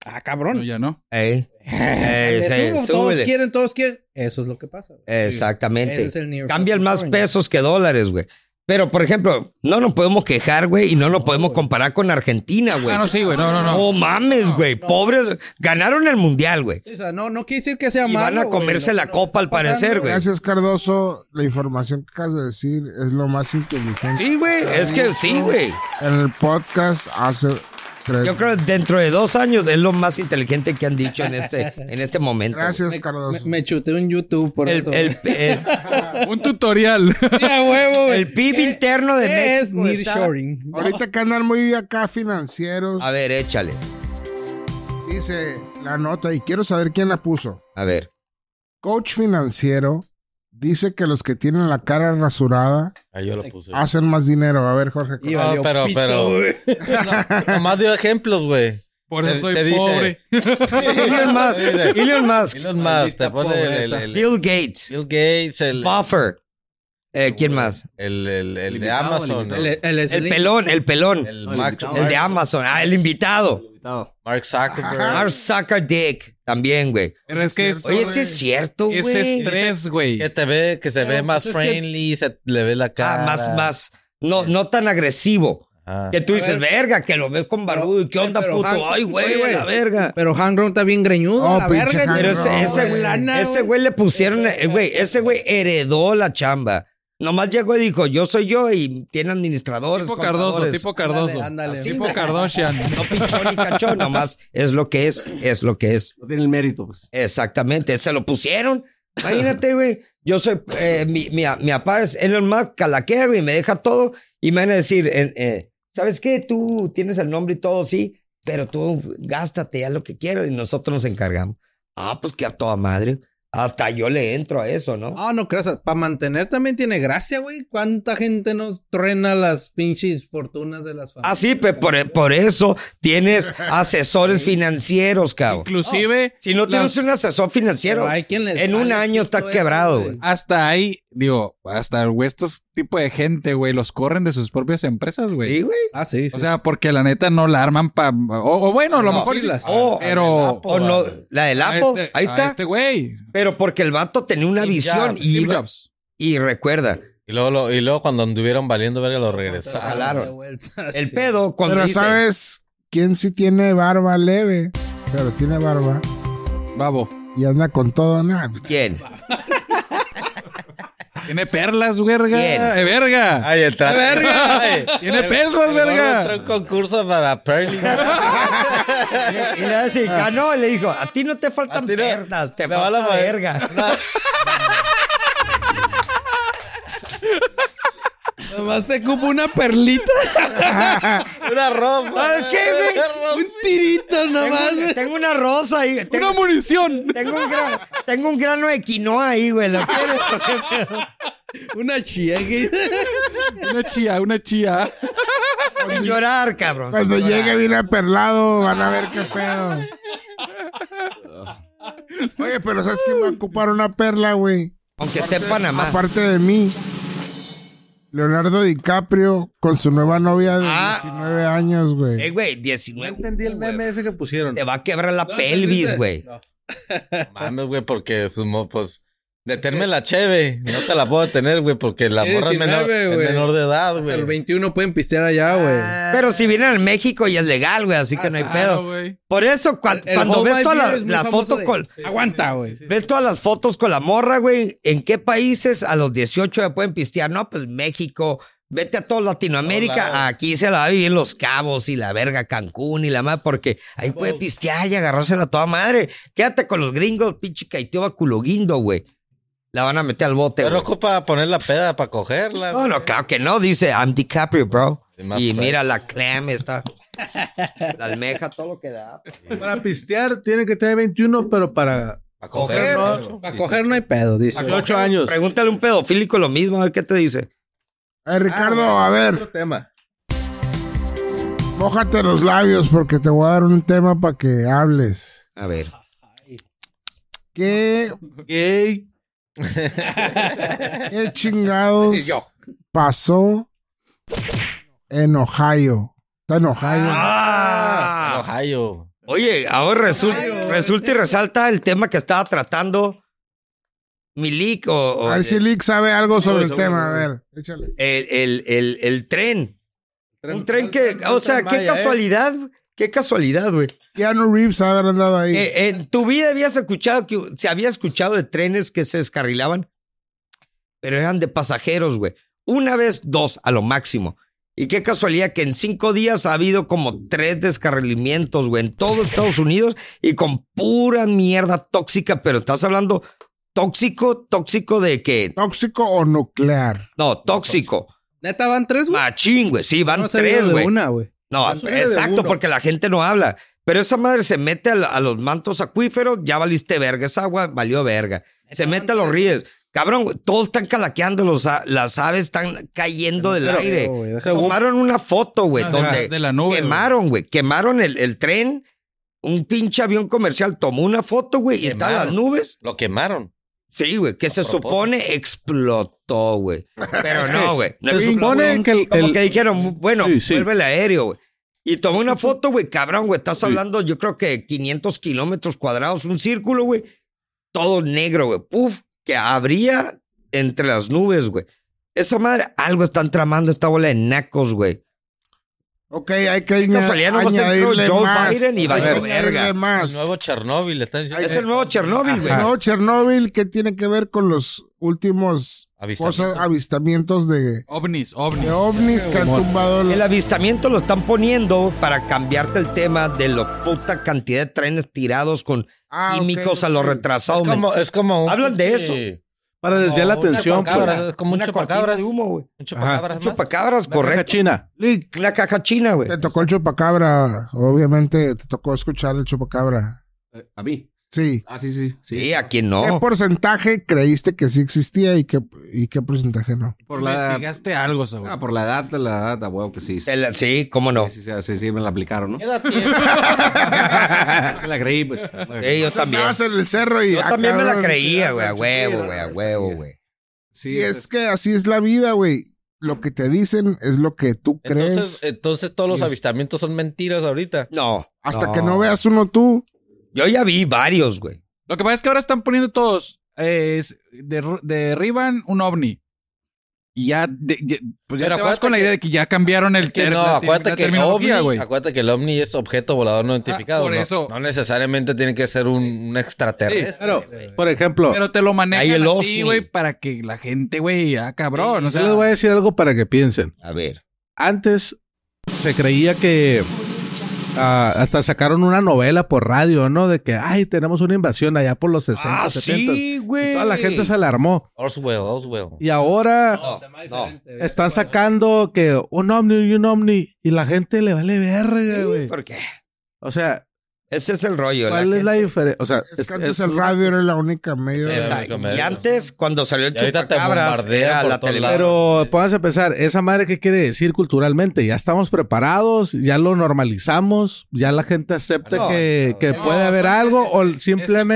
Speaker 5: Ah,
Speaker 4: No,
Speaker 5: cabrón. Eh,
Speaker 4: ya no.
Speaker 2: Ey. Ey,
Speaker 5: Le
Speaker 2: se-
Speaker 5: subo,
Speaker 2: Eh,
Speaker 5: todos
Speaker 2: súbele.
Speaker 5: quieren, todos quieren. Eso es lo que pasa. güey.
Speaker 2: Exactamente.
Speaker 5: Ese es el near
Speaker 2: Cambian
Speaker 5: fucking
Speaker 2: más
Speaker 5: foreign.
Speaker 2: pesos que dólares, güey. Pero, por ejemplo, no nos podemos quejar, güey, y no nos podemos comparar con Argentina, güey.
Speaker 4: Ah, no, sí, güey. No, no, no.
Speaker 2: No mames, güey. Pobres. Ganaron el mundial, güey.
Speaker 5: Sí, o sea, no, no quiere decir que sea
Speaker 2: Y
Speaker 5: malo.
Speaker 2: van a
Speaker 5: güey,
Speaker 2: comerse
Speaker 5: lo
Speaker 2: la
Speaker 5: que nos
Speaker 2: copa, al
Speaker 5: está
Speaker 2: parecer,
Speaker 5: pasando,
Speaker 2: güey.
Speaker 1: Gracias, Cardoso. La información que acabas de decir es lo más inteligente.
Speaker 2: Sí, güey. Es que sí, güey.
Speaker 1: En el podcast hace tres.
Speaker 2: Yo creo que dentro de dos años es lo más inteligente que han dicho en este, en este momento. güey.
Speaker 1: Gracias, Cardoso.
Speaker 5: Me, me chuté un YouTube por
Speaker 2: El,
Speaker 5: eso.
Speaker 2: el, el,
Speaker 4: Un tutorial.
Speaker 5: Ya, huevo, güey.
Speaker 2: el PIB interno de
Speaker 5: ¿Qué Eh, es
Speaker 2: México. está-
Speaker 5: nearshoring?
Speaker 1: Ahorita que andan muy acá financieros,
Speaker 2: A ver, échale.
Speaker 1: dice la nota y quiero saber quién la puso.
Speaker 2: A ver.
Speaker 1: Coach financiero dice que los que tienen la cara rasurada
Speaker 8: Ahí yo lo puse.
Speaker 1: hacen más dinero. A ver, Jorge.
Speaker 5: Y
Speaker 8: No,
Speaker 5: valió
Speaker 8: pero,
Speaker 5: pito,
Speaker 8: pero-
Speaker 5: güey.
Speaker 8: Nomás dio ejemplos, güey.
Speaker 4: Por
Speaker 8: Te-
Speaker 4: eso soy
Speaker 8: te dice-
Speaker 4: pobre.
Speaker 2: Elon Musk. Elon Musk.
Speaker 8: Elon Musk, te pone el, el- el-
Speaker 2: Bill Gates.
Speaker 8: Bill Gates, el,
Speaker 2: Buffer. Eh, ¿Quién más?
Speaker 8: el, el- el de
Speaker 10: Limitado,
Speaker 8: Amazon,
Speaker 10: limitado.
Speaker 8: el,
Speaker 5: El, el,
Speaker 2: El pelón, el pelón.
Speaker 8: el
Speaker 10: No,
Speaker 8: Mac-
Speaker 10: limitado.
Speaker 2: El de Amazon. Ah, el invitado.
Speaker 8: Mark Zuckerberg.
Speaker 2: Mark Zuckerberg. También, güey.
Speaker 4: Pero es que es,
Speaker 2: Oye, ese es cierto, güey.
Speaker 4: ese estrés, güey.
Speaker 8: Que te ve, que se
Speaker 5: Pero,
Speaker 8: ve más
Speaker 5: pues, es que-
Speaker 8: friendly, se le ve la
Speaker 2: Ah,
Speaker 8: cara. Eh.
Speaker 2: más, más. No, no tan agresivo.
Speaker 8: Ajá.
Speaker 2: Que tú
Speaker 5: A
Speaker 2: dices,
Speaker 5: ver.
Speaker 2: verga, que lo ves con barbudo. ¿Y qué onda,
Speaker 5: Pero,
Speaker 2: puto?
Speaker 5: Hank,
Speaker 2: Ay,
Speaker 5: oye,
Speaker 2: güey, a
Speaker 5: güey.
Speaker 2: la verga.
Speaker 5: Pero Hangrown está bien greñudo.
Speaker 1: Oh,
Speaker 5: a la
Speaker 1: pinche
Speaker 5: verga,
Speaker 2: Pero
Speaker 5: güey.
Speaker 2: ese,
Speaker 1: No,
Speaker 2: ese,
Speaker 1: güey.
Speaker 5: Lana,
Speaker 2: ese güey le pusieron, eh, güey, ese güey heredó la chamba. Nomás llegó y dijo, yo soy yo y tiene administradores.
Speaker 4: Tipo Cardoso,
Speaker 2: contadores.
Speaker 4: tipo Cardoso.
Speaker 5: Ándale, ándale.
Speaker 4: Tipo Kardashian.
Speaker 2: No
Speaker 5: pues,
Speaker 2: pichón ni cachón, nomás es lo que es, es lo que es.
Speaker 10: No tiene el mérito, pues.
Speaker 2: Exactamente, se lo pusieron. Imagínate, güey. Yo soy, eh, mi, mi, mi papá es Elon Musk, calaquea, güey, me deja todo y me van a decir, eh, eh, ¿sabes qué? Tú tienes el nombre y todo, sí, pero tú gástate ya lo que quieras y nosotros nos encargamos. Ah, pues que a toda madre. Hasta yo le entro a eso, ¿no?
Speaker 5: Ah, no creas. Para mantener también tiene gracia, güey. ¿Cuánta gente nos truena las pinches fortunas de las
Speaker 2: Ah,
Speaker 5: familias?
Speaker 2: sí, pues por, por eso tienes asesores financieros, cabrón.
Speaker 4: Inclusive...
Speaker 2: Si no tienes
Speaker 4: Las-
Speaker 2: un asesor financiero,
Speaker 5: Pero hay quien les
Speaker 2: en un
Speaker 5: vale
Speaker 2: año está
Speaker 5: pito
Speaker 2: quebrado,
Speaker 5: eso,
Speaker 2: güey.
Speaker 4: Hasta ahí, digo, hasta güey, estos tipo de gente, güey, los corren de sus propias empresas, güey.
Speaker 2: sí, güey.
Speaker 5: Ah, sí, sí.
Speaker 4: O sea, porque la neta no la arman para... O, o bueno, a
Speaker 2: No,
Speaker 4: lo
Speaker 2: Oh,
Speaker 4: mejor... sí,
Speaker 5: pilas.
Speaker 2: O,
Speaker 4: Pero...
Speaker 2: o no, la del
Speaker 4: a
Speaker 2: Apo,
Speaker 4: este-
Speaker 2: ahí
Speaker 4: a
Speaker 2: está.
Speaker 4: Este güey.
Speaker 2: Pero porque el vato tenía una
Speaker 8: Steve
Speaker 2: visión
Speaker 8: Jobs,
Speaker 2: y,
Speaker 4: Steve
Speaker 2: iba-
Speaker 4: Jobs.
Speaker 2: y recuerda,
Speaker 8: Y luego, lo- y luego cuando anduvieron valiendo verga lo regresaron.
Speaker 2: Ojalá. jalaron.
Speaker 5: De vuelta,
Speaker 2: el
Speaker 5: sí.
Speaker 2: pedo cuando
Speaker 1: Pero
Speaker 2: dice,
Speaker 1: ¿sabes quién sí tiene barba leve? Pero tiene barba
Speaker 4: Babo.
Speaker 1: y anda con todo. ¿no?
Speaker 2: ¿quién?
Speaker 4: Tiene perlas, verga.
Speaker 2: Bien.
Speaker 4: Eh, verga. Eh,
Speaker 8: Ay, el trato.
Speaker 4: ¡Verga!
Speaker 8: Ay,
Speaker 4: Tiene
Speaker 8: el-
Speaker 4: perlas,
Speaker 8: el gordo entró a
Speaker 4: verga.
Speaker 8: un concurso para Pearly. Te
Speaker 2: Y le va a decir, ganó, y le dijo, a ti no te faltan
Speaker 8: A ti no-
Speaker 2: pernas, te
Speaker 8: va a la
Speaker 2: falta verga.
Speaker 5: Nomás te cupo una perlita.
Speaker 8: Una ropa.
Speaker 2: ¿Sabes qué, güey?
Speaker 8: Una rosa.
Speaker 5: un tirito
Speaker 2: Tengo,
Speaker 5: nomás. güey.
Speaker 2: tengo una rosa ahí.
Speaker 4: Una
Speaker 2: Tengo,
Speaker 4: munición.
Speaker 2: tengo un grano, tengo un grano de quinoa ahí, güey. ¿Lo quieres?
Speaker 5: Una chía que...
Speaker 4: Una chía, una chía.
Speaker 2: Sin llorar, cabrón.
Speaker 1: Cuando llegue bien aperlado, van a ver qué pedo. Oye, pero ¿sabes quién va a ocupar una perla, güey?
Speaker 2: Aunque esté en Panamá.
Speaker 1: Aparte de mí. Leonardo DiCaprio con su nueva novia de
Speaker 2: Ah.
Speaker 1: 19 años,
Speaker 2: Eh,
Speaker 1: güey.
Speaker 2: güey,
Speaker 8: No
Speaker 2: 19.
Speaker 8: entendí el meme ese que pusieron.
Speaker 2: Te va a quebrar la pelvis, güey.
Speaker 8: Mames, güey, porque su mo- pues Determe la cheve. No te la puedo tener, güey, porque la
Speaker 5: Es
Speaker 8: morra es menor,
Speaker 5: 19,
Speaker 8: es
Speaker 5: güey.
Speaker 8: menor de edad,
Speaker 5: Hasta el
Speaker 8: güey.
Speaker 5: 21 pueden pistear allá, güey.
Speaker 2: Ah.
Speaker 5: Ah,
Speaker 2: Pero si vienen en México y es legal, güey, así que no hay
Speaker 4: Claro,
Speaker 2: pedo.
Speaker 4: güey.
Speaker 2: Por eso, cua-
Speaker 5: El- el
Speaker 2: cuando
Speaker 5: Hold
Speaker 2: ves
Speaker 5: My
Speaker 2: todas
Speaker 5: Beer
Speaker 2: las
Speaker 5: es muy
Speaker 2: las
Speaker 5: famoso
Speaker 2: fotos
Speaker 5: de-
Speaker 2: con...
Speaker 4: Aguanta, güey.
Speaker 2: ¿Ves todas las fotos con la morra, güey? ¿En qué países a los 18 ya pueden pistear? No, pues México. Vete a toda Latinoamérica.
Speaker 8: Todos lados.
Speaker 2: Aquí se la va a vivir Los Cabos y la verga Cancún y la madre, porque ahí puede pistear y agarrársela a toda madre. Quédate con los gringos, pinche caiteo culo guindo, güey. La van a meter al bote,
Speaker 8: Pero no
Speaker 2: güey.
Speaker 8: ocupa poner la peda para cogerla.
Speaker 2: No, no, claro que no. Dice, I'm DiCaprio, bro.
Speaker 8: Sí, más
Speaker 2: Y
Speaker 8: fresh.
Speaker 2: mira la clam, está. La almeja, todo lo que da.
Speaker 3: Para pistear tiene que tener 21, pero para
Speaker 8: Para coger.
Speaker 3: coger, ¿no?
Speaker 8: güey.
Speaker 5: Para coger no hay pedo, dice.
Speaker 3: 18 años.
Speaker 2: Pregúntale a un pedofílico lo mismo, a ver qué te dice.
Speaker 1: Eh, Ricardo,
Speaker 3: Ah,
Speaker 1: a ver,
Speaker 3: Otro tema.
Speaker 1: mójate los labios porque te voy a dar un tema para que hables.
Speaker 2: A ver.
Speaker 1: ¿Qué,
Speaker 3: Gay.
Speaker 1: qué chingados pasó en Ohio? Está en Ohio.
Speaker 8: Ah, Ohio.
Speaker 2: Oye, ahora resul- resulta y resalta el tema que estaba tratando Milik o, o
Speaker 1: a ver si
Speaker 2: el,
Speaker 1: Lick sabe algo sobre el
Speaker 9: sobre-
Speaker 1: tema. A ver, échale.
Speaker 2: el- el- el tren. Un tren que, o sea,
Speaker 3: Tren
Speaker 2: qué
Speaker 3: Maya, ¿eh?
Speaker 2: casualidad, qué casualidad, güey.
Speaker 1: Keanu Reeves ha de haber andado ahí.
Speaker 2: Eh, en tu vida habías escuchado que se había escuchado de trenes que se descarrilaban, pero eran de pasajeros, güey. Una vez, dos a lo máximo. Y qué casualidad que en cinco días ha habido como tres descarrilamientos, güey, en todo Estados Unidos y con pura mierda tóxica, pero estás hablando tóxico, tóxico de que,
Speaker 1: ¿Tóxico o nuclear?
Speaker 2: no, tóxico,
Speaker 5: Neta, van tres, güey.
Speaker 2: machín, güey, sí, van
Speaker 5: No se
Speaker 2: tres,
Speaker 5: vieron de
Speaker 2: güey.
Speaker 5: una, güey.
Speaker 2: No, exacto, porque la gente no habla. Pero esa madre se mete a, la- a los mantos acuíferos, ya valiste verga, esa agua valió verga. Se mete a los ríos. Cabrón, todos están calaqueando, los a- las aves están cayendo del
Speaker 5: Pero,
Speaker 2: aire.
Speaker 5: güey, deja-
Speaker 2: Tomaron una foto, güey,
Speaker 4: Ah,
Speaker 2: donde
Speaker 4: de la nube.
Speaker 2: quemaron, güey. Quemaron el, el tren, un pinche avión comercial tomó una foto, güey, y están las
Speaker 8: Quemaron.
Speaker 2: nubes.
Speaker 8: Lo quemaron.
Speaker 2: Sí, güey, que se
Speaker 8: propósito.
Speaker 2: supone explotó, güey. Pero no, güey. No
Speaker 3: Se
Speaker 2: explotó.
Speaker 3: supone que el,
Speaker 2: Como
Speaker 3: el-
Speaker 2: que dijeron, bueno,
Speaker 3: Sí, sí.
Speaker 2: vuelve el aéreo, güey. Y tomé una foto, güey, cabrón, güey. Estás hablando, yo creo que 500 kilómetros cuadrados, un círculo, güey. Todo negro, güey. Puf, que abría entre las nubes, güey. Esa madre, algo están tramando esta bola de nacos, güey.
Speaker 1: Ok, hay que aña-
Speaker 2: casualidad no va a ser
Speaker 1: añadirle
Speaker 2: Joe
Speaker 1: más.
Speaker 2: Biden y
Speaker 1: Hay que
Speaker 2: valió
Speaker 1: añadirle
Speaker 2: verga.
Speaker 1: más.
Speaker 8: El nuevo Chernóbil. Están diciendo.
Speaker 2: Es el nuevo Chernóbil, güey.
Speaker 1: El nuevo Chernóbil, ¿qué tiene que ver con los últimos
Speaker 8: Avistamiento.
Speaker 1: cosas, avistamientos de,
Speaker 4: Ovnis,
Speaker 1: de
Speaker 4: ovnis.
Speaker 1: Eh, ovnis que han tumbado?
Speaker 2: El
Speaker 1: la-
Speaker 2: avistamiento lo están poniendo para cambiarte el tema de la puta cantidad de trenes tirados con
Speaker 1: Ah, ok,
Speaker 2: químicos a los
Speaker 1: ok.
Speaker 2: retrasados.
Speaker 8: Es como, es como un
Speaker 2: Hablan de eso.
Speaker 8: pinche-
Speaker 3: para desviar la
Speaker 8: como un
Speaker 3: atención.
Speaker 8: chupacabras,
Speaker 3: pues.
Speaker 8: Es como un
Speaker 2: una cortina
Speaker 8: chupacabras.
Speaker 2: de humo, güey.
Speaker 8: Un chupacabras
Speaker 2: Un
Speaker 8: más.
Speaker 2: Chupacabras,
Speaker 3: Una caja
Speaker 2: correcto.
Speaker 3: china.
Speaker 1: Lick,
Speaker 2: Una caja china, güey.
Speaker 1: te tocó el chupacabra. Obviamente te tocó escuchar el chupacabra.
Speaker 9: Eh, A mí.
Speaker 1: Sí.
Speaker 9: Ah, sí, sí. sí.
Speaker 2: Sí, a quien
Speaker 1: ¿Qué
Speaker 2: no.
Speaker 1: porcentaje creíste que sí existía y qué, y qué porcentaje no?
Speaker 9: Por la edad.
Speaker 4: Investigaste algo, sobre.
Speaker 9: Ah, por la edad, la edad, a huevo que sí. Sí,
Speaker 2: Se la- Sí, cómo no.
Speaker 9: sí, sí, sí, sí, me la aplicaron, ¿no?
Speaker 8: ¿Qué edad tienes?
Speaker 9: Me la creí, pues.
Speaker 2: Sí, yo también.
Speaker 1: Estabas en el cerro y...
Speaker 2: Yo
Speaker 1: ah,
Speaker 2: también me la
Speaker 1: cabrón,
Speaker 2: creía,
Speaker 1: ya,
Speaker 2: güey, a huevo, güey, a
Speaker 9: sí,
Speaker 2: huevo,
Speaker 9: sí.
Speaker 2: güey.
Speaker 9: Sí,
Speaker 1: Y es que así es la vida, güey. Lo que te dicen es lo que tú crees.
Speaker 8: Entonces,
Speaker 5: eh,
Speaker 8: entonces todos los
Speaker 1: Dios.
Speaker 8: avistamientos son mentiras ahorita.
Speaker 2: No.
Speaker 1: Hasta que no veas uno tú.
Speaker 2: Yo ya vi varios, güey.
Speaker 4: Lo que pasa es que ahora están poniendo todos. eh, es- derru- derriban un ovni. Y ya, de- de- pues ya
Speaker 8: Pero
Speaker 4: te vas
Speaker 8: acuérdate
Speaker 4: con la
Speaker 8: que-
Speaker 4: idea de que ya cambiaron el
Speaker 8: Que
Speaker 4: ter-
Speaker 8: no,
Speaker 4: la-
Speaker 8: acuérdate
Speaker 4: la
Speaker 8: que, el ovni,
Speaker 4: terminología, güey.
Speaker 8: acuérdate que el ovni es objeto volador no identificado.
Speaker 4: por
Speaker 8: no,
Speaker 4: eso.
Speaker 8: no necesariamente tiene que ser un, un extraterrestre.
Speaker 4: Sí,
Speaker 3: Pero, por ejemplo,
Speaker 4: Pero te lo manejan
Speaker 2: Ahí el
Speaker 4: así,
Speaker 2: ovni.
Speaker 4: güey, para que la gente, güey, ah, cabrón. o
Speaker 3: yo
Speaker 4: sea,
Speaker 3: les voy a decir algo para que piensen.
Speaker 2: A ver.
Speaker 3: Antes se creía que ah, hasta sacaron una novela por radio, ¿no? De que, ay, tenemos una invasión allá por los 60,
Speaker 2: Ah,
Speaker 3: 70.
Speaker 2: sí, güey.
Speaker 3: Toda la gente se alarmó.
Speaker 8: Oswell, Oswell.
Speaker 3: Y ahora
Speaker 2: No, no.
Speaker 3: están sacando que un ovni y un ovni y la gente le vale verga, güey.
Speaker 2: ¿Por qué?
Speaker 3: O sea,
Speaker 2: Ese es el rollo. la
Speaker 3: ¿cuál es
Speaker 2: gente-
Speaker 3: la diferencia? O sea,
Speaker 1: Es, que antes el radio era la única medio.
Speaker 8: Sí,
Speaker 1: de-
Speaker 2: Exacto. Y antes, cuando salió el
Speaker 8: Y ahorita te
Speaker 2: chupacabras,
Speaker 8: bombardean
Speaker 2: era
Speaker 8: por
Speaker 2: la
Speaker 8: todos
Speaker 2: televisión.
Speaker 8: lados.
Speaker 3: Pero pónganse a pensar, esa madre qué quiere decir culturalmente, ya estamos preparados, ya lo normalizamos, ya la gente acepta
Speaker 2: No,
Speaker 3: que,
Speaker 2: no,
Speaker 3: que
Speaker 2: no,
Speaker 3: puede
Speaker 4: no,
Speaker 3: haber
Speaker 4: es-
Speaker 3: algo
Speaker 4: es-
Speaker 3: o
Speaker 4: es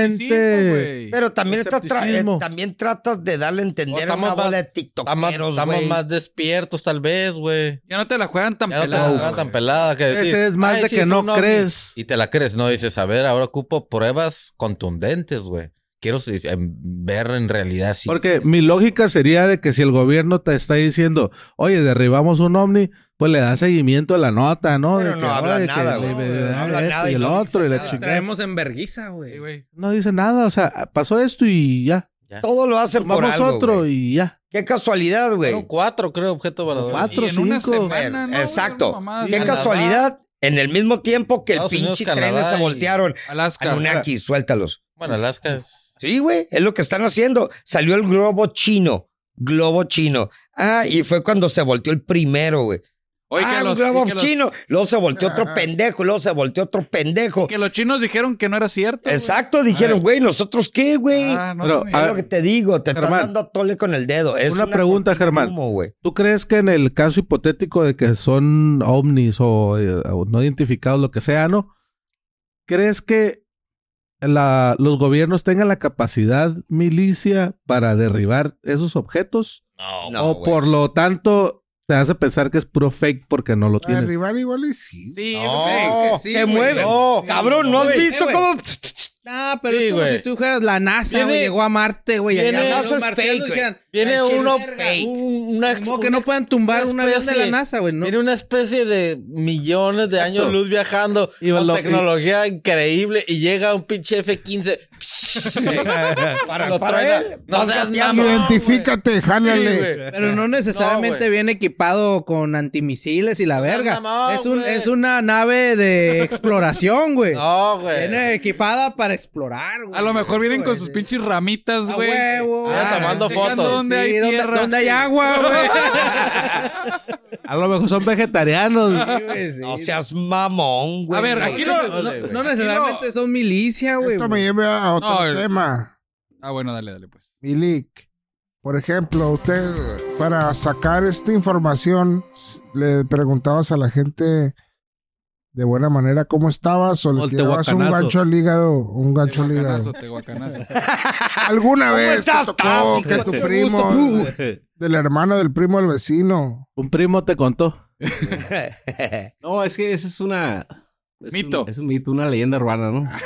Speaker 4: escepticismo,
Speaker 3: simplemente
Speaker 4: güey.
Speaker 2: Pero también, estás tra- eh,
Speaker 3: Escepticismo.
Speaker 2: también tratas de darle a entender
Speaker 8: No,
Speaker 2: a una
Speaker 8: estamos más-
Speaker 2: bola de
Speaker 8: Estamos,
Speaker 2: tiktokeros,
Speaker 8: estamos
Speaker 2: güey.
Speaker 8: más despiertos, tal vez, güey.
Speaker 4: ya no te la juegan tan
Speaker 8: Ya no te
Speaker 4: pelada,
Speaker 8: la
Speaker 4: güey.
Speaker 8: hagas tan pelada que
Speaker 3: Ese
Speaker 8: decir.
Speaker 3: es más
Speaker 8: "Ay,
Speaker 3: de
Speaker 8: sí,
Speaker 3: que
Speaker 8: fue
Speaker 3: no
Speaker 8: un ovni".
Speaker 3: crees.
Speaker 8: Y te la crees, no dices, a ver, ahora ocupo pruebas contundentes, güey. quiero eh, ver en realidad si.
Speaker 3: Porque mi lógica sería de que si el gobierno te está diciendo, oye, derribamos un ovni, pues le da seguimiento a la nota, ¿no?
Speaker 2: Pero
Speaker 3: De
Speaker 2: no
Speaker 3: que,
Speaker 2: habla
Speaker 3: oye,
Speaker 2: nada,
Speaker 3: que
Speaker 2: güey.
Speaker 3: le- le-
Speaker 2: No
Speaker 3: da
Speaker 2: habla
Speaker 3: esto
Speaker 2: nada y
Speaker 3: y el
Speaker 2: no dice
Speaker 3: otro, y la
Speaker 2: nada.
Speaker 3: chingada.
Speaker 5: Traemos en verguiza, güey.
Speaker 3: No dice nada, o sea, pasó esto y ya.
Speaker 2: Todo lo hacen por
Speaker 3: Vamos
Speaker 2: algo,
Speaker 3: otro
Speaker 2: güey.
Speaker 3: y ya.
Speaker 2: Qué casualidad, güey.
Speaker 8: Fueron cuatro, creo, objetos voladores.
Speaker 3: Cuatro.
Speaker 4: Y en una
Speaker 3: cinco.
Speaker 4: semana, ¿no?
Speaker 2: Exacto.
Speaker 4: Una mamada
Speaker 2: Qué
Speaker 4: así.
Speaker 8: Canadá.
Speaker 2: casualidad. En el mismo tiempo que el
Speaker 8: Estados Unidos,
Speaker 2: pinche
Speaker 8: Canadá
Speaker 2: trenes se
Speaker 8: y-
Speaker 2: voltearon.
Speaker 4: Alaska.
Speaker 2: Anunnaki, suéltalos.
Speaker 8: Bueno, Alaska es.
Speaker 2: Sí, güey, es lo que están haciendo. Salió el globo chino. Globo chino. Ah, y fue cuando se volteó el primero, güey.
Speaker 4: Oye, que
Speaker 2: ah,
Speaker 4: los-
Speaker 2: un globo
Speaker 4: y que los-
Speaker 2: chino. Luego se volteó otro pendejo, luego se volteó otro pendejo.
Speaker 4: Que los chinos dijeron que no era cierto. güey.
Speaker 2: Exacto, dijeron, güey, ¿nosotros qué, güey?
Speaker 4: Ah, no,
Speaker 3: Pero,
Speaker 4: güey.
Speaker 2: es
Speaker 3: a-
Speaker 2: lo que te digo, te están
Speaker 3: Germán.
Speaker 2: dando a tole con el dedo. Es
Speaker 3: Una pregunta,
Speaker 2: cortina de
Speaker 3: Germán.
Speaker 2: humo, güey.
Speaker 3: ¿Tú crees que en el caso hipotético de que son ovnis o, eh, o no identificados, lo que sea, ¿no? ¿Crees que la- los gobiernos tengan la capacidad milicia para derribar esos objetos?
Speaker 8: No.
Speaker 2: No,
Speaker 3: o
Speaker 2: güey.
Speaker 3: por lo tanto, te hace pensar que es puro fake porque no lo tienen.
Speaker 1: Arribar igual y sí.
Speaker 5: Sí,
Speaker 8: No,
Speaker 5: yo creo que sí,
Speaker 2: se
Speaker 5: güey.
Speaker 2: mueven.
Speaker 8: No.
Speaker 2: Cabrón, ¿no has
Speaker 5: güey,
Speaker 2: visto
Speaker 5: eh, güey.
Speaker 2: cómo...?
Speaker 5: No, pero
Speaker 8: Sí,
Speaker 5: es como
Speaker 8: güey.
Speaker 5: si tú dijeras la NASA, güey,
Speaker 8: Viene-
Speaker 5: llegó a Marte, este, güey. allá
Speaker 8: viene-
Speaker 5: los
Speaker 2: NASA es
Speaker 5: marcianos
Speaker 2: fake,
Speaker 5: dijeran,
Speaker 8: Viene
Speaker 2: Ah, chile,
Speaker 8: uno.
Speaker 2: verga.
Speaker 8: un- Una,
Speaker 5: Ni modo que no puedan tumbar
Speaker 8: una
Speaker 5: un avión de la
Speaker 8: especie-
Speaker 5: NASA, güey. ¿no?
Speaker 8: Tiene una especie de millones de años luz viajando.
Speaker 3: Y
Speaker 8: con
Speaker 3: lo-
Speaker 8: tecnología increíble. Y llega un pinche F-15.
Speaker 2: Para,
Speaker 8: Lo
Speaker 2: para
Speaker 8: traen a-
Speaker 2: él.
Speaker 8: no
Speaker 2: vas
Speaker 8: seas
Speaker 2: gateando.
Speaker 8: mamón.
Speaker 1: Identifícate, jálale.
Speaker 5: Pero no necesariamente
Speaker 8: güey.
Speaker 5: viene equipado con antimisiles y la
Speaker 8: No seas
Speaker 5: verga.
Speaker 8: mamón,
Speaker 5: es, un,
Speaker 8: güey.
Speaker 5: es una nave de exploración, güey.
Speaker 8: No, güey.
Speaker 5: Viene equipada para explorar, güey.
Speaker 4: A lo mejor vienen con
Speaker 5: Güey.
Speaker 4: sus pinches ramitas,
Speaker 5: A
Speaker 4: güey.
Speaker 5: huevo,
Speaker 8: Ah,
Speaker 5: güey.
Speaker 8: tomando
Speaker 5: Checando
Speaker 8: fotos.
Speaker 5: ¿Dónde
Speaker 4: Sí,
Speaker 5: hay
Speaker 4: ¿dónde-
Speaker 5: tierra?
Speaker 4: dónde hay
Speaker 5: agua,
Speaker 3: A lo mejor son vegetarianos.
Speaker 5: güey? Sí,
Speaker 2: No seas mamón, güey.
Speaker 4: A ver,
Speaker 2: No
Speaker 4: aquí
Speaker 2: seas-
Speaker 4: lo-
Speaker 5: No, no- no necesariamente son milicia, güey.
Speaker 1: Esto me lleva a otro
Speaker 4: No, el-
Speaker 1: tema.
Speaker 4: Ah, bueno, dale, dale, pues.
Speaker 1: Milik. Por ejemplo, usted, para sacar esta información, s- le preguntabas a la gente de buena manera cómo estabas o
Speaker 3: O
Speaker 1: le
Speaker 3: el
Speaker 1: tirabas un
Speaker 3: tehuacanazo.
Speaker 1: gancho al hígado, un gancho al hígado.
Speaker 4: Tehuacanazo, tehuacanazo.
Speaker 1: ¿Alguna vez te
Speaker 2: estás,
Speaker 1: tocó
Speaker 2: Taz?
Speaker 1: que tu primo, del hermano, del primo, del vecino,
Speaker 3: Un primo te contó.
Speaker 9: No, es que esa es una. es
Speaker 4: Mito.
Speaker 9: un- es un mito, una leyenda urbana, ¿no?
Speaker 1: Vamos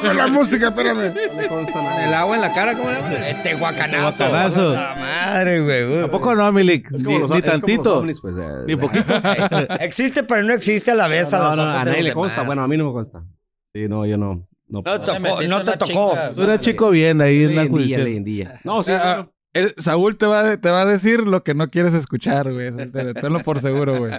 Speaker 1: con Ah, la música, espérame.
Speaker 9: No me consta
Speaker 5: Con
Speaker 9: nada.
Speaker 5: el agua en la cara, ¿cómo le llaman?
Speaker 2: Este guacanazo.
Speaker 3: Guacanazo.
Speaker 2: Puta madre, güey.
Speaker 3: Tampoco no, Milik.
Speaker 9: Es
Speaker 3: Ni,
Speaker 9: como los-
Speaker 3: ni
Speaker 9: es como los
Speaker 3: tantito.
Speaker 9: ovnis, pues, eh,
Speaker 3: Ni poquito.
Speaker 2: Existe, pero no existe a la vez a
Speaker 9: No,
Speaker 2: las
Speaker 9: no,
Speaker 2: otras
Speaker 9: a
Speaker 2: de
Speaker 9: nadie
Speaker 2: los
Speaker 9: le consta.
Speaker 2: demás.
Speaker 9: Bueno, a mí no me consta. Sí, no, yo no.
Speaker 2: No
Speaker 9: No,
Speaker 2: te
Speaker 8: Te
Speaker 2: tocó,
Speaker 8: metiste
Speaker 2: no te
Speaker 8: una
Speaker 2: tocó.
Speaker 8: chica.
Speaker 3: Tú eras chico bien ahí en la
Speaker 9: Leyendilla,
Speaker 3: judicial.
Speaker 9: leyendilla. No, sí,
Speaker 4: Ah, ah,
Speaker 9: bueno,
Speaker 4: el- Saúl te va, a- te va a decir lo que no quieres escuchar, güey. Eso te- Tenlo por seguro, güey.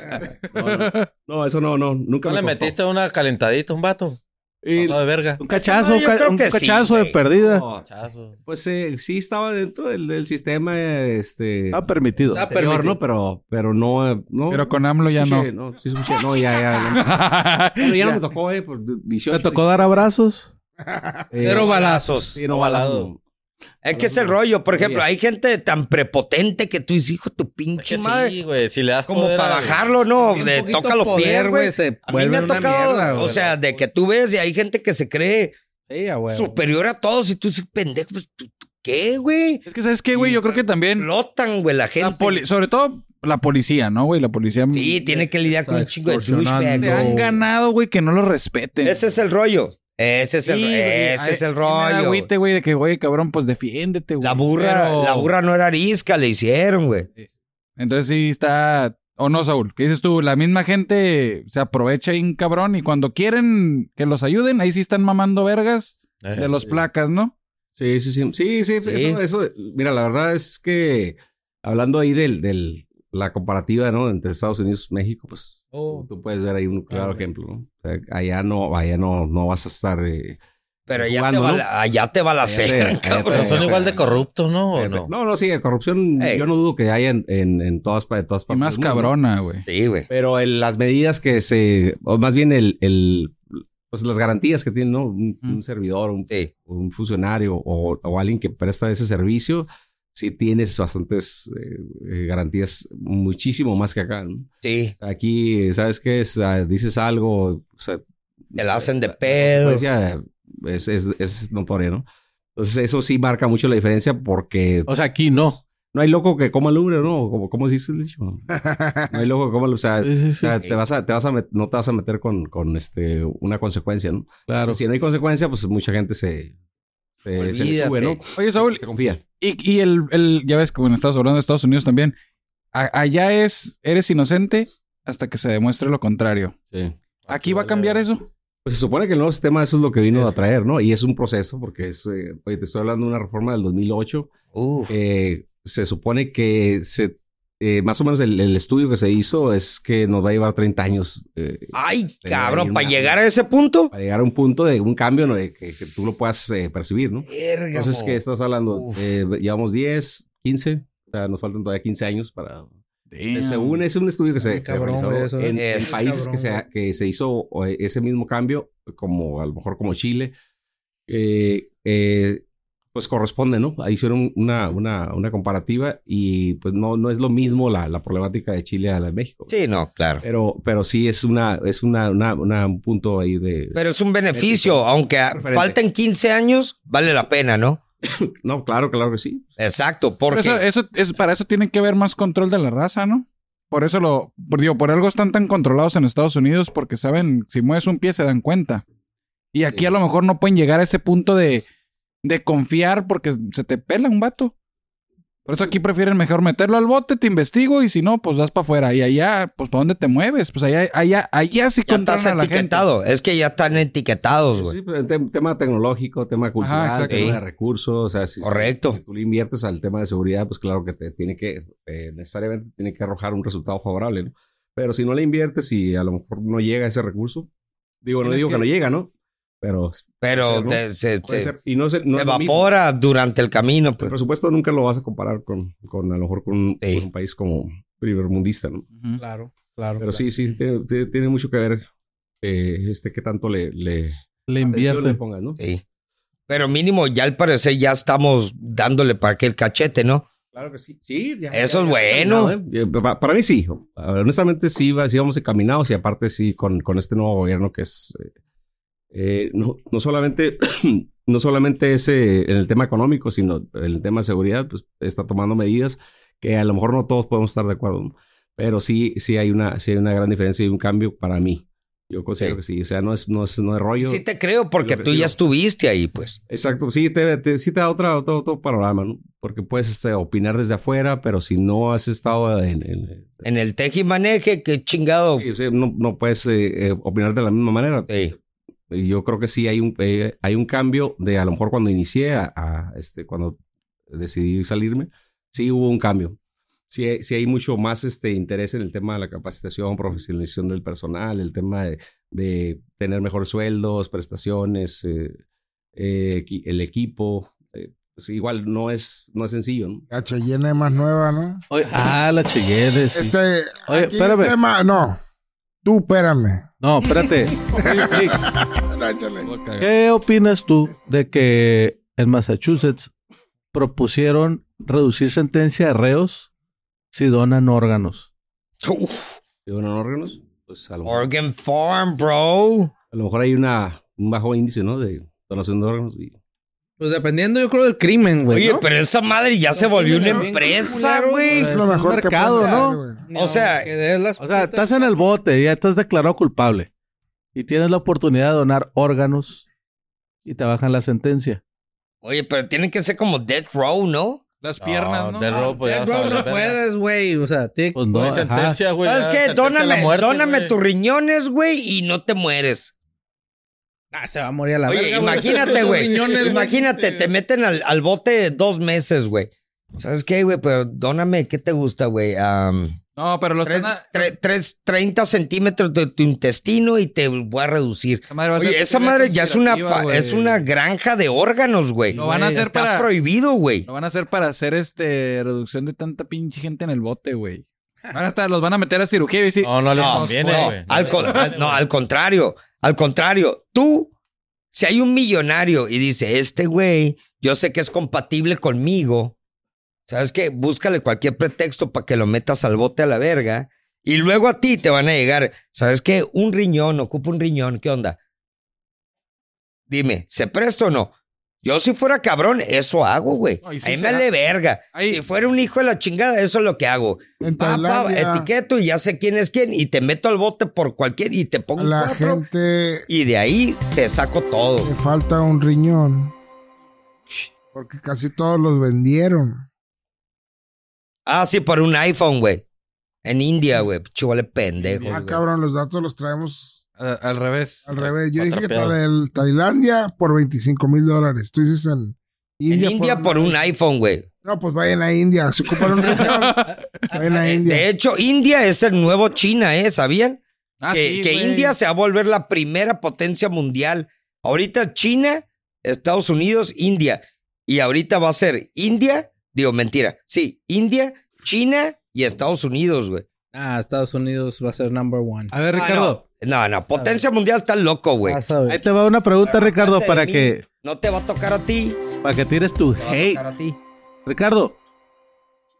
Speaker 9: no, no, no, eso no, no, nunca
Speaker 8: ¿No
Speaker 9: me
Speaker 8: le
Speaker 9: costó.
Speaker 8: metiste una calentadita a un vato?
Speaker 9: Y-
Speaker 8: Pasado de verga.
Speaker 3: Un cachazo,
Speaker 2: No, yo
Speaker 3: un ca-
Speaker 2: creo
Speaker 3: un
Speaker 2: que sí,
Speaker 3: cachazo de
Speaker 2: güey.
Speaker 3: perdida.
Speaker 9: no,
Speaker 8: Chazo.
Speaker 9: pues eh, sí estaba dentro del, del sistema, este...
Speaker 3: Está permitido.
Speaker 5: Ah,
Speaker 9: anterior,
Speaker 5: permitido.
Speaker 9: ¿no? Pero, pero no, eh, no.
Speaker 4: Pero con AMLO ya no.
Speaker 9: escuché, No, sí escuché, no, ya, ya. no. Bueno, ya no me tocó, eh, por 18.
Speaker 3: ¿Te tocó dar abrazos?
Speaker 9: eh,
Speaker 5: Cero balazos.
Speaker 9: Sí, no, balado.
Speaker 8: balado.
Speaker 2: Es que es el rollo. Por ejemplo, hay gente tan prepotente que tú dices, hijo, tu
Speaker 8: Es que
Speaker 2: pinche
Speaker 8: sí,
Speaker 2: madre.
Speaker 8: güey. Si le das
Speaker 2: Como
Speaker 8: poder
Speaker 2: para
Speaker 8: al-
Speaker 2: bajarlo, ¿no?
Speaker 5: Un
Speaker 2: De,
Speaker 5: poquito
Speaker 2: toca los
Speaker 5: poder,
Speaker 2: pies, güey.
Speaker 5: Se
Speaker 2: A mí
Speaker 5: vuelve
Speaker 2: me ha
Speaker 5: una
Speaker 2: tocado,
Speaker 5: mierda,
Speaker 2: o
Speaker 5: güey.
Speaker 2: sea, de que tú ves y hay gente que se cree
Speaker 5: Sí, a huevo.
Speaker 2: superior a todos y tú dices, pendejo, pues, ¿tú, tú qué, güey?
Speaker 4: Es que, ¿sabes qué, güey? Yo creo que también...
Speaker 2: Explotan, güey, la
Speaker 4: la poli-
Speaker 2: gente.
Speaker 4: sobre todo la policía, ¿no, güey? La policía...
Speaker 2: Sí, tiene que lidiar con un chingo de
Speaker 3: extorsionando.
Speaker 2: douchebags.
Speaker 4: Se han ganado, güey, que no los respeten.
Speaker 2: Ese es el rollo. Ese es el,
Speaker 4: Sí, güey.
Speaker 2: ese
Speaker 4: Ay,
Speaker 2: es el
Speaker 4: sí me da
Speaker 2: rollo.
Speaker 4: agüite, güey, de que, güey, cabrón, pues defiéndete, güey.
Speaker 2: la burra,
Speaker 4: Pero-
Speaker 2: la burra no era arisca, le hicieron, güey.
Speaker 4: Entonces sí está. O no, Saúl, ¿qué dices tú? La misma gente se aprovecha bien cabrón y cuando quieren que los ayuden, ahí sí están mamando vergas
Speaker 8: Eh,
Speaker 4: de los placas, ¿no?
Speaker 9: Sí, sí, sí. Sí, sí,
Speaker 2: Sí.
Speaker 9: Eso, eso- Mira, la verdad es que hablando ahí del, del la comparativa, ¿no? Entre Estados Unidos y México, pues
Speaker 5: Oh.
Speaker 9: tú, tú puedes ver ahí un claro ejemplo, ¿no? O sea, allá no, allá no, no vas a estar. eh,
Speaker 2: Pero allá,
Speaker 9: Jugando,
Speaker 2: te va,
Speaker 9: ¿no?
Speaker 2: la- allá te va la
Speaker 9: Allá te-
Speaker 2: ceja,
Speaker 9: allá te-
Speaker 2: cabrón.
Speaker 8: Pero son
Speaker 9: Eh,
Speaker 8: igual de
Speaker 9: eh,
Speaker 8: corruptos, ¿no? ¿O
Speaker 9: eh,
Speaker 8: no?
Speaker 9: no, sí, de corrupción
Speaker 2: Ey.
Speaker 9: yo no dudo que haya en, en, en todas, pa- en todas
Speaker 4: Y
Speaker 9: partes.
Speaker 4: más
Speaker 9: del mundo, ¿no?
Speaker 4: cabrona, güey.
Speaker 2: Sí, güey.
Speaker 9: Pero el- las medidas que se, o más bien el, el pues las garantías que tiene, ¿no? Un, un
Speaker 4: Mm.
Speaker 9: servidor, un,
Speaker 2: Sí.
Speaker 9: un funcionario o, o alguien que presta ese servicio, sí tienes bastantes eh, eh, garantías, muchísimo más que acá. ¿no?
Speaker 2: Sí.
Speaker 9: Aquí, ¿sabes qué? Es, ah, dices algo, o sea,
Speaker 2: Te la hacen de
Speaker 9: la- la
Speaker 2: pedo.
Speaker 9: consecuencia Es, es, es notoria, ¿no? Entonces, eso sí marca mucho la diferencia porque
Speaker 3: O sea, aquí no.
Speaker 9: No hay loco que coma lumbre, ¿no? Como, ¿Cómo se dice el dicho? No hay loco que coma lumbre. O sea,
Speaker 3: Sí, sí,
Speaker 9: o sea, te vas a, te vas a met- no te vas a meter con, con este, una consecuencia, ¿no?
Speaker 3: Claro.
Speaker 9: Si no hay consecuencia, pues mucha gente se, se, se le
Speaker 2: Olvídate.
Speaker 9: sube, ¿no?
Speaker 4: Oye, Saúl,
Speaker 9: Se confía.
Speaker 4: y, y el, el- ya ves que bueno, estamos hablando de Estados Unidos también. A- allá es, eres inocente hasta que se demuestre lo contrario.
Speaker 9: Sí.
Speaker 4: Aquí va a cambiar eso.
Speaker 9: Pues se supone que el nuevo sistema eso es lo que vino a traer, ¿no? Y es un proceso, porque es, eh, oye, te estoy hablando de una reforma del 2008.
Speaker 2: Uf.
Speaker 9: Eh, se supone que se, eh, más o menos el, el estudio que se hizo es que nos va a llevar 30 años eh,
Speaker 2: Ay,
Speaker 9: Pero hay
Speaker 2: Ah, cabrón, para
Speaker 9: una-
Speaker 2: llegar a ese punto.
Speaker 9: para llegar a un punto de un cambio ¿no? de que, que tú lo puedas eh, percibir, ¿no?
Speaker 2: Verga,
Speaker 9: Entonces,
Speaker 2: mo.
Speaker 9: ¿qué estás hablando?
Speaker 2: Uf.
Speaker 9: Eh, llevamos 10, 15, o sea, nos faltan todavía 15 años para... Según es un estudio que se
Speaker 5: Ay, cabrón,
Speaker 9: realizó
Speaker 5: güey, eso,
Speaker 9: en,
Speaker 2: ¿eh?
Speaker 9: en
Speaker 2: Es
Speaker 9: países
Speaker 5: cabrón,
Speaker 9: que, se,
Speaker 5: güey.
Speaker 9: que se hizo eh, ese mismo cambio, como a lo mejor como Chile, eh, eh, pues corresponde, ¿no? Ahí hicieron una, una, una comparativa y pues no, no es lo mismo la, la problemática de Chile a la de México.
Speaker 2: Sí, no, claro.
Speaker 9: Pero, pero sí es una, es una, una, una- un punto ahí de,
Speaker 2: Pero es un beneficio, aunque a-
Speaker 9: Preferente.
Speaker 2: falten 15 años, vale la pena, ¿no?
Speaker 9: No, claro, claro que sí.
Speaker 2: Exacto,
Speaker 4: Pero
Speaker 2: porque
Speaker 4: eso, eso es, para eso tiene que haber más control de la raza, ¿no? Por eso lo, por, digo, por algo están tan controlados en Estados Unidos, porque saben, si mueves un pie se dan cuenta. Y aquí
Speaker 9: Sí.
Speaker 4: a lo mejor no pueden llegar a ese punto de, de confiar porque se te pela un vato. Por eso aquí prefieren mejor meterlo al bote, te investigo, y si no, pues vas para afuera. Y allá, pues ¿para dónde te mueves? Pues allá, allá, allá sí
Speaker 2: ya
Speaker 4: controlan
Speaker 2: estás
Speaker 4: a la gente.
Speaker 2: etiquetado. Es que ya están etiquetados, güey.
Speaker 9: Sí, pero tem- tema tecnológico, tema cultural,
Speaker 4: exacto.
Speaker 9: tema de
Speaker 2: Sí.
Speaker 9: recursos, o sea, si,
Speaker 2: Correcto.
Speaker 9: si tú le inviertes al tema de seguridad, pues claro que te tiene que, eh, necesariamente tiene que arrojar un resultado favorable, ¿no? Pero si no le inviertes y a lo mejor no llega ese recurso, digo, no
Speaker 4: Tienes
Speaker 9: digo que...
Speaker 4: que-
Speaker 9: no llega, ¿no? Pero
Speaker 2: Pero
Speaker 9: Sí, ¿no?
Speaker 2: Pues te- se,
Speaker 9: puede
Speaker 2: se-
Speaker 9: ser- y no se, no
Speaker 2: se
Speaker 9: es lo mismo.
Speaker 2: evapora durante el camino,
Speaker 9: El
Speaker 2: pues.
Speaker 9: presupuesto nunca lo vas a comparar con, con a lo mejor con, un-
Speaker 2: Sí.
Speaker 9: con un país como primermundista, ¿no?
Speaker 4: Ujú.
Speaker 5: Claro, claro.
Speaker 9: Pero sí, sí, tiene, tiene- tiene mucho que ver eh, este qué tanto le, le,
Speaker 3: Le
Speaker 9: atención le
Speaker 3: invierte.
Speaker 9: pongas, ¿no?
Speaker 2: Sí. Pero mínimo, ya al parecer ya estamos dándole para aquel cachete, ¿no?
Speaker 9: Claro que sí. Sí, ya-
Speaker 2: Eso
Speaker 9: ya-
Speaker 2: es
Speaker 9: ya está
Speaker 2: bueno.
Speaker 9: encaminado, ¿eh? Eh, pa- Para, mí sí. Honestamente sí, iba, sí vamos encaminados y aparte sí con, con este nuevo gobierno que es... eh, eh, no, no solamente... No solamente ese en el tema económico, sino en el tema de seguridad, pues está tomando medidas que a lo mejor no todos podemos estar de acuerdo, ¿no? pero sí, sí hay una, sí hay una gran diferencia y un cambio para mí. Yo considero
Speaker 2: Sí.
Speaker 9: que sí. O sea, no es, no es, no es rollo.
Speaker 2: Sí te creo porque
Speaker 9: Yo-
Speaker 2: tú
Speaker 9: yo-
Speaker 2: ya estuviste ahí, pues.
Speaker 9: Exacto, sí te, te- sí te da otra, otro, otro panorama, ¿no? Porque puedes este, opinar desde afuera, pero si no has estado en... en-
Speaker 2: En el tejimaneje, qué chingado.
Speaker 9: sí, sí, no, no puedes eh, eh, opinar de la misma manera.
Speaker 2: Sí.
Speaker 9: Y Yo creo que sí hay un, eh, hay un cambio de a lo mejor cuando inicié, a, a, este, cuando decidí salirme, sí hubo un cambio. Sí, hay- sí hay mucho más este, interés en el tema de la capacitación, profesionalización del personal, el tema de, de tener mejores sueldos, prestaciones, eh, eh, equi- el equipo. eh, pues igual no es, no es sencillo, ¿no?
Speaker 1: La Cheyenne es más nueva, ¿no?
Speaker 3: Oye, ah, la Cheyenne. sí.
Speaker 1: Este.
Speaker 3: Oye,
Speaker 1: aquí el
Speaker 3: espérame.
Speaker 1: tema- no. Tú, espérame.
Speaker 3: No, espérate. Nick, Nick,
Speaker 1: No, échale.
Speaker 3: ¿Qué opinas tú de que en Massachusetts propusieron reducir sentencia de reos si donan órganos?
Speaker 2: Uf,
Speaker 9: Si donan órganos, pues a lo, mejor-
Speaker 2: Organ Farm, bro.
Speaker 9: a lo mejor hay una, un bajo índice, ¿no? De donación de órganos. y-
Speaker 5: Pues dependiendo, yo creo, del crimen, güey.
Speaker 2: Oye,
Speaker 5: ¿no?
Speaker 2: pero esa madre ya se volvió una empresa, güey.
Speaker 1: Es lo
Speaker 3: es
Speaker 1: mejor
Speaker 3: mercado,
Speaker 1: que puede
Speaker 3: ¿no?
Speaker 1: ser, güey.
Speaker 5: Ni
Speaker 2: o sea,
Speaker 5: aunque des las
Speaker 3: O sea,
Speaker 5: putas-
Speaker 3: estás en el bote, ya estás declarado culpable y tienes la oportunidad de donar órganos y te bajan la sentencia.
Speaker 2: Oye, pero tienen que ser como Death Row, ¿no?
Speaker 4: Las piernas, ¿no?
Speaker 8: De robo, pues, ya
Speaker 5: Bro,
Speaker 8: sabes,
Speaker 5: no
Speaker 8: verga.
Speaker 5: puedes, güey. O sea, tiene
Speaker 3: Pues
Speaker 8: No
Speaker 3: no,
Speaker 8: hay
Speaker 3: ajá.
Speaker 8: sentencia, güey.
Speaker 2: ¿Sabes
Speaker 8: ya,
Speaker 2: qué?
Speaker 8: sentencia a la
Speaker 2: Dóname,
Speaker 8: muerte,
Speaker 2: dóname
Speaker 8: güey.
Speaker 2: tus riñones, güey, y no te mueres.
Speaker 5: Ah, se va a morir a la
Speaker 2: Oye,
Speaker 5: verga, güey.
Speaker 2: imagínate,
Speaker 5: Sus
Speaker 2: güey.
Speaker 5: riñones, güey.
Speaker 2: Imagínate, te meten al, al bote dos meses, güey. ¿Sabes qué, güey? Pero dóname, ¿qué te gusta, güey? Am,
Speaker 4: No, pero los
Speaker 2: tres,
Speaker 4: están a-
Speaker 2: tre- tres- 30 centímetros de tu intestino y te voy a reducir.
Speaker 4: esa madre va a ser
Speaker 2: Oye, esa
Speaker 4: teoría
Speaker 2: madre ya es una, fa-
Speaker 4: conspirativa,
Speaker 2: es
Speaker 4: güey.
Speaker 2: una granja de órganos, güey.
Speaker 4: Lo van a hacer
Speaker 2: Está
Speaker 4: para...
Speaker 2: prohibido, güey.
Speaker 4: Lo van a hacer para hacer este reducción de tanta pinche gente en el bote, güey. Van a estar, los van a meter a cirugía y decir,
Speaker 8: No, no les
Speaker 2: No,
Speaker 8: conviene,
Speaker 2: no,
Speaker 8: güey.
Speaker 2: al, con- al- no, al contrario, al contrario. Tú, si hay un millonario y dice, este güey, yo sé que es compatible conmigo, ¿sabes qué? Búscale cualquier pretexto para que lo metas al bote a la verga. Y luego a ti te van a llegar, ¿sabes qué? Un riñón, ocupa un riñón, ¿qué onda? Dime, ¿se presta o no? Yo si fuera cabrón, eso hago, güey.
Speaker 4: No, y sí
Speaker 2: Ahí me
Speaker 4: será.
Speaker 2: vale verga.
Speaker 4: Ahí-
Speaker 2: Si fuera un hijo de la chingada, eso es lo que hago.
Speaker 1: En
Speaker 2: Pa, pa,
Speaker 1: Tailandia,
Speaker 2: etiqueto y ya sé quién es quién y te meto al bote por cualquier y te
Speaker 1: a
Speaker 2: pongo
Speaker 1: la
Speaker 2: cuatro
Speaker 1: gente
Speaker 2: y de ahí te saco todo.
Speaker 1: le falta un riñón. Porque casi todos los vendieron.
Speaker 2: Ah, sí, por un iPhone, güey. En India, güey. Chivale pendejo.
Speaker 1: Ah,
Speaker 2: güey.
Speaker 1: cabrón, los datos los traemos
Speaker 5: A- al revés.
Speaker 1: al revés. Yo dije que
Speaker 8: Atrapeado.
Speaker 1: para el Tailandia por 25 mil dólares. Tú dices en
Speaker 2: En
Speaker 1: India.
Speaker 2: India por un iPhone, güey.
Speaker 1: No, pues vayan a India. Se ocupan un riñón. vayan a
Speaker 2: Eh,
Speaker 1: India.
Speaker 2: De hecho, India es el nuevo China, ¿eh? ¿Sabían?
Speaker 4: Ah,
Speaker 2: que
Speaker 4: sí,
Speaker 2: que
Speaker 4: güey.
Speaker 2: India se va a volver la primera potencia mundial. Ahorita China, Estados Unidos, India. Y ahorita va a ser India, digo mentira, sí, India, China y Estados Unidos, güey.
Speaker 5: Ah, Estados Unidos va a ser number one.
Speaker 3: A ver,
Speaker 2: Ah,
Speaker 3: Ricardo.
Speaker 2: No, no, potencia mundial está loco, güey.
Speaker 5: Vas a ver.
Speaker 3: Ahí te va una pregunta,
Speaker 2: Pero
Speaker 3: Ricardo,
Speaker 2: aparte de
Speaker 3: para
Speaker 2: mí,
Speaker 3: que,
Speaker 2: No te va a tocar a ti.
Speaker 3: para que tires tu
Speaker 2: Te va a
Speaker 3: hate.
Speaker 2: tocar a ti.
Speaker 3: Ricardo,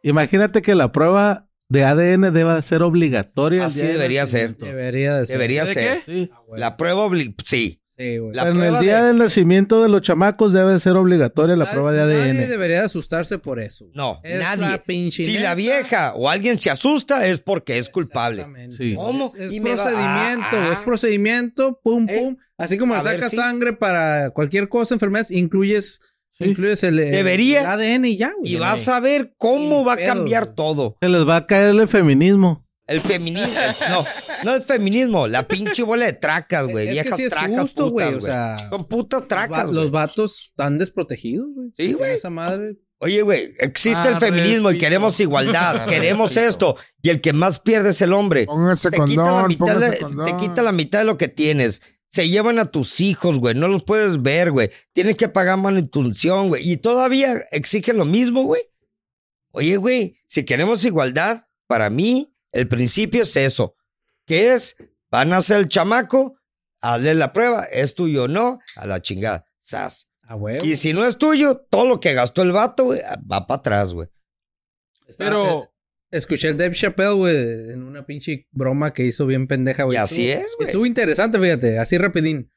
Speaker 3: imagínate que la prueba de ADN deba ser obligatoria. el
Speaker 2: Así
Speaker 3: día de
Speaker 2: debería
Speaker 3: nacimiento.
Speaker 5: Debería de ser.
Speaker 2: Debería
Speaker 4: ¿De
Speaker 2: ser.
Speaker 3: Sí.
Speaker 5: Ah, güey.
Speaker 2: La prueba obli- Sí.
Speaker 5: Sí, güey.
Speaker 2: La
Speaker 3: Pero en el
Speaker 2: prueba
Speaker 3: día
Speaker 2: de-
Speaker 3: del nacimiento de los chamacos debe ser obligatoria la
Speaker 5: Nad-
Speaker 3: prueba de
Speaker 5: Nadie
Speaker 3: ADN.
Speaker 5: debería de asustarse por eso. güey.
Speaker 2: No,
Speaker 5: Es
Speaker 2: nadie.
Speaker 5: la pinche
Speaker 2: Si
Speaker 5: neta.
Speaker 2: la vieja o alguien se asusta es porque es culpable.
Speaker 5: Exactamente.
Speaker 3: Sí.
Speaker 2: ¿Cómo?
Speaker 5: Es, es
Speaker 2: Y me va-
Speaker 5: procedimiento,
Speaker 2: Ah,
Speaker 5: güey, es
Speaker 2: ah.
Speaker 5: procedimiento, pum,
Speaker 2: Eh,
Speaker 5: pum. Así como
Speaker 2: a
Speaker 5: le
Speaker 2: ver,
Speaker 5: sacas
Speaker 2: sí.
Speaker 5: sangre para cualquier cosa, enfermedades, incluyes,
Speaker 3: Sí.
Speaker 5: incluyes el, el-
Speaker 2: Debería.
Speaker 5: el ADN y ya, güey.
Speaker 2: Y vas a ver cómo
Speaker 5: Sin
Speaker 2: va a
Speaker 5: pedo,
Speaker 2: cambiar
Speaker 5: güey.
Speaker 2: todo.
Speaker 3: Se les va a caer el feminismo.
Speaker 2: El feminismo. No, no el feminismo. La pinche bola de tracas, güey.
Speaker 5: Es que
Speaker 2: Viejas
Speaker 5: sí es
Speaker 2: tracas,
Speaker 5: justo, güey,
Speaker 2: putas,
Speaker 5: o
Speaker 2: güey.
Speaker 5: sea,
Speaker 2: Son putas tracas,
Speaker 5: va-
Speaker 2: güey.
Speaker 5: los vatos están desprotegidos, güey.
Speaker 2: Sí, güey.
Speaker 5: Esa madre.
Speaker 2: Oye, güey, existe el
Speaker 4: Ah,
Speaker 2: feminismo y
Speaker 4: respiro.
Speaker 2: queremos igualdad, queremos esto. Y el que más pierde es el hombre.
Speaker 1: Pónganse
Speaker 2: Te quita, la
Speaker 1: condón,
Speaker 2: mitad
Speaker 1: pónganse
Speaker 2: de,
Speaker 1: condón.
Speaker 2: te quita la mitad de lo que tienes. Se llevan a tus hijos, güey. No los puedes ver, güey. Tienes que pagar manutención, güey. Y todavía exigen lo mismo, güey. Oye, güey, si queremos igualdad, para mí el principio es eso. Que es, van a ser el chamaco, hazle la prueba, es tuyo o no, a la chingada. Sas.
Speaker 5: Ah, güey.
Speaker 2: Y si no es tuyo, todo lo que gastó el vato, güey, va para atrás, güey.
Speaker 5: Está-
Speaker 4: Pero.
Speaker 5: Escuché el Dave Chappelle, güey, en una pinche broma que hizo bien pendeja, güey.
Speaker 2: Y así
Speaker 5: Estuvo-
Speaker 2: es, güey.
Speaker 5: Estuvo interesante, fíjate, así rapidín.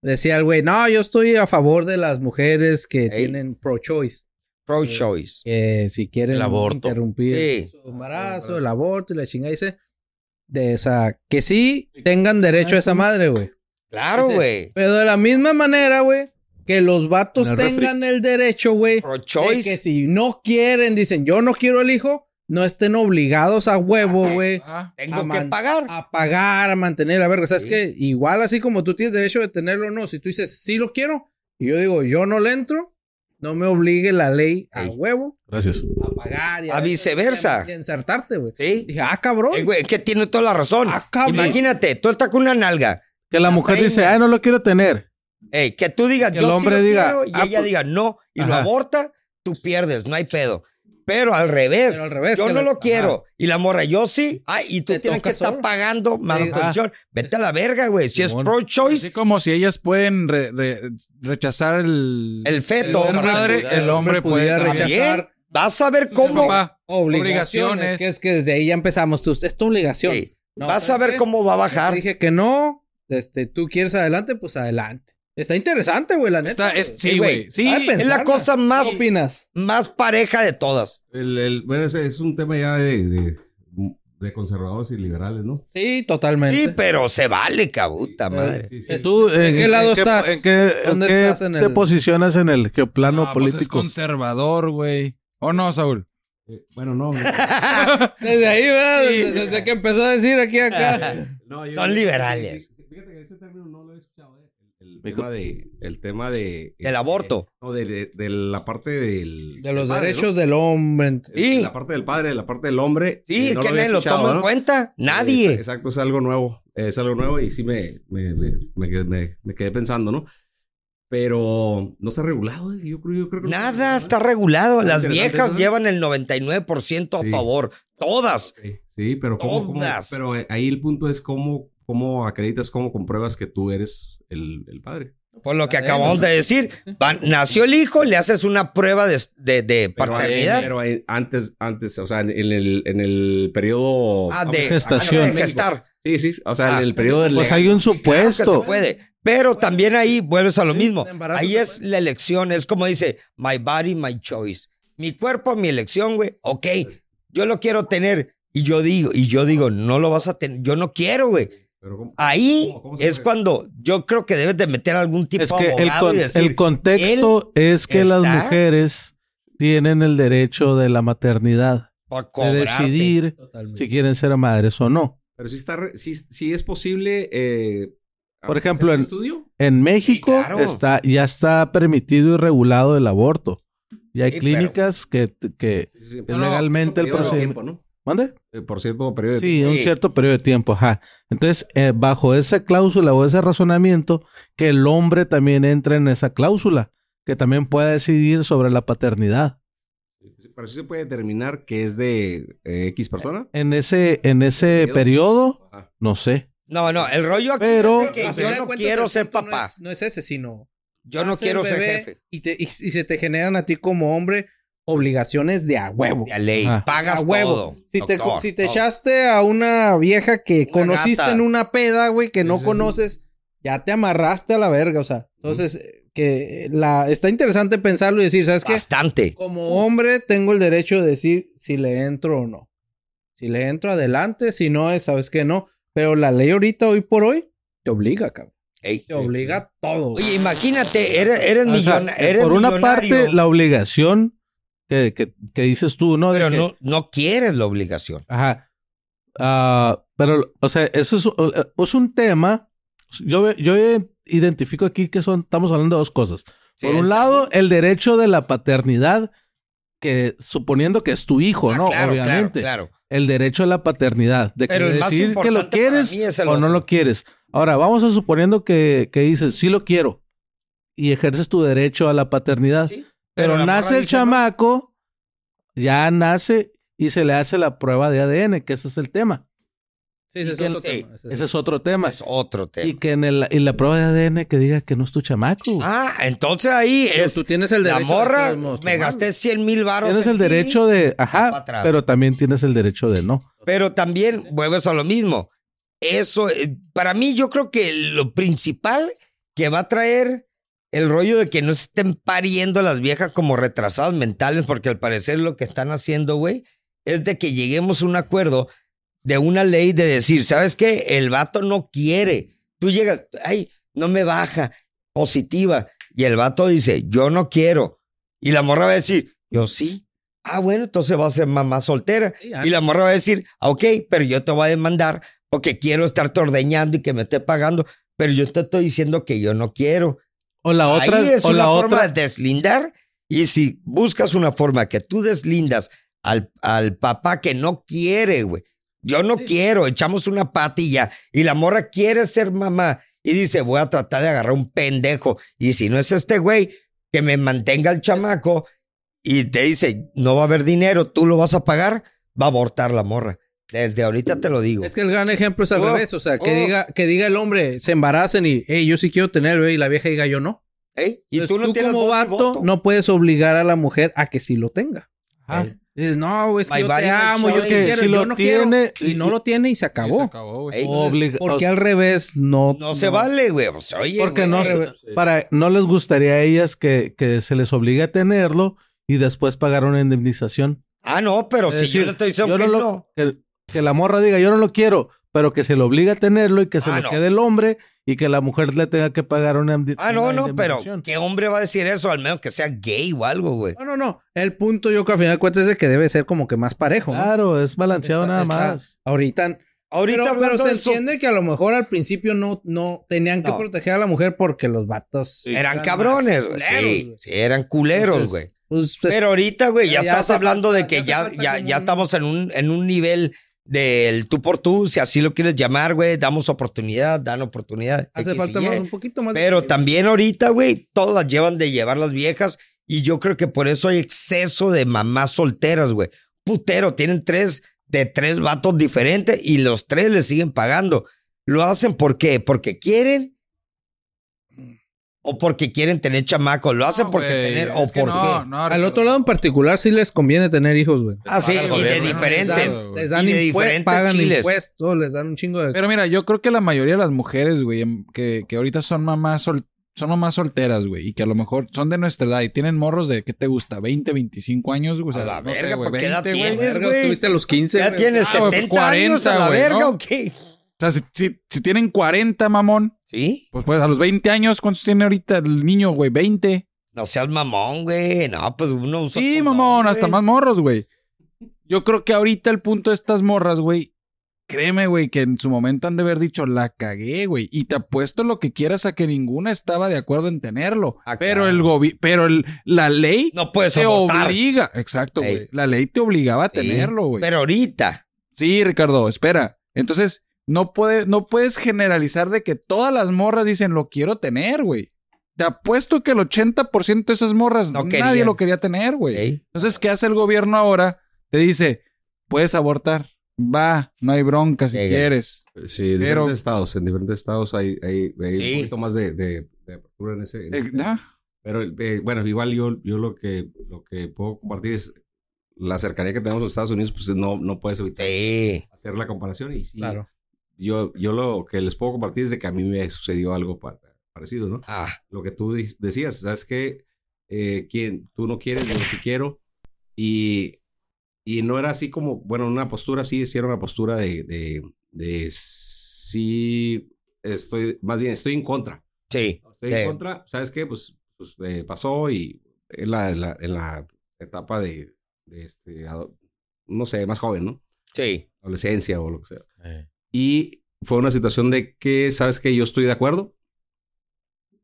Speaker 5: Decía el güey, no, yo estoy a favor de las mujeres que
Speaker 2: Ey.
Speaker 5: tienen pro-choice.
Speaker 2: Pro choice.
Speaker 5: Que si quieren
Speaker 8: El aborto.
Speaker 5: interrumpir
Speaker 2: Sí.
Speaker 5: su embarazo, el aborto y la chingada, dice. De, o sea, que sí tengan derecho a esa madre, güey.
Speaker 2: Claro,
Speaker 5: Dice,
Speaker 2: güey.
Speaker 5: Pero de la misma manera, güey, que los vatos
Speaker 3: En el refri.
Speaker 5: tengan el derecho, güey,
Speaker 2: Pro
Speaker 5: de
Speaker 2: choice.
Speaker 5: que si no quieren, dicen, yo no quiero el hijo, no estén obligados a huevo, Oh, güey,
Speaker 4: ah,
Speaker 2: Tengo
Speaker 5: a
Speaker 2: que
Speaker 5: man-
Speaker 2: pagar.
Speaker 5: a pagar, a mantener, a ver, ¿sabes
Speaker 2: Sí.
Speaker 5: qué? Igual así como tú tienes derecho de tenerlo o no, si tú dices, sí lo quiero, y yo digo, yo no le entro, no me obligue la ley a
Speaker 2: Ey.
Speaker 5: huevo
Speaker 3: Gracias.
Speaker 5: a pagar y
Speaker 2: A viceversa.
Speaker 5: Y a insertarte, güey.
Speaker 2: Sí.
Speaker 5: Dije, ah, cabrón.
Speaker 2: Eh, güey, es que tiene toda la razón.
Speaker 5: Ah, cabrón.
Speaker 2: Imagínate, tú estás con una nalga.
Speaker 3: Que la mujer dice, ay, no lo quiero tener.
Speaker 2: Ey, que tú digas,
Speaker 3: Que
Speaker 2: yo
Speaker 3: el hombre
Speaker 2: sí lo
Speaker 3: diga,
Speaker 2: quiero, y
Speaker 3: ah,
Speaker 2: ella
Speaker 3: pues-
Speaker 2: diga no, y lo
Speaker 3: Ajá.
Speaker 2: aborta, tú pierdes, no hay pedo. Pero al revés,
Speaker 5: Pero al revés.
Speaker 2: yo
Speaker 5: que
Speaker 2: no
Speaker 5: la-
Speaker 2: lo quiero. Y la morra, yo sí. Ay, y tú
Speaker 5: Te
Speaker 2: tienes
Speaker 5: toca
Speaker 2: que estar
Speaker 5: solo. Ah.
Speaker 2: pagando manutención. Vete a la verga, güey. Si es
Speaker 3: Simón.
Speaker 2: pro-choice,
Speaker 4: así como si ellas pueden re- re- rechazar el.
Speaker 2: el
Speaker 4: el
Speaker 2: feto.
Speaker 4: ser madre,
Speaker 8: Cuidado.
Speaker 4: el hombre puede
Speaker 5: pudiera
Speaker 4: rechazar. Ah,
Speaker 2: También vas a ver cómo...
Speaker 4: Papá,
Speaker 5: Obligaciones.
Speaker 4: Obligaciones.
Speaker 5: Que es que desde ahí ya empezamos. Tú, es tu obligación.
Speaker 2: Sí,
Speaker 5: No,
Speaker 2: vas a
Speaker 5: ¿sabes
Speaker 2: ver
Speaker 5: qué?
Speaker 2: cómo va a
Speaker 5: Yo te
Speaker 2: bajar.
Speaker 5: Dije que no. Este, tú quieres adelante, pues adelante. Está interesante, güey, la neta.
Speaker 4: Está, es-
Speaker 5: güey.
Speaker 2: Sí,
Speaker 4: sí,
Speaker 2: güey.
Speaker 4: güey. Sí,
Speaker 5: Ay,
Speaker 2: Es la
Speaker 5: pensarla.
Speaker 2: cosa más,
Speaker 5: ¿Qué opinas?
Speaker 2: más pareja de todas.
Speaker 10: El, el- bueno, ese es un tema ya de, de, de conservadores y liberales, ¿no?
Speaker 5: Sí, totalmente.
Speaker 2: Sí, pero se vale, cabuta madre.
Speaker 10: Sí, sí.
Speaker 5: Eh,
Speaker 3: ¿Tú, eh,
Speaker 5: ¿En qué lado estás?
Speaker 3: ¿En qué,
Speaker 5: ¿Dónde
Speaker 3: en qué
Speaker 5: estás en
Speaker 3: te
Speaker 5: el-
Speaker 3: posicionas en el geoplano
Speaker 4: Ah, pues es
Speaker 3: político?
Speaker 4: conservador, güey. ¿O no, Saúl?
Speaker 10: Eh, bueno, no.
Speaker 5: Desde ahí, ¿verdad? Desde, desde que empezó a decir aquí acá.
Speaker 10: no, yo-
Speaker 2: Son liberales.
Speaker 10: Sí, sí, sí, Fíjate que ese término no lo he escuchado. eh. El, el
Speaker 3: Micro-
Speaker 10: tema de. El tema de eh,
Speaker 2: Del aborto.
Speaker 10: no, de, de- de la parte del.
Speaker 5: De los
Speaker 10: del padre,
Speaker 5: derechos del hombre.
Speaker 10: ¿no?
Speaker 2: Sí.
Speaker 10: La parte del padre, la parte del hombre.
Speaker 2: Sí,
Speaker 10: eh, no
Speaker 2: que
Speaker 10: había
Speaker 2: nadie lo
Speaker 10: escuchado,
Speaker 2: toma en
Speaker 10: ¿no?
Speaker 2: cuenta. Nadie.
Speaker 10: Eh, Exacto, es algo nuevo. eh, Es algo nuevo y sí me, me, me, me quedé- me- me quedé pensando, ¿no? Pero no está regulado, eh, yo creo, yo creo que no está
Speaker 2: Nada,
Speaker 10: regulado, ¿eh?
Speaker 2: está regulado. Las
Speaker 10: Interesante
Speaker 2: viejas
Speaker 10: eso, ¿no?
Speaker 2: llevan el 99% a
Speaker 10: Sí.
Speaker 2: favor. Todas.
Speaker 10: Sí, Sí, pero ¿cómo, cómo-
Speaker 2: Todas.
Speaker 10: pero eh, ahí el punto es cómo, cómo acreditas, cómo compruebas que tú eres el, el padre.
Speaker 2: Por lo que
Speaker 5: Ah,
Speaker 2: acabamos
Speaker 5: no.
Speaker 2: de decir, van- nació el hijo, le haces una prueba de, de- de
Speaker 10: Pero,
Speaker 2: paternidad.
Speaker 10: eh, pero, eh, antes, antes, o sea, en el, en el periodo...
Speaker 2: Ah, de
Speaker 3: Gestación.
Speaker 2: de gestar.
Speaker 10: Sí, sí, o sea,
Speaker 2: Ah.
Speaker 10: en el periodo del...
Speaker 3: Pues hay un
Speaker 2: Claro que se
Speaker 3: supuesto.
Speaker 2: puede. Pero también ahí vuelves a lo mismo.
Speaker 5: embarazo
Speaker 2: Ahí es la elección, es como dice, my body, my choice. Mi cuerpo, mi elección, güey. Ok, yo lo quiero tener. Y yo digo, y yo digo, no lo vas a tener. Yo no quiero, güey. Ahí es cuando yo creo que debes de meter algún tipo
Speaker 3: Es que
Speaker 2: de
Speaker 3: el,
Speaker 2: abogado
Speaker 3: con-
Speaker 2: y decir,
Speaker 3: el contexto
Speaker 2: él
Speaker 3: es que las
Speaker 2: está-
Speaker 3: mujeres tienen el derecho de la maternidad.
Speaker 2: Por
Speaker 3: De
Speaker 2: cobrarte.
Speaker 3: decidir
Speaker 10: Totalmente.
Speaker 3: si quieren ser madres o no.
Speaker 10: Pero sí, está, re- sí, sí es posible. eh,
Speaker 3: Por
Speaker 10: hacer
Speaker 3: ejemplo,
Speaker 10: un
Speaker 3: en,
Speaker 10: estudio.
Speaker 3: en México
Speaker 10: claro.
Speaker 3: está, ya está permitido y regulado el aborto. Ya hay
Speaker 10: Sí, pero-
Speaker 3: clínicas que, que
Speaker 10: sí.
Speaker 3: que
Speaker 10: No, no,
Speaker 3: legalmente el
Speaker 10: periodo de
Speaker 3: procedimiento.
Speaker 10: tiempo, ¿no?
Speaker 3: ¿Mande?
Speaker 10: Eh, por cierto periodo de
Speaker 3: Sí,
Speaker 10: tiempo.
Speaker 3: un cierto periodo de tiempo, ajá. Entonces, eh, bajo esa cláusula o ese razonamiento, que el hombre también entre en esa cláusula, que también pueda decidir sobre la paternidad.
Speaker 10: Pero sí se puede determinar que es de eh, X persona.
Speaker 3: En ese, en ese periodo, no sé.
Speaker 2: No, no, el rollo aquí
Speaker 3: Pero-
Speaker 2: es de que
Speaker 5: Al
Speaker 2: yo
Speaker 5: final
Speaker 2: no
Speaker 5: de cuentas,
Speaker 2: quiero
Speaker 5: el
Speaker 2: ser
Speaker 5: punto no
Speaker 2: papá.
Speaker 5: es- No es, ese, sino.
Speaker 2: Yo no
Speaker 5: nace
Speaker 2: quiero
Speaker 5: el
Speaker 2: ser
Speaker 5: bebé
Speaker 2: jefe.
Speaker 5: Y, te, y, y se te generan a ti como hombre obligaciones de a huevo.
Speaker 2: De a ley.
Speaker 5: Ah.
Speaker 2: Pagas
Speaker 5: a huevo.
Speaker 2: todo,
Speaker 5: Si te,
Speaker 2: doctor,
Speaker 5: si te
Speaker 2: todo.
Speaker 5: echaste a una vieja que conociste
Speaker 2: gata.
Speaker 5: en una peda, güey, que no conoces, ya te amarraste a la verga, o sea. Entonces, eh, que la está interesante pensarlo y decir, ¿sabes qué?
Speaker 2: Bastante.
Speaker 5: Como hombre tengo el derecho de decir si le entro o no. Si le entro adelante, si no es, ¿sabes qué? No. Pero la ley ahorita, hoy por hoy, te obliga, cabrón.
Speaker 2: Te
Speaker 5: obliga a todo.
Speaker 2: Oye, imagínate, eres, eres,
Speaker 3: O sea, eh,
Speaker 2: millona- eres
Speaker 3: por una
Speaker 2: millonario,
Speaker 3: parte, la obligación que, que- que dices tú, ¿no? De
Speaker 2: pero
Speaker 3: que-
Speaker 2: no, no quieres la obligación.
Speaker 3: Ajá. Ah, pero, o sea, eso es, o- es un tema. Yo, ve- yo identifico aquí que son, estamos hablando de dos cosas. Por un lado, el derecho de la paternidad, que suponiendo que es tu hijo, ¿no?
Speaker 2: Ah, claro,
Speaker 3: Obviamente.
Speaker 2: claro, claro.
Speaker 3: El derecho a la paternidad, de que
Speaker 2: Pero el más
Speaker 3: decir que lo
Speaker 2: importante para
Speaker 3: quieres
Speaker 2: mí es el
Speaker 3: o no
Speaker 2: otro.
Speaker 3: lo quieres. Ahora, vamos a suponiendo que, que dices, sí lo quiero, y ejerces tu derecho a la paternidad.
Speaker 2: pero
Speaker 3: pero
Speaker 2: la
Speaker 3: nace
Speaker 2: morra
Speaker 3: el
Speaker 2: dice,
Speaker 3: chamaco, ya nace y se le hace la prueba de ADN, que ese es el tema.
Speaker 5: Sí, ese es
Speaker 3: que-
Speaker 5: otro
Speaker 3: Ey,
Speaker 5: tema. ese es
Speaker 3: Ese es otro tema. Es
Speaker 2: otro tema.
Speaker 3: Y que en, el- en la prueba de ADN que diga que no es tu chamaco.
Speaker 2: Ah, entonces ahí es.
Speaker 5: tú tienes el
Speaker 2: La
Speaker 5: derecho de
Speaker 2: morra,
Speaker 5: todos modos,
Speaker 2: me
Speaker 5: tomar.
Speaker 2: gasté 100 mil baros.
Speaker 3: Tienes el derecho de, ajá,
Speaker 2: atrás.
Speaker 3: pero también tienes el derecho de no.
Speaker 2: Pero también vuelves a lo mismo. Eso, eh, para mí, yo creo que lo principal que va a traer el rollo de que no estén pariendo las viejas como retrasadas mentales, porque al parecer lo que están haciendo, güey, es de que lleguemos a un acuerdo de una ley de decir, ¿sabes qué? El vato no quiere. Tú llegas, ay, no me baja, positiva. Y el vato dice, yo no quiero. Y la morra va a decir, yo sí. Ah, bueno, entonces va a ser mamá soltera. y la morra va a decir, "Ah, ok, pero yo te voy a demandar porque quiero estarte ordeñando y que me esté pagando, pero yo te estoy diciendo que yo no quiero.
Speaker 3: O la otra-
Speaker 2: Ahí es
Speaker 3: o
Speaker 2: una
Speaker 3: la
Speaker 2: forma
Speaker 3: otra-
Speaker 2: de deslindar. Y si buscas una forma que tú deslindas al, al papá que no quiere, güey. Yo no quiero, echamos una patilla y la morra quiere ser mamá y dice, voy a tratar de agarrar un pendejo. Y si no es este güey, que me mantenga el chamaco y te dice, no va a haber dinero, tú lo vas a pagar, va a abortar la morra. Desde ahorita te lo digo.
Speaker 5: Es que el gran ejemplo es al
Speaker 2: Oh,
Speaker 5: revés, o sea, que
Speaker 2: oh.
Speaker 5: diga que diga el hombre, se embaracen y, hey, yo sí quiero tener el bebé y la vieja diga yo no.
Speaker 2: Ey, Y
Speaker 5: Entonces,
Speaker 2: tú no tienes
Speaker 5: como
Speaker 2: voz ni
Speaker 5: vato
Speaker 2: voto.
Speaker 5: no puedes obligar a la mujer a que sí lo tenga.
Speaker 2: Ey.
Speaker 5: Dices, no, güey, es que
Speaker 2: My
Speaker 5: yo
Speaker 2: body,
Speaker 5: te
Speaker 2: my
Speaker 5: amo, yo
Speaker 2: choice.
Speaker 5: te
Speaker 2: Porque
Speaker 5: quiero,
Speaker 2: si
Speaker 5: yo
Speaker 2: lo
Speaker 5: no
Speaker 2: tiene
Speaker 5: quiero. Y, no lo tiene y se acabó.
Speaker 2: Ey,
Speaker 3: Oblig-
Speaker 5: Porque
Speaker 3: o-
Speaker 5: al revés no...
Speaker 2: No se vale, güey. Pues, oye,
Speaker 3: Porque
Speaker 2: güey,
Speaker 3: no,
Speaker 2: al
Speaker 3: se-
Speaker 2: revés.
Speaker 3: para, no les gustaría a ellas que, que se les obligue a tenerlo y después pagar una indemnización.
Speaker 2: Ah, no, pero
Speaker 3: Es
Speaker 2: si yo
Speaker 3: decir,
Speaker 2: le estoy diciendo
Speaker 3: yo
Speaker 2: que
Speaker 3: no lo-
Speaker 2: no.
Speaker 3: que, que la morra diga, yo no lo quiero, pero que se le obligue a tenerlo y que se
Speaker 2: Ah,
Speaker 3: lo
Speaker 2: no.
Speaker 3: quede el hombre y que la mujer le tenga que pagar una, indem-
Speaker 2: Ah, no,
Speaker 3: una
Speaker 2: no, pero
Speaker 3: indemnización.
Speaker 2: ¿qué hombre va a decir eso? Al menos que sea gay o algo, güey.
Speaker 5: No, no, no. El punto yo que al final de cuentas es de que debe ser como que más parejo. ¿no?
Speaker 3: Claro, es balanceado nada
Speaker 5: está-
Speaker 3: más.
Speaker 5: Ahorita...
Speaker 2: Ahorita
Speaker 5: pero, pero
Speaker 2: hablando
Speaker 5: se
Speaker 2: de eso-
Speaker 5: entiende que a lo mejor al principio no, no tenían que
Speaker 2: No.
Speaker 5: proteger a la mujer porque los vatos...
Speaker 2: pues, eran
Speaker 5: más
Speaker 2: cabrones, güey.
Speaker 5: culeros,
Speaker 2: Sí, sí, eran culeros,
Speaker 5: Entonces,
Speaker 2: güey.
Speaker 5: pues, pues,
Speaker 2: Pero ahorita, güey, ya,
Speaker 5: ya
Speaker 2: estás
Speaker 5: hace
Speaker 2: hablando de
Speaker 5: falta-
Speaker 2: que
Speaker 5: ya
Speaker 2: ya,
Speaker 5: hace falta
Speaker 2: ya,
Speaker 5: como
Speaker 2: ya
Speaker 5: un-
Speaker 2: estamos en un, en un nivel del tú por tú, si así lo quieres llamar, güey, damos oportunidad, dan oportunidad.
Speaker 5: Hace
Speaker 2: X y
Speaker 5: falta
Speaker 2: Y.
Speaker 5: más, un poquito más. de-
Speaker 2: Pero también ahorita, güey, todas las llevan de llevar las viejas y yo creo que por eso hay exceso de mamás solteras, güey. Putero, tienen tres de tres vatos diferentes y los tres le siguen pagando. ¿Lo hacen por qué? ¿Porque quieren? o porque quieren tener chamacos. Lo hacen porque
Speaker 4: güey,
Speaker 2: tener
Speaker 4: es
Speaker 2: o
Speaker 4: que
Speaker 2: porque.
Speaker 4: no, no,
Speaker 5: Al otro lado en particular sí les conviene tener hijos, güey.
Speaker 2: Ah, sí,
Speaker 8: Paga el
Speaker 2: y de
Speaker 8: gobierno.
Speaker 2: diferentes.
Speaker 5: Les dan
Speaker 2: y de
Speaker 5: impue-
Speaker 2: diferentes
Speaker 5: pagan
Speaker 2: chiles.
Speaker 5: impuestos, les dan un chingo de...
Speaker 4: Pero mira, yo creo que la mayoría de las mujeres, güey, em- que, que ahorita son mamás sol- son mamás solteras, güey, y que a lo mejor son de nuestra edad y tienen morros de, ¿qué te gusta? 20, 25 años, güey. O sea,
Speaker 2: A la
Speaker 4: no sé,
Speaker 2: verga,
Speaker 4: güey,
Speaker 2: ¿pa' qué edad
Speaker 4: 20, güey.
Speaker 2: tienes?
Speaker 5: Verga,
Speaker 2: güey.
Speaker 5: Tuviste a los 15,
Speaker 2: Ya
Speaker 5: güey.
Speaker 2: tienes
Speaker 4: Ah, güey,
Speaker 2: 70
Speaker 4: 40,
Speaker 2: años a la
Speaker 4: güey,
Speaker 2: verga
Speaker 4: ¿no?
Speaker 2: o qué.
Speaker 4: O sea, si, si- si tienen 40, mamón,
Speaker 2: Sí.
Speaker 4: pues pues a los 20 años, ¿cuántos tiene ahorita el niño, güey? 20.
Speaker 2: No seas mamón, güey. No, pues uno usa.
Speaker 4: Sí,
Speaker 2: condón,
Speaker 4: mamón, hasta
Speaker 2: güey.
Speaker 4: más morros, güey. Yo creo que ahorita el punto de estas morras, güey. Créeme, güey, que en su momento han de haber dicho, la cagué, güey. Y te apuesto lo que quieras a que ninguna estaba de acuerdo en tenerlo.
Speaker 2: Ah,
Speaker 4: pero
Speaker 2: claro.
Speaker 4: el gobi pero el, la ley
Speaker 2: No puedes
Speaker 4: te
Speaker 2: abortar.
Speaker 4: obliga. Exacto,
Speaker 2: Ey.
Speaker 4: güey. La ley te obligaba a
Speaker 2: Sí,
Speaker 4: tenerlo, güey.
Speaker 2: Pero ahorita.
Speaker 4: Sí, Ricardo, espera. Entonces, no, puede, no puedes generalizar de que todas las morras dicen lo quiero tener, güey. Te apuesto que el 80% de esas morras
Speaker 2: No
Speaker 4: nadie
Speaker 2: querían.
Speaker 4: lo quería tener, güey.
Speaker 2: Ey.
Speaker 4: Entonces, ¿qué hace el gobierno ahora? Te dice, puedes abortar. Va, no hay bronca si
Speaker 2: Ey.
Speaker 4: quieres.
Speaker 9: Eh, Sí,
Speaker 4: Pero-
Speaker 9: en diferentes estados. En diferentes estados hay, hay, hay
Speaker 2: Sí.
Speaker 9: un poquito más de, de, de apertura en ese. en
Speaker 4: Eh,
Speaker 9: ese tema.
Speaker 4: ¿no?
Speaker 9: Pero eh, bueno, igual yo, yo lo, que, lo que puedo compartir es la cercanía que tenemos a los Estados Unidos, pues no, no puedes evitar
Speaker 2: Sí.
Speaker 9: hacer la comparación. Y sí,
Speaker 5: Claro.
Speaker 9: yo, yo lo que les puedo compartir es de que a mí me sucedió algo pa- parecido, ¿no?
Speaker 2: Ah,
Speaker 9: Lo que tú di- decías, ¿sabes qué? Eh, ¿quién? Tú no quieres, yo sí quiero. Y, y no era así como, bueno, una postura sí, sí era una postura de, de, de sí, estoy, más bien, estoy en contra.
Speaker 2: sí.
Speaker 9: Estoy
Speaker 2: Sí.
Speaker 9: en contra, ¿sabes qué? Pues, pues, eh, pasó y en la, en la, en la etapa de, de este, ado- no sé, más joven, ¿no?
Speaker 2: Sí.
Speaker 9: Adolescencia o lo que sea.
Speaker 8: Eh,
Speaker 9: Y fue una situación de que, ¿sabes qué? Yo estoy de acuerdo.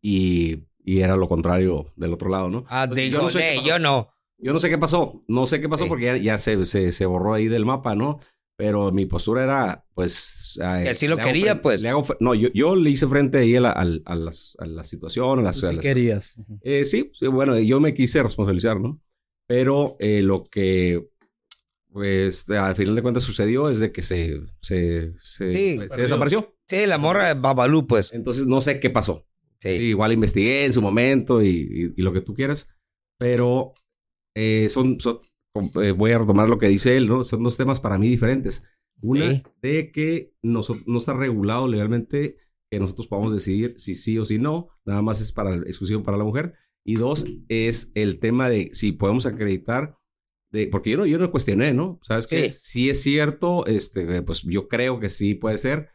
Speaker 9: Y, y era lo contrario del otro lado, ¿no?
Speaker 2: Ah,
Speaker 9: Entonces,
Speaker 2: digo,
Speaker 9: yo, no sé qué
Speaker 2: "Nee,
Speaker 9: pasó.
Speaker 2: yo no.
Speaker 9: Yo no sé qué pasó. No sé qué pasó
Speaker 2: Sí.
Speaker 9: porque ya, ya se, se, se borró ahí del mapa, ¿no? Pero mi postura era, pues... ay,
Speaker 2: Que así lo
Speaker 9: le hago
Speaker 2: quería,
Speaker 9: frente-
Speaker 2: pues.
Speaker 9: le hago fr- no, yo, yo le hice frente ahí a la, al- a las- a la situación,
Speaker 3: Pues
Speaker 9: a las... a
Speaker 5: ¿Qué
Speaker 9: las-
Speaker 5: querías?
Speaker 9: eh, sí, sí, bueno, yo me quise responsabilizar, ¿no? Pero eh, lo que, pues, al final de cuentas sucedió es de que se, se, se,
Speaker 2: Sí,
Speaker 9: se
Speaker 2: perdió.
Speaker 9: desapareció.
Speaker 2: Sí, la morra de Babalú, pues.
Speaker 9: Entonces no sé qué pasó. Sí,
Speaker 2: Sí.
Speaker 9: igual investigué en su momento y, y- y lo que tú quieras, pero eh, son, son- com- eh, voy a retomar lo que dice él, ¿no? Son dos temas para mí diferentes. Una
Speaker 2: Sí.
Speaker 9: de que noso- no está regulado legalmente que nosotros podamos decidir si sí o si no, nada más es para exclusivo para la mujer. Y dos es el tema de si podemos acreditar de, porque yo no, yo no cuestioné, ¿no? Sabes que
Speaker 2: Sí.
Speaker 9: si es cierto, este, eh, pues yo creo que sí puede ser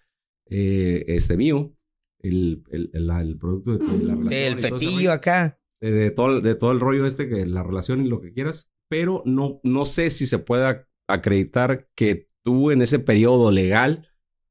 Speaker 9: eh, este mío, el, el, el- la- el producto de, de la relación.
Speaker 2: Sí, el
Speaker 9: y todo ese
Speaker 2: fetillo
Speaker 9: rollo,
Speaker 2: acá.
Speaker 9: De, de todo, el- de todo el rollo este, que la relación y lo que quieras, pero no, no sé si se pueda acreditar que tú en ese periodo legal,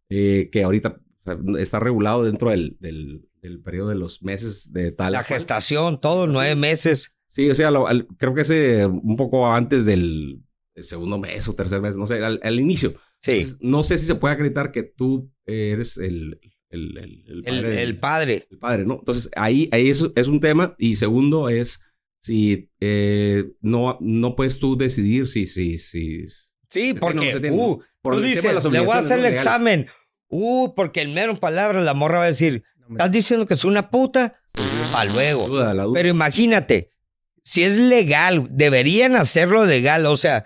Speaker 9: eh, que ahorita o sea, está regulado dentro del, del, del periodo de los meses de tal.
Speaker 2: La
Speaker 9: cual.
Speaker 2: gestación, todo, nueve meses.
Speaker 9: Sí, o sea, lo- al- creo que ese un poco antes del segundo mes o tercer mes, no sé, al, al inicio.
Speaker 2: Sí.
Speaker 9: Entonces, no sé si se puede acreditar que tú eres el, el,
Speaker 2: El,
Speaker 9: el, el padre,
Speaker 2: el padre.
Speaker 9: el padre, ¿no? Entonces, ahí, ahí es, es un tema. Y segundo es si eh, no, no puedes tú decidir si... si, si
Speaker 2: Sí,
Speaker 9: se
Speaker 2: porque.
Speaker 9: tiene o no se tiene, ¿no?
Speaker 2: uh,
Speaker 9: Por
Speaker 2: tú
Speaker 9: el tema de
Speaker 2: dices,
Speaker 9: las
Speaker 2: le voy a
Speaker 9: obligaciones,
Speaker 2: hacer el
Speaker 9: ¿no? legales.
Speaker 2: examen. Uh, porque en mero palabras la morra va a decir, ¿estás diciendo que es una puta? Pa' luego.
Speaker 9: Duda, la duda.
Speaker 2: Pero imagínate, si es legal, deberían hacerlo legal. O sea,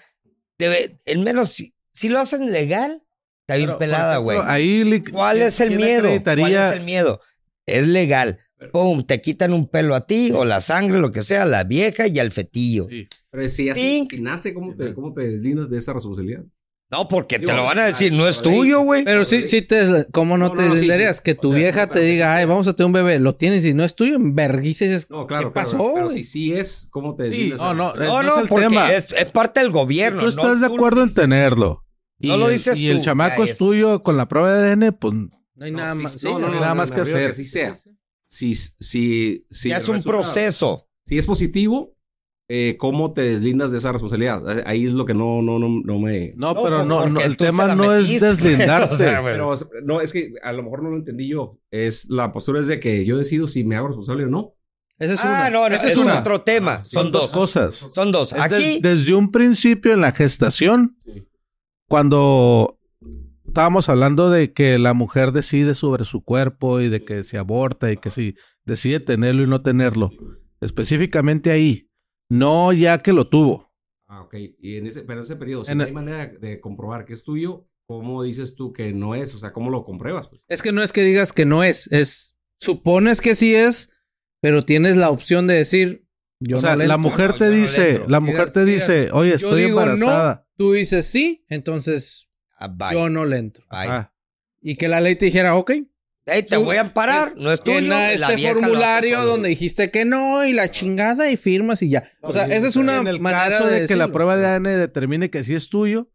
Speaker 2: debe, en menos, si, si lo hacen legal, está bien
Speaker 3: Pero, por
Speaker 2: pelada,
Speaker 3: ejemplo,
Speaker 2: güey.
Speaker 3: Ahí li-
Speaker 2: ¿Cuál
Speaker 3: ¿quién-
Speaker 2: es el
Speaker 3: quién
Speaker 2: miedo? ¿Cuál
Speaker 3: acreditaría-
Speaker 2: es el miedo? Es legal. Pum, te quitan un pelo a ti o la sangre, lo que sea, la vieja y al fetillo.
Speaker 3: Sí.
Speaker 9: Pero si, así,
Speaker 2: Tink.
Speaker 9: si nace, ¿cómo te, ¿cómo te deslindas de esa responsabilidad?
Speaker 2: No, porque te
Speaker 9: Digo,
Speaker 2: lo van a
Speaker 9: la-
Speaker 2: decir, no
Speaker 9: la
Speaker 2: es
Speaker 9: ley.
Speaker 2: tuyo, güey.
Speaker 5: Pero sí, sí te... ¿Cómo no,
Speaker 9: No,
Speaker 5: te
Speaker 9: no, no, sí,
Speaker 5: dirías
Speaker 9: sí.
Speaker 5: que tu
Speaker 9: O sea,
Speaker 5: vieja
Speaker 9: no,
Speaker 5: te
Speaker 9: claro que
Speaker 5: diga,
Speaker 9: sí,
Speaker 5: ay,
Speaker 9: sí.
Speaker 5: vamos a tener un bebé? Lo tienes y no es tuyo, en vergüenza dices,
Speaker 9: No, claro.
Speaker 5: ¿Qué
Speaker 9: claro,
Speaker 5: pasó,
Speaker 9: Pero,
Speaker 5: güey?
Speaker 9: si sí es, ¿cómo
Speaker 4: Sí,
Speaker 9: te deslindas?
Speaker 3: No, no,
Speaker 2: No,
Speaker 3: es-
Speaker 2: no,
Speaker 3: es el
Speaker 2: porque
Speaker 3: tema.
Speaker 2: es, es parte del gobierno.
Speaker 3: tú estás
Speaker 2: no
Speaker 3: de
Speaker 2: tú
Speaker 3: acuerdo en
Speaker 2: dices.
Speaker 3: tenerlo.
Speaker 2: No lo
Speaker 3: el-
Speaker 2: dices
Speaker 3: Y el
Speaker 2: tú,
Speaker 3: chamaco
Speaker 2: ya
Speaker 3: es
Speaker 2: es.
Speaker 3: tuyo con la prueba de ADN, pues
Speaker 5: no hay nada
Speaker 9: sí,
Speaker 5: más.
Speaker 9: sí, no, no,
Speaker 5: no,
Speaker 9: no,
Speaker 5: no.
Speaker 3: nada
Speaker 9: no,
Speaker 3: más
Speaker 9: me
Speaker 3: que
Speaker 9: refiero a
Speaker 3: hacer.
Speaker 9: sí sea. Si, si, si
Speaker 2: ya es un
Speaker 9: resulta-
Speaker 2: proceso.
Speaker 9: Si es positivo, eh, ¿cómo te deslindas de esa responsabilidad? Ahí es lo que no, no, no, no me.
Speaker 3: No,
Speaker 2: No,
Speaker 3: pero
Speaker 2: pues,
Speaker 3: no, no,
Speaker 2: porque
Speaker 3: el
Speaker 2: tú se
Speaker 3: tema
Speaker 2: la
Speaker 3: no es
Speaker 2: metiste.
Speaker 3: deslindarte.
Speaker 2: O sea, güey.
Speaker 9: Pero no, es que a lo mejor no lo entendí yo. Es la postura es de que yo decido si me hago responsable o no.
Speaker 5: Esa es
Speaker 2: ah,
Speaker 5: una.
Speaker 2: no, no,
Speaker 3: Esa
Speaker 2: es,
Speaker 3: es una.
Speaker 2: otro tema. Son dos.
Speaker 3: cosas.
Speaker 2: Son dos.
Speaker 3: Es des-
Speaker 2: Aquí,
Speaker 3: desde un principio en la gestación,
Speaker 9: Sí.
Speaker 3: cuando estábamos hablando de que la mujer decide sobre su cuerpo y de que se aborta y que si decide tenerlo y no tenerlo. Específicamente ahí. No ya que lo tuvo.
Speaker 10: Ah, ok. Y en ese, pero en ese periodo, si
Speaker 3: En
Speaker 10: no
Speaker 5: e
Speaker 3: el-
Speaker 10: hay manera de comprobar que es tuyo, ¿cómo dices tú que no es? O sea, ¿cómo lo compruebas? Pues?
Speaker 5: Es que no es que digas que no es, es supones que sí es, pero tienes la opción de decir yo
Speaker 3: o sea,
Speaker 5: no le
Speaker 3: la
Speaker 5: entro.
Speaker 3: mujer te dice, la mujer
Speaker 5: Digas-
Speaker 3: te
Speaker 5: digas,
Speaker 3: dice, oye,
Speaker 5: yo
Speaker 3: estoy
Speaker 5: digo no,
Speaker 3: embarazada.
Speaker 5: tú dices sí, entonces
Speaker 2: Ah, bye,
Speaker 5: yo no le entro.
Speaker 2: bye.
Speaker 3: Ah,
Speaker 5: Y que la ley te dijera, ok.
Speaker 2: Ey, te
Speaker 5: tú-
Speaker 2: voy a amparar, no es tuyo.
Speaker 5: en
Speaker 2: la
Speaker 5: este
Speaker 2: vieja lo hace
Speaker 5: formulario
Speaker 2: sola.
Speaker 5: donde dijiste que no y la chingada y firmas y ya. O sea,
Speaker 3: Oye,
Speaker 5: esa es
Speaker 3: pero
Speaker 5: una
Speaker 3: En el
Speaker 5: manera
Speaker 3: caso de, que la
Speaker 5: decirlo.
Speaker 3: prueba de ADN determine que sí es tuyo,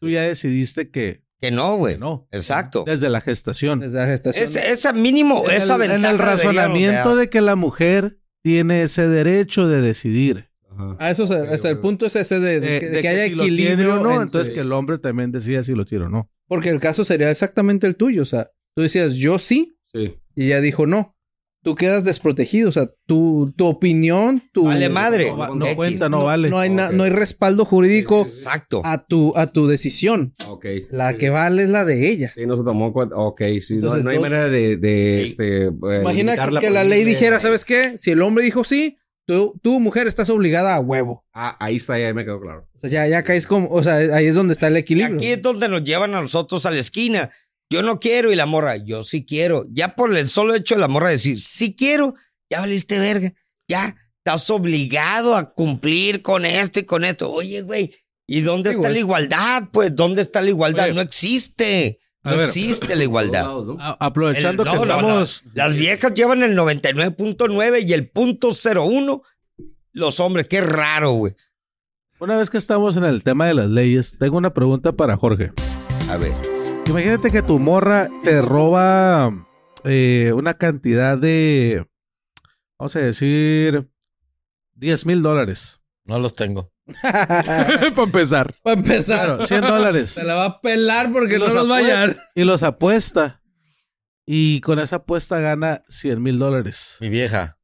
Speaker 3: tú ya decidiste que
Speaker 2: Que no, güey.
Speaker 3: no.
Speaker 2: Exacto.
Speaker 3: Desde la gestación.
Speaker 5: Desde la gestación.
Speaker 2: Ese, esa mínimo,
Speaker 3: en
Speaker 2: esa
Speaker 3: el, en el
Speaker 2: ventaja.
Speaker 3: razonamiento de que la mujer tiene ese derecho de decidir.
Speaker 10: Ajá.
Speaker 5: Ah, eso es, el- es el punto es ese de, de
Speaker 3: Eh, de-
Speaker 5: que, de
Speaker 3: de
Speaker 5: que haya
Speaker 3: si lo tiene
Speaker 5: equilibrio.
Speaker 3: o no,
Speaker 5: entre-
Speaker 3: entonces que el hombre también decida si lo tiene o no.
Speaker 5: Porque el caso sería exactamente el tuyo. O sea, tú decías yo sí
Speaker 10: Sí.
Speaker 5: y ella dijo no. Tú quedas desprotegido. O sea, tu, tu opinión, tu.
Speaker 2: Vale madre.
Speaker 3: No, va-
Speaker 10: con
Speaker 3: no
Speaker 2: X.
Speaker 3: cuenta, no, vale.
Speaker 5: No hay, na-
Speaker 10: Ok.
Speaker 5: no hay respaldo jurídico
Speaker 10: Sí, sí, sí.
Speaker 2: Exacto.
Speaker 5: a tu, a tu decisión.
Speaker 10: Ok.
Speaker 5: La que vale es la de ella.
Speaker 10: Sí, no se tomó cuenta. Ok, sí. no-
Speaker 5: Entonces,
Speaker 10: no, hay
Speaker 5: dos-
Speaker 10: manera de. de,
Speaker 2: Sí.
Speaker 10: este, eh,
Speaker 5: Imagina
Speaker 10: limitarla
Speaker 5: que, que
Speaker 10: por
Speaker 5: la
Speaker 10: un-
Speaker 5: ley
Speaker 10: de-
Speaker 5: dijera, ¿sabes qué? Si el hombre dijo sí, tú, tú mujer, estás obligada a huevo.
Speaker 10: Ah, ahí está, ya me quedó claro.
Speaker 5: O sea, ya, ya caes como. O sea, ahí es donde está el
Speaker 2: Y
Speaker 5: equilibrio.
Speaker 2: aquí es donde nos llevan a nosotros a la esquina. Yo no quiero y la morra, yo sí quiero. Ya por el solo hecho de la morra decir, sí quiero, ya valiste verga. Ya estás obligado a cumplir con esto y con esto. Oye, güey, ¿y dónde
Speaker 5: Sí,
Speaker 2: está
Speaker 5: güey.
Speaker 2: la igualdad? Pues, ¿dónde está la igualdad?
Speaker 3: Oye,
Speaker 2: no existe.
Speaker 3: a
Speaker 2: No
Speaker 3: ver.
Speaker 2: existe la
Speaker 10: Por todos
Speaker 2: igualdad.
Speaker 10: lados, ¿no?
Speaker 3: A- aprovechando
Speaker 2: El-
Speaker 3: que
Speaker 2: no, no,
Speaker 3: estamos...
Speaker 2: no. Las viejas llevan el 99.9 y el punto 01 los hombres. Qué raro, güey.
Speaker 3: Una vez que estamos en el tema de las leyes, tengo una pregunta para Jorge.
Speaker 2: A ver.
Speaker 3: Imagínate que tu morra te roba eh, una cantidad de, vamos a decir, 10 mil dólares.
Speaker 8: No los tengo.
Speaker 4: Para empezar.
Speaker 5: Para empezar.
Speaker 3: Claro, 100 dólares.
Speaker 5: Se la va a pelar porque no
Speaker 3: Los
Speaker 5: los va a
Speaker 3: apuesta-
Speaker 5: hallar.
Speaker 3: Y los apuesta. Y con esa apuesta gana 100 mil dólares.
Speaker 8: Mi vieja.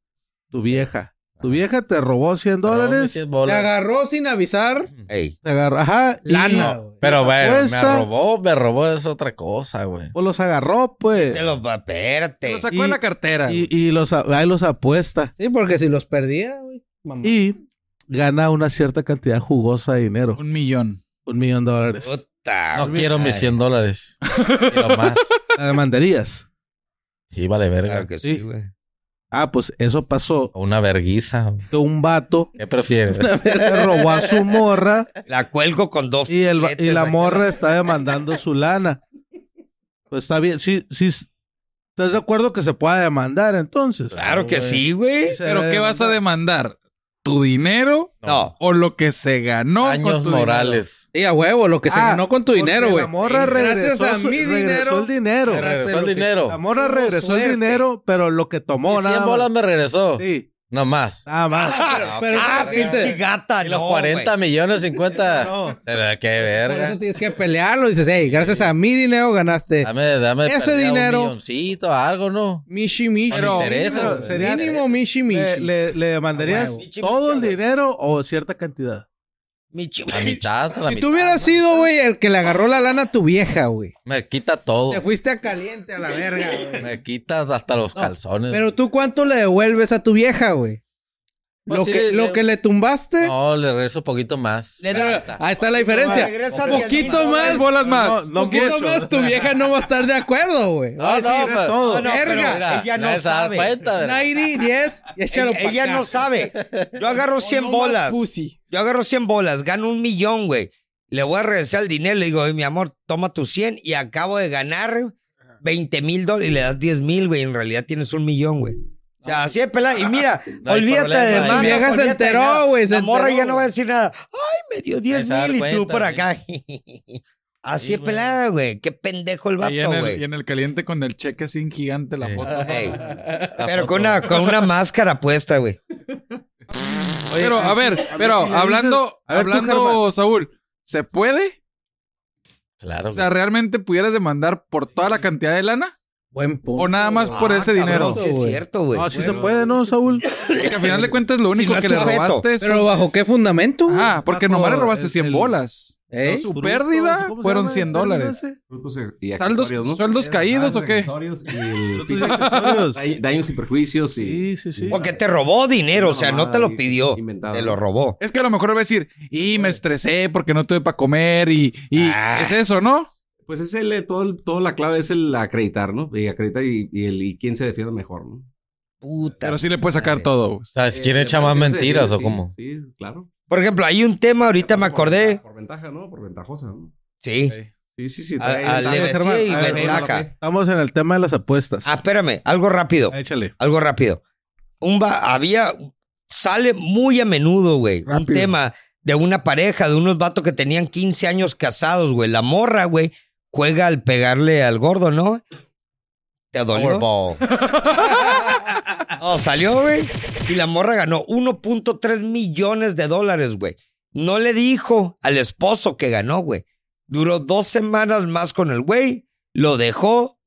Speaker 3: Tu vieja. Tu vieja te robó 100 dólares.
Speaker 8: Pero,
Speaker 5: Te
Speaker 8: bolas.
Speaker 5: agarró sin avisar.
Speaker 2: Ey.
Speaker 3: Te agarró. Ajá. y-
Speaker 5: Lana. güey.
Speaker 8: Pero bueno,
Speaker 3: Apuesta.
Speaker 8: me robó, me robó es otra cosa, güey.
Speaker 3: Pues los agarró, pues.
Speaker 2: Te los va, espérate.
Speaker 4: Lo sacó
Speaker 3: Y-
Speaker 4: de la cartera.
Speaker 3: Y, y los, a- ahí los apuesta.
Speaker 5: Sí, porque si los perdía, güey. mamá.
Speaker 3: Y gana una cierta cantidad jugosa de dinero.
Speaker 4: Un millón.
Speaker 3: Un millón de dólares.
Speaker 2: Puta,
Speaker 8: No
Speaker 2: güey.
Speaker 8: quiero mis 100 dólares. Quiero más.
Speaker 3: La demandarías.
Speaker 8: Sí, vale verga.
Speaker 2: Claro que
Speaker 3: Sí.
Speaker 2: sí, güey.
Speaker 3: Ah, pues eso pasó.
Speaker 8: O una verguiza. güey.
Speaker 3: Que un vato
Speaker 8: ¿Qué prefieres?
Speaker 3: le robó a su morra
Speaker 2: La cuelgo con dos.
Speaker 3: y, el, va- y
Speaker 2: filetes
Speaker 3: la
Speaker 2: acá.
Speaker 3: morra está demandando su lana. Pues está bien. Sí, sí. ¿Estás de acuerdo que se pueda demandar entonces?
Speaker 2: Claro que sí, güey.
Speaker 3: Sí se
Speaker 4: ¿Pero
Speaker 3: debe
Speaker 4: qué vas a
Speaker 3: demandar.
Speaker 4: demandar? ¿Tu dinero
Speaker 2: No.
Speaker 4: o lo que se ganó?
Speaker 8: Años
Speaker 4: tu
Speaker 8: morales.
Speaker 5: Sí, a huevo, lo que se
Speaker 3: Ah,
Speaker 5: ganó con tu
Speaker 3: porque
Speaker 5: dinero, güey.
Speaker 3: La morra regresó,
Speaker 5: Gracias a
Speaker 3: su-
Speaker 5: mi
Speaker 3: regresó
Speaker 5: dinero.
Speaker 3: el dinero.
Speaker 8: Me regresó el dinero.
Speaker 3: La morra
Speaker 2: Tuvo
Speaker 3: regresó
Speaker 2: suerte.
Speaker 3: el dinero, pero lo que tomó
Speaker 8: Y
Speaker 3: nada
Speaker 8: 100
Speaker 3: más.
Speaker 8: bolas me regresó.
Speaker 3: Sí,
Speaker 8: No más.
Speaker 3: nada más.
Speaker 2: Ah,
Speaker 5: pero-
Speaker 2: ah,
Speaker 5: pero-
Speaker 2: pinche gata.
Speaker 8: Y los
Speaker 2: no,
Speaker 8: 40
Speaker 2: güey.
Speaker 8: millones, 50.
Speaker 3: No.
Speaker 8: Pero Qué
Speaker 5: Por
Speaker 8: verga.
Speaker 5: eso tienes que pelearlo. Dices, hey, gracias a mi dinero ganaste.
Speaker 8: Dame, dame
Speaker 5: Ese
Speaker 8: perdida
Speaker 5: dinero-
Speaker 8: Un milloncito, algo, ¿no?
Speaker 5: Mishi Mishi.
Speaker 8: Pero-
Speaker 5: mínimo,
Speaker 8: Pero sería-
Speaker 5: mínimo Mishi
Speaker 3: Le,
Speaker 5: Mishi.
Speaker 3: le, le demandarías
Speaker 5: Ah, huevo.
Speaker 3: todo el dinero o cierta cantidad.
Speaker 2: Mi chi-
Speaker 8: La mitad, la
Speaker 5: si
Speaker 8: mitad.
Speaker 5: tú hubieras sido, güey, el que le agarró la lana a tu vieja, güey.
Speaker 8: Me quita todo.
Speaker 5: Te fuiste a caliente a la verga, güey.
Speaker 8: Me quita hasta los calzones.
Speaker 5: Pero tú, ¿cuánto le devuelves a tu vieja, güey?
Speaker 8: Pues
Speaker 5: Lo,
Speaker 8: sí,
Speaker 5: que,
Speaker 8: le-
Speaker 5: lo
Speaker 8: le-
Speaker 5: que le tumbaste.
Speaker 8: No, le regreso un poquito más.
Speaker 2: Le da-
Speaker 8: Ahí está.
Speaker 5: Ahí está la diferencia.
Speaker 2: Regresa
Speaker 5: Un poquito más.
Speaker 4: Tres bolas más.
Speaker 3: No, no
Speaker 5: poquito
Speaker 3: mucho.
Speaker 5: más tu vieja no va a estar de acuerdo, güey.
Speaker 8: No, no, pero-
Speaker 2: No, no, pero
Speaker 5: Verga.
Speaker 8: Mira,
Speaker 2: ella
Speaker 8: nadie
Speaker 2: no
Speaker 8: se da
Speaker 2: sabe.
Speaker 8: cuenta, ¿verdad?
Speaker 5: 90, 10, y échalo
Speaker 2: Ella,
Speaker 5: pa'
Speaker 2: ella
Speaker 5: acá.
Speaker 2: no sabe. Yo agarro 100
Speaker 5: No más
Speaker 2: bolas.
Speaker 5: pussy.
Speaker 2: Yo agarro 100 bolas, gano un millón, güey. Le voy a regresar el dinero. Le digo, "Oye, mi amor, toma tus 100 y acabo de ganar 20 mil dólares y le das 10 mil, güey. En realidad tienes un millón, güey. O sea, así es pelada. Y mira,
Speaker 8: No hay
Speaker 2: olvídate
Speaker 8: problema,
Speaker 2: de
Speaker 8: ahí.
Speaker 2: más.
Speaker 5: Mi vieja se enteró, güey, se
Speaker 2: La morra
Speaker 5: enteró,
Speaker 2: ya no va a decir nada. Ay, me dio 10
Speaker 8: se va a dar
Speaker 2: mil y tú
Speaker 8: cuenta,
Speaker 2: por
Speaker 8: güey.
Speaker 2: acá. así
Speaker 8: Sí,
Speaker 2: es
Speaker 8: güey.
Speaker 2: pelada, güey. Qué pendejo el
Speaker 4: Ahí en
Speaker 2: vato,
Speaker 4: el-
Speaker 2: güey.
Speaker 4: y en el caliente con el cheque así en gigante la
Speaker 8: Sí.
Speaker 4: foto.
Speaker 2: Ey,
Speaker 8: La
Speaker 2: Pero
Speaker 8: foto.
Speaker 2: con una, con una máscara puesta, güey.
Speaker 4: Pero, a ver, pero
Speaker 3: a ver,
Speaker 4: hablando,
Speaker 3: a ver, tú,
Speaker 4: hablando, Saúl, ¿se puede?
Speaker 8: Claro,
Speaker 4: O sea, ¿realmente pudieras demandar por toda la cantidad de lana?
Speaker 5: Buen punto.
Speaker 4: ¿O nada más por
Speaker 2: Ah,
Speaker 4: ese
Speaker 2: cabrón,
Speaker 4: dinero?
Speaker 2: Sí, es
Speaker 5: güey.
Speaker 2: cierto, güey. pues,
Speaker 3: No, si se puede, ¿no, Saúl?
Speaker 4: Porque al final de cuentas lo único
Speaker 2: no es
Speaker 4: que
Speaker 2: tu
Speaker 4: le
Speaker 2: feto.
Speaker 4: robaste es...
Speaker 5: Pero bajo qué fundamento, güey?
Speaker 4: Ah, porque
Speaker 3: Bajo
Speaker 4: nomás le robaste
Speaker 3: el-
Speaker 4: 100
Speaker 3: el-
Speaker 4: bolas. ¿Eh? Su pérdida
Speaker 3: ¿Cómo se
Speaker 4: fueron
Speaker 3: llama
Speaker 4: 100
Speaker 3: este
Speaker 4: dólares.
Speaker 3: ese?
Speaker 10: Frutos y
Speaker 4: ¿Saldos-
Speaker 10: accesorios, ¿no?
Speaker 4: sueldos caídos o qué?
Speaker 10: Accesorios y el-
Speaker 3: Frutos y accesorios.
Speaker 10: Da- Daños y perjuicios y...
Speaker 3: Sí, sí, sí.
Speaker 2: Porque te robó dinero, o sea, no te lo pidió.
Speaker 10: Inventado.
Speaker 2: Te lo robó.
Speaker 4: Es que a lo mejor va a decir, y me estresé porque no tuve para comer y, y
Speaker 2: Ah.
Speaker 4: es eso, ¿no?
Speaker 10: Pues es el, eh, todo, el- toda la clave es el acreditar, ¿no? Y acreditar y, y el, y quién se defiende mejor, ¿no?
Speaker 2: Puta.
Speaker 4: Pero sí le puedes sacar todo. güey.
Speaker 8: ¿Sabes quién
Speaker 10: Eh,
Speaker 8: echa
Speaker 10: pero
Speaker 8: más
Speaker 10: sí se
Speaker 8: mentiras
Speaker 10: defiende,
Speaker 8: o
Speaker 10: sí,
Speaker 8: cómo?
Speaker 10: Sí, claro.
Speaker 2: Por ejemplo, hay un tema, ahorita me
Speaker 10: Por
Speaker 2: acordé.
Speaker 10: ventaja, Por ventaja, ¿no? Por ventajosa, ¿no?
Speaker 2: Sí.
Speaker 10: Sí, sí, sí.
Speaker 2: A-
Speaker 10: trae
Speaker 2: a-
Speaker 10: ventaja.
Speaker 2: le decía
Speaker 3: Germán,
Speaker 2: y
Speaker 3: a ver,
Speaker 2: ventaja.
Speaker 3: Estamos en el tema de las apuestas.
Speaker 2: Ah, espérame, algo rápido.
Speaker 3: Échale.
Speaker 2: Algo rápido. Un va- había, sale muy a menudo, güey, un
Speaker 1: Rápido.
Speaker 2: tema de una pareja, de unos vatos que tenían 15 años casados, güey. La morra, güey, juega al pegarle al gordo, ¿no? Te dolió. No, salió, güey. Y la morra ganó 1.3 millones de dólares, güey. No le dijo al esposo que ganó, güey. Duró dos semanas más con el güey, lo dejó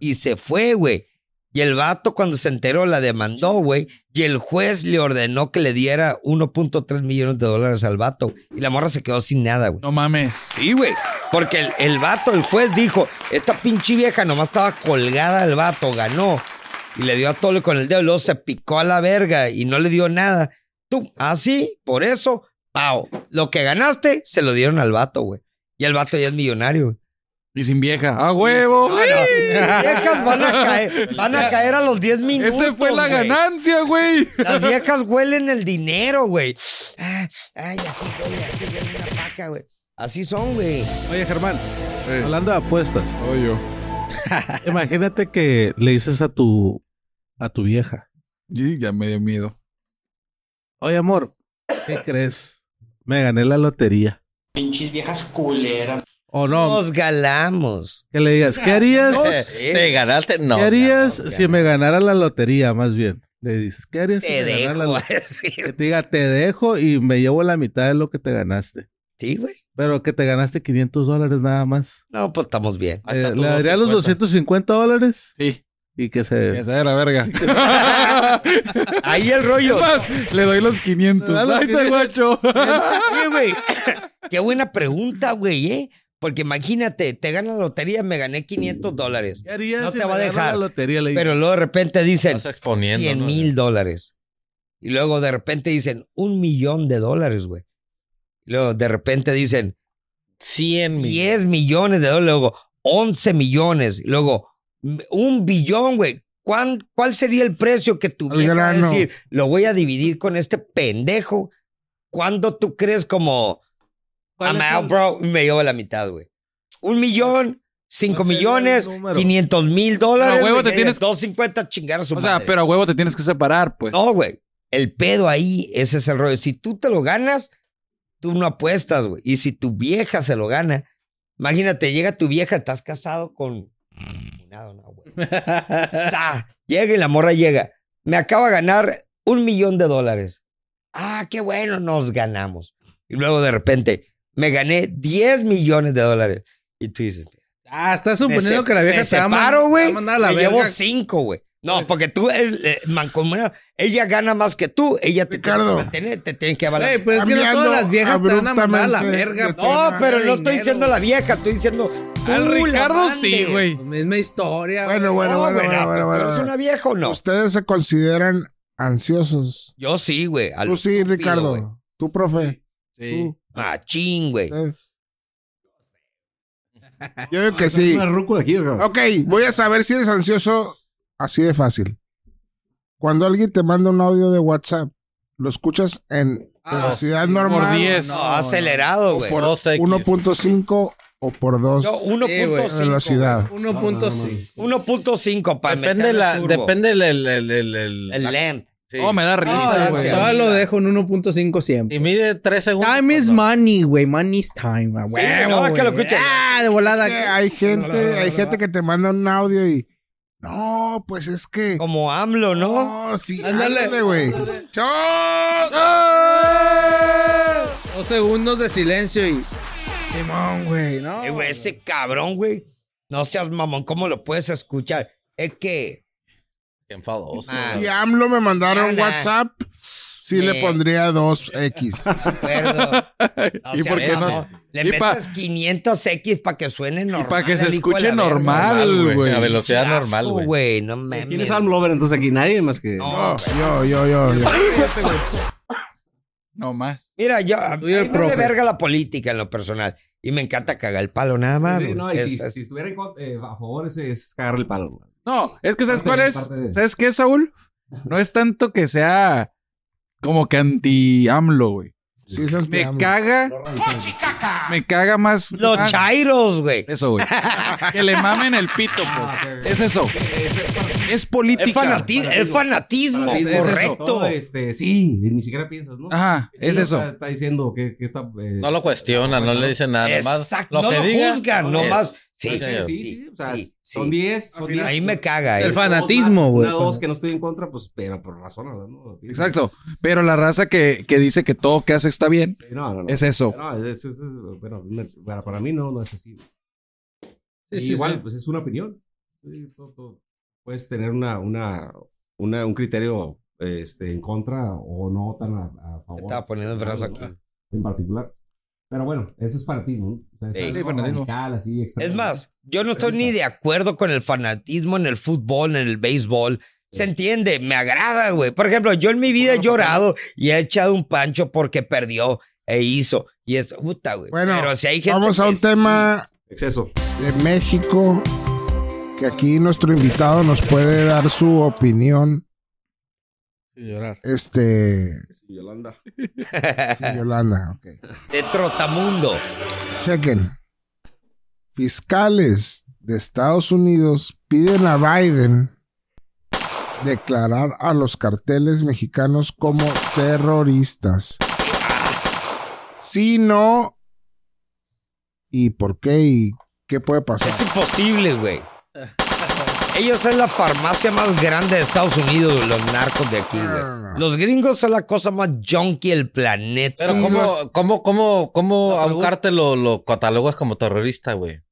Speaker 2: y se fue, güey. Y el vato cuando se enteró la demandó, güey. Y el juez le ordenó que le diera 1.3 millones de dólares al vato. Y la morra se quedó sin nada, güey.
Speaker 4: No mames.
Speaker 2: Sí, güey. Porque el, el vato, el juez dijo, esta pinche vieja nomás estaba colgada el vato, ganó. Y le dio a Tole con el dedo, y luego se picó a la verga y no le dio nada. Tú, así, por eso, pao. Lo que ganaste, se lo dieron al vato, güey. Y el vato ya es millonario, güey.
Speaker 4: Y sin vieja. ¡A huevo!
Speaker 2: Viejas van a caer, van a caer a los 10 minutos.
Speaker 4: Ese fue la
Speaker 2: güey.
Speaker 4: ganancia, güey.
Speaker 2: Las viejas huelen el dinero, güey. Ah, Ay, aquí huele, aquí huele una paca, güey. Así son, güey.
Speaker 3: Oye, Germán,
Speaker 4: Eh.
Speaker 3: hablando de apuestas,
Speaker 4: Oye.
Speaker 3: imagínate que le dices a tu a tu vieja,
Speaker 4: Y ya me dio miedo.
Speaker 3: oye amor, ¿qué crees? Me gané la lotería. Pinches viejas culeras. O no,
Speaker 2: Nos galamos.
Speaker 3: que le digas, ¿qué harías?
Speaker 2: Sí.
Speaker 8: ¿Te ganaste? No.
Speaker 3: ¿Qué harías
Speaker 8: no, no,
Speaker 3: si me ganara la lotería? Más bien, le dices, ¿qué harías si
Speaker 2: Te
Speaker 3: me ganara la
Speaker 2: dejo
Speaker 3: lotería?
Speaker 2: decir.
Speaker 3: Que te diga, te dejo y me llevo la mitad de lo que te ganaste.
Speaker 2: Sí, güey.
Speaker 3: Pero que te ganaste 500 dólares nada más.
Speaker 2: No, pues estamos bien.
Speaker 8: Ahí está
Speaker 3: Eh,
Speaker 8: tu
Speaker 3: le daría los 250 dólares
Speaker 4: Sí.
Speaker 3: y que
Speaker 4: Que
Speaker 3: se...
Speaker 4: se dé la verga.
Speaker 2: Ahí el rollo.
Speaker 4: Más, le doy los 500.
Speaker 3: Le da los
Speaker 4: Ahí está, guacho.
Speaker 2: Oye, güey. Qué buena pregunta, güey, ¿eh? Porque imagínate, te ganas la lotería, me gané 500 dólares.
Speaker 3: ¿Qué harías
Speaker 2: No
Speaker 3: si
Speaker 2: te
Speaker 3: me
Speaker 2: va a
Speaker 3: ganara
Speaker 2: dejar,
Speaker 3: La lotería, le dices?
Speaker 2: Pero luego de repente dicen
Speaker 8: Estás exponiendo.
Speaker 2: 100
Speaker 8: ¿no?
Speaker 2: mil dólares. Y luego de repente dicen un millón de dólares, güey. Y luego de repente dicen
Speaker 8: 100 mil.
Speaker 2: 10 millones de dólares, luego 11 millones, y luego mm, un billón, güey. ¿Cuán- ¿Cuál sería el precio que tu
Speaker 1: Al
Speaker 2: vieja va a
Speaker 1: grano.
Speaker 2: decir? Lo voy a dividir con este pendejo. ¿Cuándo tú crees como
Speaker 3: ¿Cuál
Speaker 2: I'm
Speaker 3: es
Speaker 2: out,
Speaker 3: el-
Speaker 2: bro? Y Me llevo la mitad, güey. Un millón, cinco
Speaker 3: ¿Cuál sería el
Speaker 2: millones,
Speaker 3: número?
Speaker 2: 500 mil dólares.
Speaker 4: Pero, huevo,
Speaker 2: güey,
Speaker 4: te
Speaker 2: que
Speaker 4: tienes-
Speaker 2: 250 chingar a su
Speaker 4: O sea,
Speaker 2: madre.
Speaker 4: pero a huevo te tienes que separar, pues.
Speaker 2: No, güey. El pedo ahí, ese es el rollo. Si tú te lo ganas, tú no apuestas, güey. Y si tu vieja se lo gana, imagínate, llega tu vieja, estás casado con. Ah, No, no, güey. Sa, Llega y la morra llega. Me acaba de ganar un millón de dólares. Ah, qué bueno, nos ganamos. Y luego de repente, me gané 10 millones de dólares. Y tú dices,
Speaker 5: Ah, estás
Speaker 2: me
Speaker 5: suponiendo
Speaker 2: se-
Speaker 5: que la vieja
Speaker 2: me
Speaker 5: te va a man-
Speaker 2: separo,
Speaker 5: te va
Speaker 2: güey.
Speaker 5: a mandar a la
Speaker 2: Me llevo
Speaker 5: verga.
Speaker 2: cinco, güey. No, porque tú, el, eh, mancomunado, ella gana más que tú, ella te
Speaker 1: Ricardo.
Speaker 2: tiene que mantener, te tienen que avalar.
Speaker 5: Güey, pues es que no
Speaker 1: Cambiando
Speaker 5: todas las viejas te van a mandar a la
Speaker 1: abruptamente
Speaker 5: verga.
Speaker 1: de
Speaker 2: no,
Speaker 1: tema.
Speaker 2: pero no estoy
Speaker 5: dinero,
Speaker 2: diciendo la vieja, estoy diciendo tú,
Speaker 4: Al
Speaker 2: la
Speaker 4: Ricardo sí,
Speaker 2: mandes.
Speaker 4: güey.
Speaker 5: Misma historia.
Speaker 1: Bueno,
Speaker 5: güey.
Speaker 1: bueno,
Speaker 2: No,
Speaker 1: bueno,
Speaker 2: güey,
Speaker 1: bueno,
Speaker 2: no,
Speaker 1: bueno,
Speaker 2: ¿tú
Speaker 1: bueno,
Speaker 2: eres
Speaker 1: bueno.
Speaker 2: una vieja o no?
Speaker 1: Ustedes se consideran ansiosos.
Speaker 2: Yo sí, güey. al
Speaker 1: Tú sí,
Speaker 2: estúpido,
Speaker 1: Ricardo.
Speaker 2: güey.
Speaker 1: Tú, profe.
Speaker 4: Sí.
Speaker 2: Machín, güey.
Speaker 1: Eh. Yo digo que sí.
Speaker 10: Una rúcula aquí, oiga.
Speaker 1: Ok, voy a saber si eres ansioso así de fácil. Cuando alguien te manda un audio de WhatsApp, lo escuchas en
Speaker 2: Ah,
Speaker 1: velocidad
Speaker 4: Por
Speaker 1: normal,
Speaker 4: 10.
Speaker 2: No, acelerado, güey.
Speaker 8: Por 2X.
Speaker 1: 1.5 o por 2
Speaker 2: Yo, 1.5.
Speaker 1: de velocidad.
Speaker 5: 1.5.
Speaker 2: 1.5 para
Speaker 8: Depende, la,
Speaker 2: Depende
Speaker 8: depende el, el, el, el, el-
Speaker 2: el length.
Speaker 8: sí.
Speaker 4: Oh, me da risa,
Speaker 2: Ah,
Speaker 4: güey.
Speaker 2: sí.
Speaker 5: Yo lo dejo en 1.5 siempre.
Speaker 8: Y mide 3 segundos.
Speaker 5: Time is
Speaker 8: No.
Speaker 5: money, güey. Money is time. a huevo,
Speaker 2: no, es que lo
Speaker 5: güey.
Speaker 2: escuchen.
Speaker 5: Ah, de
Speaker 1: Es
Speaker 5: volada.
Speaker 1: que hay gente, hay gente que te manda un audio y no, pues es que
Speaker 2: Como AMLO, ¿no?
Speaker 1: no, sí,
Speaker 5: Ándale.
Speaker 1: ándale, güey. ¡Chao!
Speaker 5: Dos segundos de silencio y. Simón, güey, ¿no?
Speaker 2: Eh, güey, ese cabrón, güey. No seas mamón, ¿cómo lo puedes escuchar? Es que.
Speaker 8: Qué enfadoso.
Speaker 2: Ah,
Speaker 1: Si AMLO me mandara un
Speaker 2: Ana.
Speaker 1: WhatsApp, sí
Speaker 2: Eh.
Speaker 1: le pondría 2X.
Speaker 2: de acuerdo. No
Speaker 4: ¿Y
Speaker 2: se
Speaker 4: por qué
Speaker 2: hace.
Speaker 4: no?
Speaker 2: Le
Speaker 4: Y pa-
Speaker 2: metes 500 X para que suene normal.
Speaker 4: para que se
Speaker 2: Ah, el hijo de
Speaker 4: escuche
Speaker 2: la verga.
Speaker 4: normal, güey.
Speaker 8: A velocidad
Speaker 2: Qué asco,
Speaker 8: normal, güey.
Speaker 2: güey. No mames.
Speaker 10: ¿Quién es Almlover entonces aquí? Nadie más que.
Speaker 2: No,
Speaker 1: Yo, yo, yo. yo.
Speaker 4: No más.
Speaker 2: Mira, yo a
Speaker 5: Tú y el
Speaker 2: mí me vale
Speaker 5: profe.
Speaker 2: verga la política en lo personal. Y me encanta cagar el palo nada más.
Speaker 10: Sí, no,
Speaker 2: güey.
Speaker 10: y
Speaker 2: Es-
Speaker 10: si,
Speaker 2: es-
Speaker 10: si estuviera en contra- eh, a favor, ese es cagarle el palo. güey.
Speaker 4: No, es que ¿sabes
Speaker 10: Parte
Speaker 4: cuál
Speaker 10: de-
Speaker 4: es?
Speaker 10: parte de-
Speaker 4: ¿Sabes qué, Saúl? No es tanto que sea como que anti-AMLO, güey.
Speaker 1: Sí, es lo que
Speaker 4: Me
Speaker 1: amo.
Speaker 4: caga, me caga más.
Speaker 2: Los
Speaker 4: más-
Speaker 2: chairos, güey.
Speaker 4: Eso, güey. que le mamen el pito,
Speaker 10: Ah,
Speaker 4: pues. Es eso. Es política.
Speaker 2: Es, fanati- es fanatismo,
Speaker 10: Para ti, es eso.
Speaker 2: correcto.
Speaker 10: Todo, este, sí, ni siquiera piensas, ¿no?
Speaker 4: Ajá,
Speaker 10: Sí,
Speaker 4: es
Speaker 10: no
Speaker 4: eso.
Speaker 10: Está, está diciendo que, que está. eh,
Speaker 8: No lo cuestiona, no le dicen nada. Nomás
Speaker 2: Exacto.
Speaker 8: lo
Speaker 2: no
Speaker 8: que
Speaker 2: lo
Speaker 8: diga.
Speaker 2: juzgan,
Speaker 8: es.
Speaker 2: nomás.
Speaker 8: Sí,
Speaker 2: Sí,
Speaker 8: señor.
Speaker 10: sí,
Speaker 2: sí,
Speaker 10: sí, o sea,
Speaker 2: sí,
Speaker 10: son
Speaker 2: sí.
Speaker 10: 10. son 10.
Speaker 2: Ahí me caga
Speaker 5: El
Speaker 2: eso.
Speaker 5: fanatismo, güey.
Speaker 10: Una, dos que no estoy en contra, pues, pero por razón, ¿no?
Speaker 4: Exacto. Pero la raza que, que dice que todo que hace está bien
Speaker 10: No, no, no.
Speaker 4: es eso.
Speaker 10: No, es- es- es- bueno, me- para, para mí no, no es así.
Speaker 5: Sí,
Speaker 10: Y
Speaker 5: sí,
Speaker 10: igual,
Speaker 5: sí.
Speaker 10: pues es una opinión.
Speaker 9: Ah,
Speaker 10: Sí, todo- todo. Puedes tener una, una, una, un criterio este, en contra o no tan a, a favor.
Speaker 2: Estaba poniendo el brazo aquí.
Speaker 10: En particular. Pero bueno, eso es para ti, ¿no? O sea, es
Speaker 2: Sí.
Speaker 10: algo
Speaker 4: Sí, fanatismo.
Speaker 10: radical, así, extra-
Speaker 2: Es más, yo no estoy ni de acuerdo con el fanatismo en el fútbol, en el béisbol. Se entiende, me agrada, güey. Por ejemplo, yo en mi vida
Speaker 10: pues,
Speaker 2: he llorado y he echado un pancho porque perdió e hizo. Y es puta, güey.
Speaker 1: Bueno,
Speaker 2: Pero si hay gente
Speaker 1: Vamos a
Speaker 2: que
Speaker 1: un
Speaker 2: sí-
Speaker 1: tema
Speaker 10: Exceso.
Speaker 1: de México que aquí nuestro invitado nos puede dar su opinión. Este,
Speaker 10: Yolanda.
Speaker 1: sí, Yolanda, ok.
Speaker 2: de trotamundo.
Speaker 1: Chequen. Fiscales de Estados Unidos piden a Biden declarar a los carteles mexicanos como terroristas. Si no, ¿y por qué? ¿Y qué puede pasar?
Speaker 2: Es imposible, güey. Ellos es la farmacia más grande de Estados Unidos, los narcos de aquí, güey. Los gringos son la cosa más junkie del planeta.
Speaker 8: Pero
Speaker 1: Sí,
Speaker 8: ¿cómo,
Speaker 1: los-
Speaker 8: cómo, cómo, cómo
Speaker 4: No,
Speaker 8: a
Speaker 4: pero-
Speaker 8: un cártel lo, lo catalogas como terrorista, güey?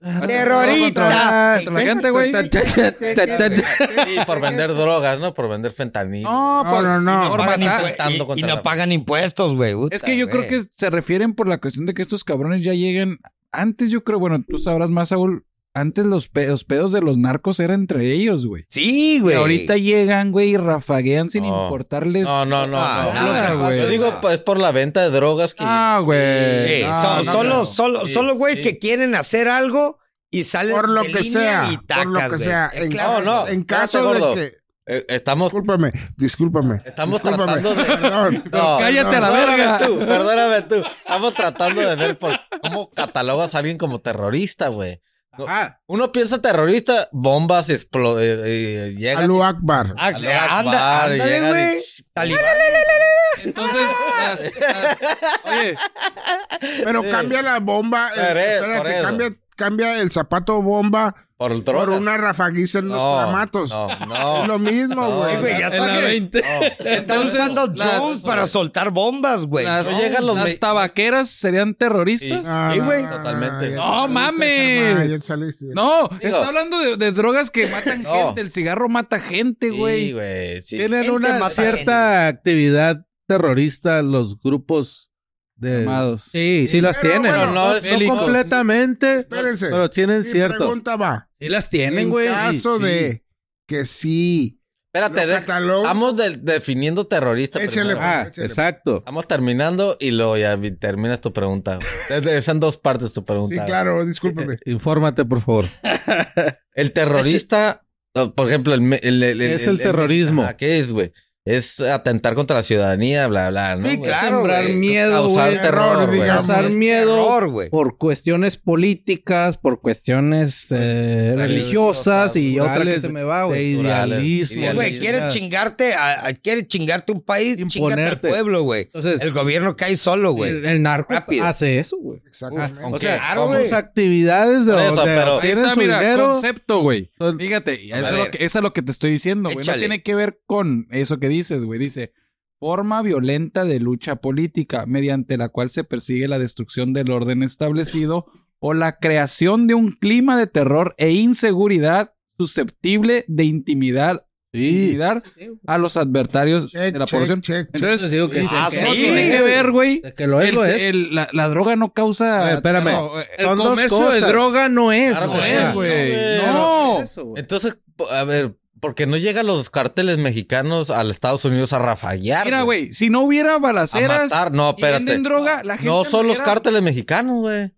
Speaker 2: Terrorista.
Speaker 4: Contra la gente, güey.
Speaker 8: Y por vender drogas, ¿no? Por vender fentanilo.
Speaker 4: No,
Speaker 1: No,
Speaker 4: por-
Speaker 1: no, no.
Speaker 4: por
Speaker 2: Pagan
Speaker 4: matar.
Speaker 2: impu-
Speaker 8: Tanto
Speaker 2: y, y
Speaker 8: contra
Speaker 2: no
Speaker 8: la-
Speaker 2: pagan impuestos, güey.
Speaker 4: Es que yo creo que se refieren por la cuestión de que estos cabrones ya llegan. Antes yo creo, bueno, tú sabrás más, Saúl. Antes los pedos, pedos de los narcos eran entre ellos, güey.
Speaker 2: Sí,
Speaker 4: Y
Speaker 2: güey.
Speaker 4: ahorita llegan, güey, y rafaguean sin
Speaker 8: No.
Speaker 4: importarles.
Speaker 8: No, no, no.
Speaker 2: Ah,
Speaker 8: no.
Speaker 2: nada,
Speaker 8: Yo
Speaker 4: güey.
Speaker 8: digo, pues, es por la venta de drogas que.
Speaker 4: Ah, güey.
Speaker 2: Eh, son-
Speaker 4: No, no,
Speaker 2: son
Speaker 4: no.
Speaker 2: los- son los-
Speaker 8: Sí,
Speaker 2: son los güey
Speaker 8: sí.
Speaker 2: que quieren hacer algo y salen
Speaker 1: Por lo
Speaker 2: de
Speaker 1: que
Speaker 2: línea
Speaker 1: sea,
Speaker 2: y
Speaker 1: por lo
Speaker 2: tacas,
Speaker 1: que
Speaker 2: güey.
Speaker 1: sea.
Speaker 2: Es
Speaker 1: En-
Speaker 2: claro,
Speaker 8: No, no.
Speaker 1: En caso
Speaker 8: Espérate, gordo.
Speaker 1: de que...
Speaker 8: Eh, estamos
Speaker 1: Discúlpame, discúlpame.
Speaker 8: Estamos
Speaker 1: discúlpame,
Speaker 8: tratando de-
Speaker 1: Perdón.
Speaker 8: No,
Speaker 4: cállate a la
Speaker 8: perdóname
Speaker 4: verga.
Speaker 8: tú, perdóname tú. Estamos tratando de ver por cómo catalogas a alguien como terrorista, güey. No, Uno piensa terrorista, bombas explo- eh, eh, llegan.
Speaker 1: Alú Akbar.
Speaker 2: Ah,
Speaker 8: Aló,
Speaker 2: anda-
Speaker 8: Akbar,
Speaker 2: ándale,
Speaker 8: llegan y-
Speaker 2: güey. Talibán.
Speaker 4: Entonces, las- las- oye,
Speaker 1: Pero cambia la bomba. eh,
Speaker 8: Por eso, por
Speaker 1: espérate,
Speaker 8: eso.
Speaker 1: cambia, cambia el zapato bomba
Speaker 8: por el
Speaker 1: por
Speaker 8: drogas.
Speaker 1: una rafaguiza en los
Speaker 8: No,
Speaker 1: clamatos.
Speaker 8: No,
Speaker 1: Es
Speaker 8: no.
Speaker 1: lo mismo,
Speaker 8: No,
Speaker 1: güey.
Speaker 2: Ay, güey, ya están, güey, están
Speaker 4: Entonces,
Speaker 2: usando
Speaker 4: las-
Speaker 2: drones para soltar bombas, güey.
Speaker 4: las,
Speaker 8: no llegan los
Speaker 4: las
Speaker 8: me-
Speaker 4: tabaqueras serían terroristas.
Speaker 1: No,
Speaker 2: Sí,
Speaker 1: no,
Speaker 2: güey.
Speaker 1: no, no,
Speaker 8: Totalmente.
Speaker 1: Ah, ya
Speaker 8: No,
Speaker 1: saliste,
Speaker 4: mames.
Speaker 1: Germán, ya saliste.
Speaker 4: No,
Speaker 8: Digo-
Speaker 4: está hablando de, de drogas que matan
Speaker 8: No.
Speaker 4: gente. El cigarro mata gente,
Speaker 8: Sí,
Speaker 4: güey.
Speaker 8: güey. sí.
Speaker 3: Tienen
Speaker 2: gente
Speaker 3: una
Speaker 2: mata
Speaker 3: cierta actividad terrorista los grupos de...
Speaker 4: Amados.
Speaker 5: Sí, sí las
Speaker 1: Pero
Speaker 5: tienen.
Speaker 1: bueno,
Speaker 8: No, no, es-
Speaker 3: No completamente,
Speaker 1: Espérense.
Speaker 3: pero tienen
Speaker 1: Mi
Speaker 3: cierto.
Speaker 1: pregunta va.
Speaker 5: Sí las tienen,
Speaker 1: En
Speaker 5: güey.
Speaker 1: caso
Speaker 5: Sí.
Speaker 1: de que sí.
Speaker 8: Espérate,
Speaker 1: Lo
Speaker 8: de-
Speaker 1: catalog-
Speaker 8: estamos de- definiendo terrorista.
Speaker 1: Échale,
Speaker 8: primero.
Speaker 1: pues.
Speaker 3: Ah, exacto.
Speaker 8: Estamos terminando y luego ya vi- terminas tu pregunta. Desde- Son dos partes tu pregunta.
Speaker 1: Sí, claro,
Speaker 8: Eh,
Speaker 1: discúlpeme.
Speaker 3: Infórmate, por favor.
Speaker 8: El terrorista, o, por ejemplo, el, me- el- el-
Speaker 3: Es el terrorismo.
Speaker 8: ah, ¿Qué es, güey? Es atentar contra la ciudadanía, bla, bla, ¿no?
Speaker 2: Sí,
Speaker 8: güey?
Speaker 2: claro,
Speaker 5: Sembrar
Speaker 2: güey.
Speaker 5: miedo,
Speaker 8: Causar
Speaker 5: güey.
Speaker 8: terror,
Speaker 1: Terror,
Speaker 8: güey.
Speaker 1: digamos.
Speaker 5: Causar miedo
Speaker 2: pues, Terror, güey.
Speaker 5: por cuestiones políticas, por cuestiones eh, religiosas y otra que
Speaker 3: Morales,
Speaker 5: se me va,
Speaker 3: De
Speaker 5: güey.
Speaker 3: idealismo.
Speaker 8: Idealismo.
Speaker 2: Güey, quiere chingarte, a, a- quiere chingarte un país, chingate al
Speaker 3: Imponerte.
Speaker 2: pueblo, güey.
Speaker 5: Entonces,
Speaker 2: El gobierno cae solo,
Speaker 5: el,
Speaker 2: güey.
Speaker 5: el narco
Speaker 2: Rápido.
Speaker 5: hace eso, güey.
Speaker 1: Exactamente.
Speaker 3: O
Speaker 8: Aunque-
Speaker 3: sea,
Speaker 2: Claro,
Speaker 3: como
Speaker 2: güey.
Speaker 3: sus actividades de
Speaker 8: Por eso,
Speaker 3: donde
Speaker 8: pero-
Speaker 4: Ahí
Speaker 3: obtienen
Speaker 4: está,
Speaker 3: su
Speaker 4: mira,
Speaker 3: dinero.
Speaker 4: concepto, güey.
Speaker 3: son-
Speaker 4: Fíjate, y
Speaker 2: A
Speaker 4: eso, es lo
Speaker 2: ver.
Speaker 4: que, eso es lo que te estoy diciendo, güey. No
Speaker 2: Échale.
Speaker 4: tiene que ver con eso que dices, güey. Dice, forma violenta de lucha política mediante la cual se persigue la destrucción del orden establecido o la creación de un clima de terror e inseguridad susceptible de intimidad y cuidar a los adversarios de la población. Entonces,
Speaker 5: Yo digo que sí,
Speaker 4: ah,
Speaker 5: que-
Speaker 4: sí,
Speaker 5: que-
Speaker 4: tiene que ver, güey.
Speaker 5: que lo es,
Speaker 4: El-
Speaker 5: lo es.
Speaker 4: el- la, la droga no causa.
Speaker 3: Oye, espérame.
Speaker 4: no, eh,
Speaker 5: El
Speaker 3: Son dos
Speaker 5: comercio de
Speaker 3: cosas.
Speaker 5: droga no es,
Speaker 8: Claro que
Speaker 5: güey.
Speaker 8: sí.
Speaker 4: es, güey.
Speaker 8: No,
Speaker 4: No.
Speaker 5: Eso, güey.
Speaker 8: Entonces, po- a ver, porque no llegan los carteles mexicanos al Estados Unidos a rafallar?
Speaker 4: Mira, güey, si no hubiera
Speaker 8: A
Speaker 4: balaceras
Speaker 8: matar. No,
Speaker 4: y venden
Speaker 8: espérate.
Speaker 4: droga, la gente.
Speaker 8: No son los
Speaker 4: hubiera-
Speaker 8: cárteles mexicanos, güey.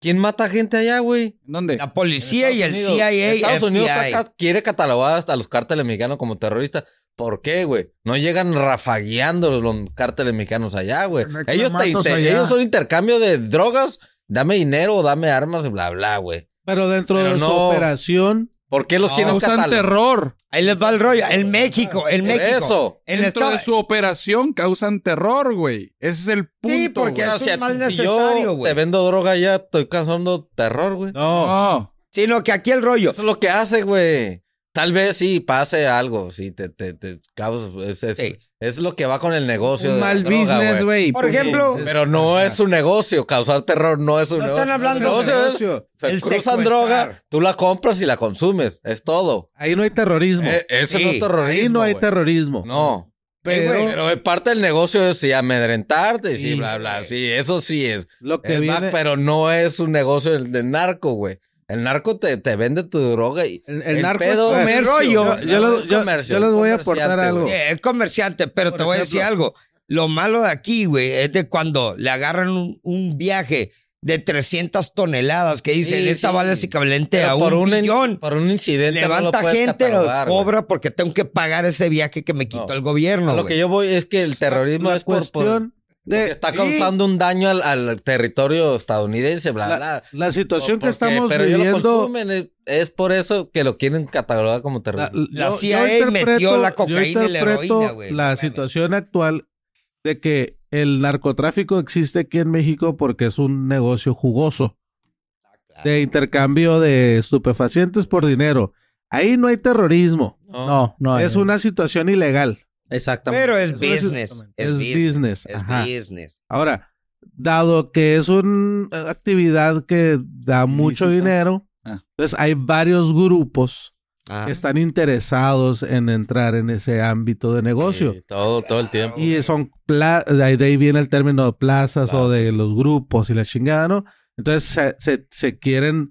Speaker 8: ¿Quién mata gente allá, güey?
Speaker 4: ¿Dónde?
Speaker 2: La policía y el
Speaker 8: Estados Unidos.
Speaker 2: CIA.
Speaker 8: Estados Unidos
Speaker 2: FBI.
Speaker 8: está ca- quiere catalogar a los cárteles mexicanos como terroristas. ¿Por qué, güey? No llegan rafagueando los cárteles mexicanos allá, güey.
Speaker 1: No hay
Speaker 8: Ellos, te
Speaker 1: clamatos
Speaker 8: inter-
Speaker 1: allá.
Speaker 8: ellos son intercambio de drogas, dame dinero, dame armas, bla, bla, güey.
Speaker 3: Pero dentro
Speaker 8: Pero
Speaker 3: de su
Speaker 8: no.
Speaker 3: operación,
Speaker 8: ¿Por qué los quieren
Speaker 4: Causan
Speaker 8: catalogar?
Speaker 4: Ah, terror.
Speaker 2: Ahí les va el rollo. En México, en
Speaker 8: Por
Speaker 2: México.
Speaker 8: eso.
Speaker 2: En
Speaker 4: Dentro
Speaker 2: Estados
Speaker 4: de su operación causan terror, güey. Ese es el punto.
Speaker 2: Sí, porque
Speaker 4: güey.
Speaker 2: no
Speaker 8: O sea,
Speaker 2: es mal
Speaker 8: si
Speaker 2: necesario,
Speaker 8: yo
Speaker 2: güey.
Speaker 8: te vendo droga allá, estoy causando terror, güey.
Speaker 3: no.
Speaker 4: No.
Speaker 2: Sino que aquí el rollo.
Speaker 8: Eso es lo que hace, güey. Tal vez sí pase algo, sí, te, te, te causas- es, es,
Speaker 2: Sí.
Speaker 8: es lo que va con el negocio.
Speaker 5: Un
Speaker 8: de la
Speaker 5: mal
Speaker 8: droga,
Speaker 5: business, güey.
Speaker 2: Por ejemplo,
Speaker 8: Pero no es su negocio, causar terror no es su
Speaker 2: No
Speaker 8: negocio.
Speaker 2: están hablando
Speaker 8: Su negocio
Speaker 2: de
Speaker 8: es-
Speaker 3: Negocio.
Speaker 8: se
Speaker 2: El
Speaker 8: cruzan
Speaker 2: secuestrar.
Speaker 8: droga, tú la compras y la consumes, es todo.
Speaker 3: Ahí no hay terrorismo.
Speaker 8: Eh, eso
Speaker 2: Sí.
Speaker 8: no es terrorismo.
Speaker 3: Ahí no hay
Speaker 8: güey.
Speaker 3: terrorismo.
Speaker 8: No.
Speaker 3: Pero
Speaker 8: Pero es parte del negocio es sí, amedrentarte, sí,
Speaker 3: Sí,
Speaker 8: bla, bla,
Speaker 3: güey.
Speaker 8: sí, eso sí es.
Speaker 3: lo que
Speaker 8: Es más,
Speaker 3: viene.
Speaker 8: pero no es un negocio del, del narco, güey. El narco te, te vende tu droga y
Speaker 5: El, el narco es
Speaker 8: pedo-
Speaker 5: comercio.
Speaker 2: rollo.
Speaker 3: yo, yo lo- yo-
Speaker 8: Comercio,
Speaker 3: yo les voy a
Speaker 8: comerciante,
Speaker 3: aportar algo.
Speaker 8: güey.
Speaker 2: eh, es comerciante, pero te voy a decir algo. Lo malo de aquí, güey, es de cuando le agarran un, un viaje de 300 toneladas que dicen,
Speaker 8: Sí,
Speaker 2: esta
Speaker 8: sí.
Speaker 2: vale básicamente
Speaker 8: Pero
Speaker 2: a
Speaker 8: por
Speaker 2: un,
Speaker 8: in-
Speaker 2: millón.
Speaker 8: por un incidente. no lo
Speaker 2: Levanta
Speaker 8: puedes
Speaker 2: gente,
Speaker 8: catalogar, güey.
Speaker 2: cobra porque tengo que pagar ese viaje que me quitó
Speaker 8: No.
Speaker 2: el gobierno.
Speaker 8: A lo
Speaker 2: güey.
Speaker 8: que yo voy es que el terrorismo
Speaker 3: La
Speaker 8: es por- por-
Speaker 3: cuestión
Speaker 8: porque
Speaker 3: de
Speaker 8: está causando un daño al, al territorio estadounidense, bla,
Speaker 3: la,
Speaker 8: bla.
Speaker 3: la situación
Speaker 8: Porque-
Speaker 3: que estamos
Speaker 8: pero ellos lo
Speaker 3: viviendo.
Speaker 8: consumen, es, es por eso que lo quieren catalogar como terrorismo.
Speaker 2: La
Speaker 3: yo- yo
Speaker 2: CIA
Speaker 3: interpreto-
Speaker 2: metió la
Speaker 3: yo
Speaker 2: cocaína y la
Speaker 3: interpreto
Speaker 2: heroína, güey.
Speaker 3: La situación actual de que el narcotráfico existe aquí en México porque es un negocio jugoso
Speaker 2: Ah,
Speaker 3: de intercambio de estupefacientes por dinero. Ahí no hay terrorismo.
Speaker 5: No, no.
Speaker 3: es una situación ilegal.
Speaker 5: Exactamente.
Speaker 2: Pero es
Speaker 5: Eso es-
Speaker 2: business. Es,
Speaker 3: Es
Speaker 2: business.
Speaker 3: business.
Speaker 2: Es
Speaker 3: Ajá.
Speaker 2: business.
Speaker 3: Ahora, dado que es una actividad que da mucho
Speaker 4: Ilícita.
Speaker 3: dinero,
Speaker 4: Ah.
Speaker 3: entonces hay varios grupos
Speaker 2: Ajá.
Speaker 3: que están interesados en entrar en ese ámbito de negocio.
Speaker 8: Sí, todo, todo el tiempo.
Speaker 3: Y son, pla- de ahí de ahí viene el término de plazas o de los grupos y la chingada, ¿no? Entonces se, se- se quieren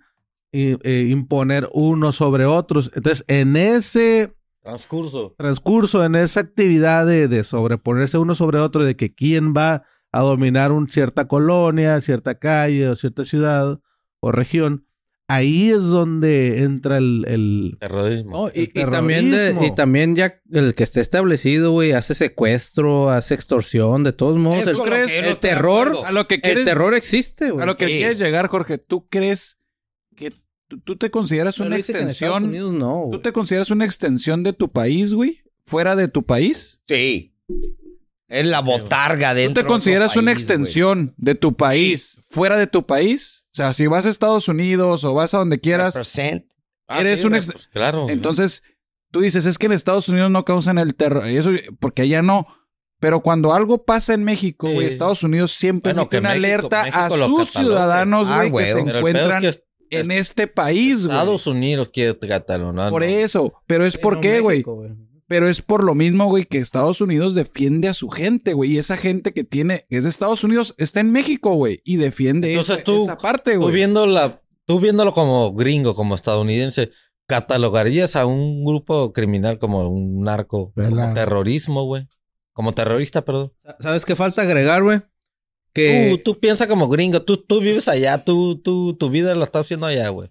Speaker 3: eh, eh, imponer unos sobre otros. Entonces, en ese
Speaker 8: Transcurso.
Speaker 3: transcurso, en esa actividad de, de sobreponerse uno sobre otro, de que quién va a dominar un cierta colonia, cierta calle o cierta ciudad o región, ahí es donde entra el... el-
Speaker 8: Terrorismo.
Speaker 5: No, y,
Speaker 3: El
Speaker 5: y también de-
Speaker 3: terrorismo.
Speaker 5: y también ya el que esté establecido, güey, hace secuestro, hace extorsión, de todos modos.
Speaker 2: Eso
Speaker 5: El,
Speaker 2: es lo que
Speaker 5: crees-
Speaker 2: yo no
Speaker 5: el
Speaker 2: estoy de
Speaker 5: terror,
Speaker 2: acuerdo.
Speaker 4: A lo que
Speaker 5: el
Speaker 4: quieres.
Speaker 5: terror existe,
Speaker 4: A
Speaker 5: Este, güey.
Speaker 4: lo que
Speaker 2: Sí.
Speaker 4: quieres llegar, Jorge, ¿tú crees que tú, tú te consideras
Speaker 5: Pero
Speaker 4: una
Speaker 5: dice que en Estados
Speaker 4: extensión?
Speaker 5: Unidos no,
Speaker 4: ¿Tú
Speaker 5: güey.
Speaker 4: te consideras una extensión de tu país, güey? ¿Fuera de tu país?
Speaker 2: Sí. Es la botarga
Speaker 4: ¿Tú
Speaker 2: dentro.
Speaker 4: te
Speaker 2: de otro
Speaker 4: consideras una
Speaker 2: país, güey.
Speaker 4: extensión de tu país fuera de tu país? O sea, si vas a Estados Unidos o vas a donde quieras,
Speaker 2: Represent.
Speaker 4: eres un
Speaker 8: güey,
Speaker 4: ex-
Speaker 8: pues claro.
Speaker 4: entonces tú dices, es que en Estados Unidos no causan el terror. Y Eso, porque allá no. Pero cuando algo pasa en México, güey,
Speaker 8: Sí.
Speaker 4: Estados Unidos siempre
Speaker 8: Bueno,
Speaker 4: mete
Speaker 8: que
Speaker 4: una
Speaker 8: México-
Speaker 4: alerta
Speaker 8: México
Speaker 4: a
Speaker 8: lo
Speaker 4: sus
Speaker 8: cataloga.
Speaker 4: ciudadanos,
Speaker 2: Ah,
Speaker 4: güey,
Speaker 2: güey.
Speaker 4: que se
Speaker 8: Pero el pedo es
Speaker 4: encuentran
Speaker 8: que
Speaker 4: en este país, güey.
Speaker 8: Estados Unidos quiere catalogar.
Speaker 4: Por
Speaker 8: ¿no?
Speaker 4: eso. Pero es
Speaker 5: Sí,
Speaker 4: por
Speaker 5: no,
Speaker 4: qué, güey.
Speaker 5: México,
Speaker 4: Pero es por lo mismo, güey, que Estados Unidos defiende a su gente, güey. Y esa gente que tiene, que es de Estados Unidos, está en México, güey. Y defiende
Speaker 8: Entonces
Speaker 4: esa,
Speaker 8: tú-
Speaker 4: esa parte,
Speaker 8: Tú,
Speaker 4: güey.
Speaker 8: viendo la- tú viéndolo como gringo, como estadounidense, ¿catalogarías a un grupo criminal como un narco?
Speaker 1: Vela.
Speaker 8: Como terrorismo, güey. Como terrorista, perdón.
Speaker 5: ¿Sabes qué falta agregar, güey? Que
Speaker 8: Tú, tú piensas como gringo. Tú, tú vives allá. Tú, tú, tu vida la estás haciendo allá, güey.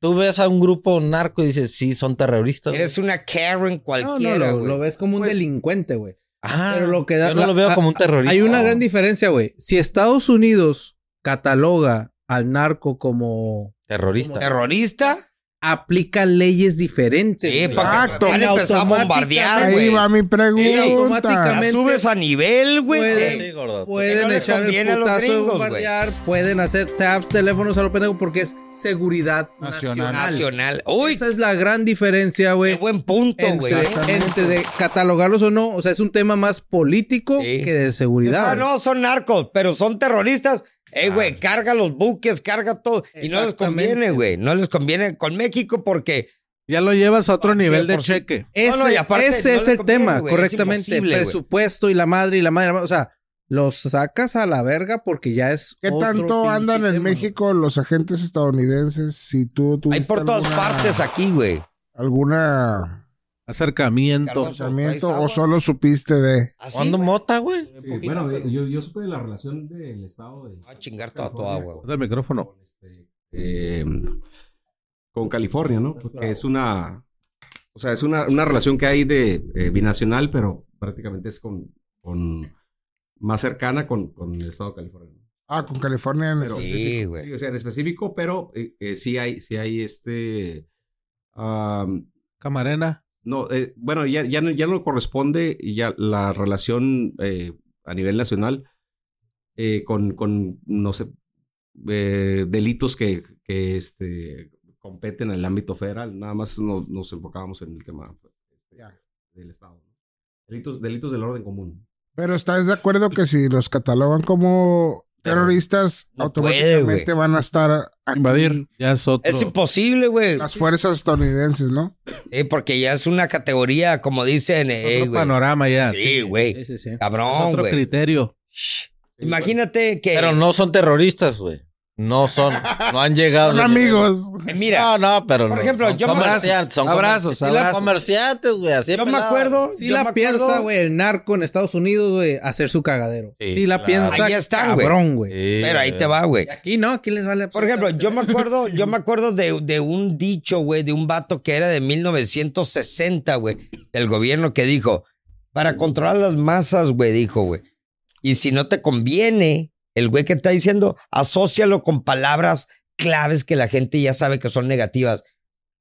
Speaker 8: Tú ves a un grupo narco y dices, sí, son terroristas. güey.
Speaker 2: Eres una Karen
Speaker 5: No, no,
Speaker 2: cualquiera,
Speaker 5: lo,
Speaker 2: güey.
Speaker 5: lo ves como un
Speaker 4: Pues-
Speaker 5: delincuente, güey.
Speaker 8: Ah,
Speaker 5: pero lo que da-
Speaker 8: yo no
Speaker 5: la-
Speaker 8: lo veo
Speaker 5: a-
Speaker 8: como un terrorista.
Speaker 5: Hay una gran diferencia, güey. Si Estados Unidos cataloga al narco como
Speaker 8: Terrorista.
Speaker 2: Terrorista.
Speaker 5: aplica leyes diferentes.
Speaker 2: Sí,
Speaker 5: güey.
Speaker 2: para
Speaker 1: Exacto.
Speaker 2: que van a empezar a bombardear,
Speaker 1: Ahí
Speaker 2: güey.
Speaker 1: va mi pregunta.
Speaker 5: automáticamente-
Speaker 2: La subes a nivel,
Speaker 5: Puede-
Speaker 2: güey.
Speaker 8: Sí, gordo.
Speaker 5: Pueden
Speaker 2: no le
Speaker 5: echar el
Speaker 2: conviene a los
Speaker 5: putazo de
Speaker 2: gringos, güey.
Speaker 5: bombardear, pueden hacer taps, teléfonos a lo pendejo porque es seguridad nacional.
Speaker 4: Nacional.
Speaker 2: Nacional. Uy,
Speaker 5: Esa es la gran diferencia,
Speaker 2: qué
Speaker 5: güey.
Speaker 2: buen punto, güey.
Speaker 5: Entre, entre de catalogarlos o no, o sea, es un tema más político
Speaker 2: Sí.
Speaker 5: que de seguridad.
Speaker 2: Ah, No, no, son narcos, pero son terroristas. Ey, güey,
Speaker 3: Ah.
Speaker 2: carga los buques, carga todo. Y no les
Speaker 5: Exactamente.
Speaker 2: conviene, güey. No les conviene con México porque Ah,
Speaker 3: Ya lo llevas a otro nivel de
Speaker 2: 100%.
Speaker 3: cheque.
Speaker 5: Ese,
Speaker 2: No, no, y aparte,
Speaker 5: ese
Speaker 2: no
Speaker 5: es
Speaker 2: le
Speaker 5: el
Speaker 2: conviene,
Speaker 5: tema,
Speaker 2: güey, es
Speaker 5: correctamente.
Speaker 2: imposible, güey.
Speaker 5: presupuesto y la madre y la madre. O sea, los sacas a la verga porque ya es.
Speaker 1: ¿Qué
Speaker 5: otro
Speaker 1: tanto
Speaker 5: pinche
Speaker 1: andan en
Speaker 5: tema.
Speaker 1: México los agentes estadounidenses? Si tú
Speaker 2: Hay
Speaker 1: tuviste
Speaker 2: por todas
Speaker 1: alguna-
Speaker 2: partes aquí, güey.
Speaker 1: alguna
Speaker 3: Acercamiento.
Speaker 2: Carlos-
Speaker 1: acercamiento o
Speaker 2: Ahí está,
Speaker 1: solo supiste de
Speaker 2: Así,
Speaker 8: ¿Cuándo
Speaker 2: ¿Ah, güey.
Speaker 8: mota, ¿Ah, güey?
Speaker 10: Sí, bueno, eh, yo, yo supe de la relación del estado de.
Speaker 2: Va a Ah, chingar toda tu agua, güey.
Speaker 3: Del micrófono.
Speaker 10: con, este, eh, con California, ¿no? Porque es una, o sea, es una, una relación que hay de eh, binacional, pero prácticamente es con, con más cercana con, con el estado de California.
Speaker 1: Ah, con California en
Speaker 10: Pero-
Speaker 1: específico.
Speaker 2: Sí,
Speaker 10: Sí,
Speaker 2: güey.
Speaker 10: o sea, en específico, pero eh, eh, sí hay, sí hay este, am,
Speaker 3: Camarena.
Speaker 10: no, eh, bueno, ya, ya, no, ya no corresponde ya la relación eh, a nivel nacional eh, con, con, no sé, eh, delitos que, que, este, competen en el ámbito federal. Nada más no- nos enfocábamos en el tema
Speaker 1: Ya.
Speaker 10: del Estado. Delitos, delitos del orden común.
Speaker 1: Pero estás de acuerdo que si los catalogan como terroristas,
Speaker 2: No
Speaker 1: automáticamente
Speaker 2: puede,
Speaker 1: van a estar aquí
Speaker 4: Invadir.
Speaker 3: Ya es otro.
Speaker 2: Es imposible, güey.
Speaker 1: las fuerzas estadounidenses, ¿no?
Speaker 2: Sí, porque ya es una categoría, como dicen, eh,
Speaker 3: otro
Speaker 2: güey.
Speaker 3: panorama ya.
Speaker 2: Sí,
Speaker 5: Sí,
Speaker 2: güey.
Speaker 5: sí, sí.
Speaker 3: Es
Speaker 2: Cabrón,
Speaker 3: otro
Speaker 2: güey.
Speaker 3: criterio.
Speaker 2: Shh. Imagínate que.
Speaker 8: Pero no son terroristas, güey. No son, no han llegado.
Speaker 1: Son amigos.
Speaker 2: Eh, Mira.
Speaker 8: No, no, pero
Speaker 2: Por
Speaker 8: no.
Speaker 2: ejemplo,
Speaker 8: son
Speaker 2: yo me-
Speaker 8: comerciantes, son
Speaker 4: Abrazos,
Speaker 8: comerci-
Speaker 4: abrazos.
Speaker 8: comerciantes, güey. Así
Speaker 2: Yo me
Speaker 8: pelado.
Speaker 2: acuerdo.
Speaker 5: Si
Speaker 2: yo me
Speaker 5: la
Speaker 2: acuerdo-
Speaker 5: piensa, güey, el narco en Estados Unidos, güey, hacer su cagadero.
Speaker 8: Sí,
Speaker 5: si la
Speaker 8: claro.
Speaker 5: piensa,
Speaker 2: Ahí está, güey.
Speaker 5: cabrón, güey.
Speaker 8: Sí,
Speaker 2: Pero ahí
Speaker 8: güey.
Speaker 2: te va, güey.
Speaker 5: Y Aquí no, aquí les vale.
Speaker 2: Por ejemplo, yo me acuerdo, yo me acuerdo de, de un dicho, güey, de un vato que era de 1960, güey, del gobierno que dijo, para controlar las masas, güey, dijo, güey. Y si no te conviene, el güey que está diciendo, asócialo con palabras claves que la gente ya sabe que son negativas.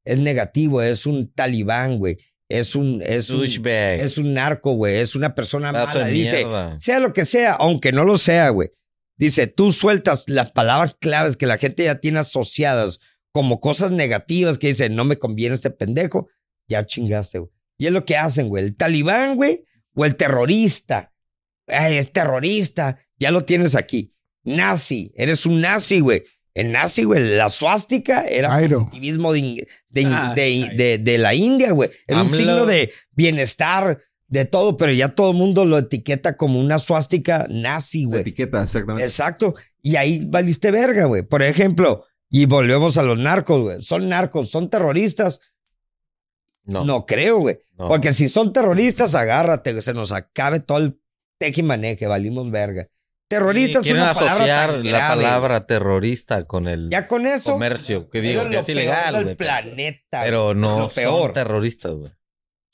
Speaker 2: Es negativo, es un talibán, güey. Es un, es un,
Speaker 8: Douchebag.
Speaker 2: es un narco, güey. Es una persona
Speaker 8: Pedazo
Speaker 2: mala.
Speaker 8: de
Speaker 2: Dice,
Speaker 8: mierda.
Speaker 2: sea lo que sea, aunque no lo sea, güey. Dice, tú sueltas las palabras claves que la gente ya tiene asociadas como cosas negativas que dicen, no me conviene este pendejo, ya chingaste, güey. Y es lo que hacen, güey. El talibán, güey, o el terrorista. Ay, es terrorista. Ya lo tienes aquí. Nazi. Eres un nazi, güey. El nazi, güey, la suástica era
Speaker 1: Airo.
Speaker 2: positivismo de, in- de in-
Speaker 5: Ah,
Speaker 2: de in-
Speaker 5: ay.
Speaker 2: de- de la India, güey. Era un
Speaker 8: AMLO.
Speaker 2: signo de bienestar, de todo, pero ya todo el mundo lo etiqueta como una suástica nazi,
Speaker 10: La
Speaker 2: güey.
Speaker 10: etiqueta, exactamente.
Speaker 2: Exacto. Y ahí valiste verga, güey. Por ejemplo, y volvemos a los narcos, güey. Son narcos, son terroristas. No,
Speaker 8: No,
Speaker 2: creo, güey.
Speaker 8: no.
Speaker 2: Porque si son terroristas, agárrate, güey. Se nos acabe todo el tejimaneje, valimos verga. Terroristas
Speaker 8: quieren
Speaker 2: es una palabra
Speaker 8: asociar
Speaker 2: tan
Speaker 8: la
Speaker 2: grave.
Speaker 8: palabra terrorista con el
Speaker 2: Ya con eso.
Speaker 8: comercio, que digo
Speaker 2: era
Speaker 8: que
Speaker 2: lo
Speaker 8: es
Speaker 2: peor
Speaker 8: ilegal,
Speaker 2: del
Speaker 8: güey.
Speaker 2: planeta.
Speaker 8: Pero no
Speaker 2: lo peor.
Speaker 8: son terroristas, güey.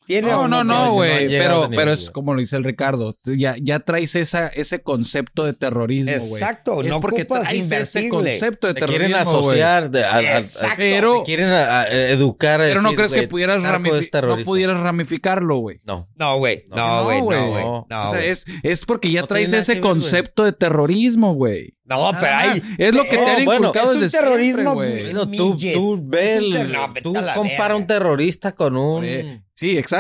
Speaker 2: Tiene
Speaker 4: No, no, no,
Speaker 8: no,
Speaker 4: güey.
Speaker 8: no llega a
Speaker 4: pero,
Speaker 8: ese nivel,
Speaker 4: pero es
Speaker 8: güey.
Speaker 4: como lo dice el Ricardo. tú Ya, ya traes esa, ese concepto de terrorismo, güey.
Speaker 2: Exacto,
Speaker 4: Es
Speaker 2: no
Speaker 4: porque
Speaker 2: ocupas
Speaker 4: traes ese
Speaker 2: invertirle.
Speaker 4: concepto de
Speaker 8: Te quieren
Speaker 4: terrorismo, güey.
Speaker 8: asociar, de- a- a- a-
Speaker 2: Exacto.
Speaker 4: Pero-
Speaker 8: te quieren a- a- educar. a
Speaker 4: Pero no
Speaker 8: decir,
Speaker 4: crees que
Speaker 8: güey,
Speaker 4: pudieras,
Speaker 8: narco
Speaker 4: ramifi-
Speaker 8: es
Speaker 4: no
Speaker 8: terrorista.
Speaker 4: pudieras ramificarlo, güey.
Speaker 8: No.
Speaker 2: No, güey. No,
Speaker 4: No,
Speaker 2: güey. No,
Speaker 4: güey.
Speaker 2: güey.
Speaker 8: No.
Speaker 2: No,
Speaker 4: o sea,
Speaker 2: güey.
Speaker 4: es, es porque ya
Speaker 8: No tiene
Speaker 4: traes
Speaker 8: nada
Speaker 4: ese
Speaker 8: que ver, güey.
Speaker 4: concepto de terrorismo, güey.
Speaker 2: No,
Speaker 4: Nada
Speaker 2: pero
Speaker 4: más.
Speaker 2: ahí.
Speaker 4: Es lo que
Speaker 8: No,
Speaker 4: te han
Speaker 8: bueno,
Speaker 4: inculcado
Speaker 2: es un
Speaker 4: desde siempre,
Speaker 2: terrorismo,
Speaker 4: güey.
Speaker 2: güey.
Speaker 8: Bueno, tú,
Speaker 2: Midget.
Speaker 8: tú ve,
Speaker 2: Es un
Speaker 8: el-
Speaker 2: ter- no, vete
Speaker 8: tú
Speaker 2: a la
Speaker 8: compara
Speaker 2: verga.
Speaker 8: un terrorista con
Speaker 4: Oye.
Speaker 8: un...
Speaker 4: Sí, exacto.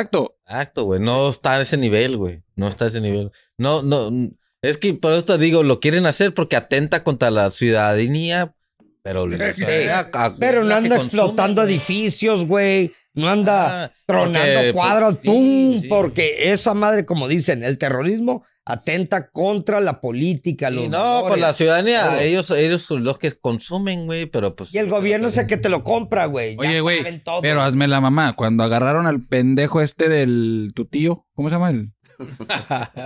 Speaker 8: Exacto, güey. No está a ese nivel, güey. No está a ese nivel. No, no. mm, Es que por eso te digo, lo quieren hacer porque atenta contra la ciudadanía, pero... les pega a-
Speaker 2: Pero no
Speaker 8: la que
Speaker 2: anda
Speaker 8: consumen,
Speaker 2: explotando
Speaker 8: güey.
Speaker 2: edificios, güey. No anda
Speaker 8: Ah,
Speaker 2: tronando
Speaker 8: porque,
Speaker 2: cuadros.
Speaker 8: pues,
Speaker 2: ¡Pum!
Speaker 8: sí, sí.
Speaker 2: Porque esa madre, como dicen, el terrorismo atenta contra la política.
Speaker 8: Sí,
Speaker 2: los
Speaker 8: no,
Speaker 2: valores.
Speaker 8: con la ciudadanía.
Speaker 2: todo.
Speaker 8: Ellos, ellos son los que consumen, güey, pero pues...
Speaker 2: Y el gobierno es el que te lo compra, güey. Ya
Speaker 4: Oye, güey,
Speaker 2: saben todo.
Speaker 4: Pero hazme la mamá. Cuando agarraron al pendejo este del tu tío, ¿cómo se llama él?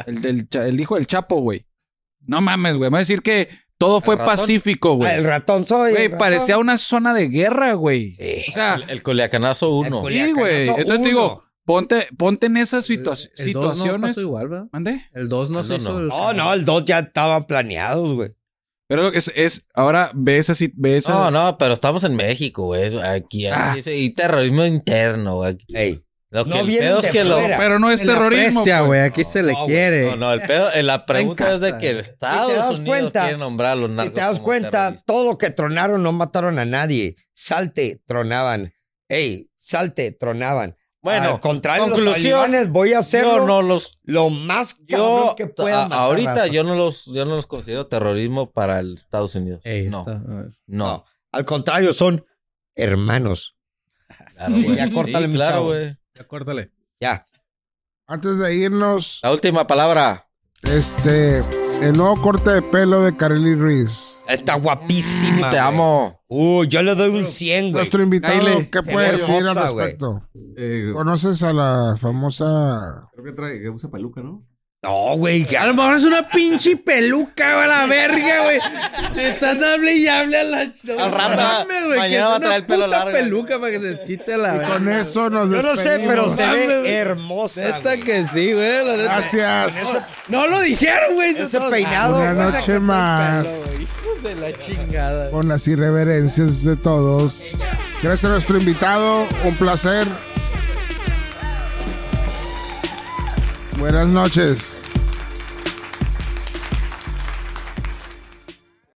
Speaker 4: el, del, cha- el hijo del Chapo, güey. No mames, güey. Me va a decir que todo fue
Speaker 8: ratón?
Speaker 4: pacífico,
Speaker 2: Ah, el
Speaker 4: güey.
Speaker 2: ratón soy. el
Speaker 4: Güey,
Speaker 2: ratón.
Speaker 4: parecía una zona de guerra, güey.
Speaker 2: Sí.
Speaker 4: O sea,
Speaker 8: El, el Culiacanazo
Speaker 2: El
Speaker 8: uno.
Speaker 2: culi-
Speaker 4: sí, güey.
Speaker 2: Culiacanazo,
Speaker 4: Entonces te
Speaker 2: uno.
Speaker 4: digo, ponte, ponte en esas situa-
Speaker 5: El 2 no
Speaker 4: situaciones.
Speaker 5: pasó igual, ¿verdad?
Speaker 4: ¿Mande?
Speaker 5: El 2 no
Speaker 8: El
Speaker 5: se
Speaker 8: dos
Speaker 5: hizo.
Speaker 8: no.
Speaker 5: el-
Speaker 2: No, no, el dos ya estaban planeados, güey.
Speaker 4: Pero lo que es, es ahora ve esa, sit- ve esa
Speaker 8: No, no, pero estamos en México, güey. Eso- Aquí, aquí
Speaker 4: Ah.
Speaker 8: dice- y terrorismo interno, güey. Aquí-
Speaker 2: Ey.
Speaker 8: Lo que
Speaker 2: No
Speaker 8: el
Speaker 2: vienen
Speaker 8: pedo es
Speaker 2: de
Speaker 8: que lo-
Speaker 2: fuera.
Speaker 4: Pero no es
Speaker 5: Se le
Speaker 4: terrorismo.
Speaker 5: aprecia,
Speaker 4: pues.
Speaker 5: güey. Aquí se le
Speaker 2: no, güey,
Speaker 5: quiere.
Speaker 8: No, no, el pedo, eh, la pregunta es de
Speaker 5: casa.
Speaker 8: que el Estados
Speaker 2: das
Speaker 8: Unidos
Speaker 2: cuenta,
Speaker 8: quiere nombrar a los
Speaker 2: Si
Speaker 8: narcos
Speaker 2: te das
Speaker 8: como
Speaker 2: cuenta,
Speaker 8: terroristas.
Speaker 2: todo lo que tronaron no mataron a nadie. Salte, tronaban. Ey, salte, tronaban.
Speaker 8: Bueno,
Speaker 2: Al contrario,
Speaker 8: conclusión,
Speaker 2: conclusiones, voy a hacerlo
Speaker 8: Yo no los
Speaker 2: lo más cabrón
Speaker 8: yo
Speaker 2: que pueda.
Speaker 8: a-
Speaker 2: matar,
Speaker 8: ahorita
Speaker 2: raza.
Speaker 8: yo no los yo no los considero terrorismo para el Estados Unidos.
Speaker 5: Ey,
Speaker 8: no,
Speaker 5: está-
Speaker 8: no.
Speaker 2: Al contrario, son hermanos.
Speaker 8: Claro,
Speaker 2: güey. Ya córtale, mi
Speaker 8: claro,
Speaker 2: chavo.
Speaker 8: güey.
Speaker 3: Ya córtale.
Speaker 2: Ya.
Speaker 1: Antes de irnos,
Speaker 8: La última palabra.
Speaker 1: este, el nuevo corte de pelo de Carly Ruiz.
Speaker 2: Está guapísima. güey.
Speaker 8: Te amo.
Speaker 2: Uy, yo le doy un 100, güey.
Speaker 1: Nuestro invitado,
Speaker 2: Kyle,
Speaker 1: ¿qué
Speaker 2: se
Speaker 1: puede
Speaker 2: ve
Speaker 1: decir al
Speaker 2: hermosa, güey.
Speaker 1: respecto?
Speaker 10: Eh,
Speaker 1: ¿Conoces a la famosa...
Speaker 10: creo que trae, que usa peluca, ¿no?
Speaker 2: No, güey. que-
Speaker 5: A lo mejor es una pinche peluca, güey, a la verga, güey. Le están hable y hable a la...
Speaker 8: Al rato, mañana va a traer el pelo
Speaker 5: puta
Speaker 8: largo.
Speaker 5: peluca para que se desquite a la
Speaker 1: Y
Speaker 5: verga.
Speaker 1: con eso nos
Speaker 2: Yo no
Speaker 1: despedimos.
Speaker 2: sé, pero se
Speaker 5: Dame, güey.
Speaker 2: ve hermosa.
Speaker 5: Neta
Speaker 2: güey.
Speaker 5: que sí, güey, la neta.
Speaker 1: Gracias.
Speaker 5: No lo dijeron, güey.
Speaker 2: Ese peinado.
Speaker 1: Una
Speaker 2: güey.
Speaker 1: noche más.
Speaker 5: Hijos de la chingada.
Speaker 1: Con las irreverencias de todos. Gracias a nuestro invitado. Un placer. Buenas noches.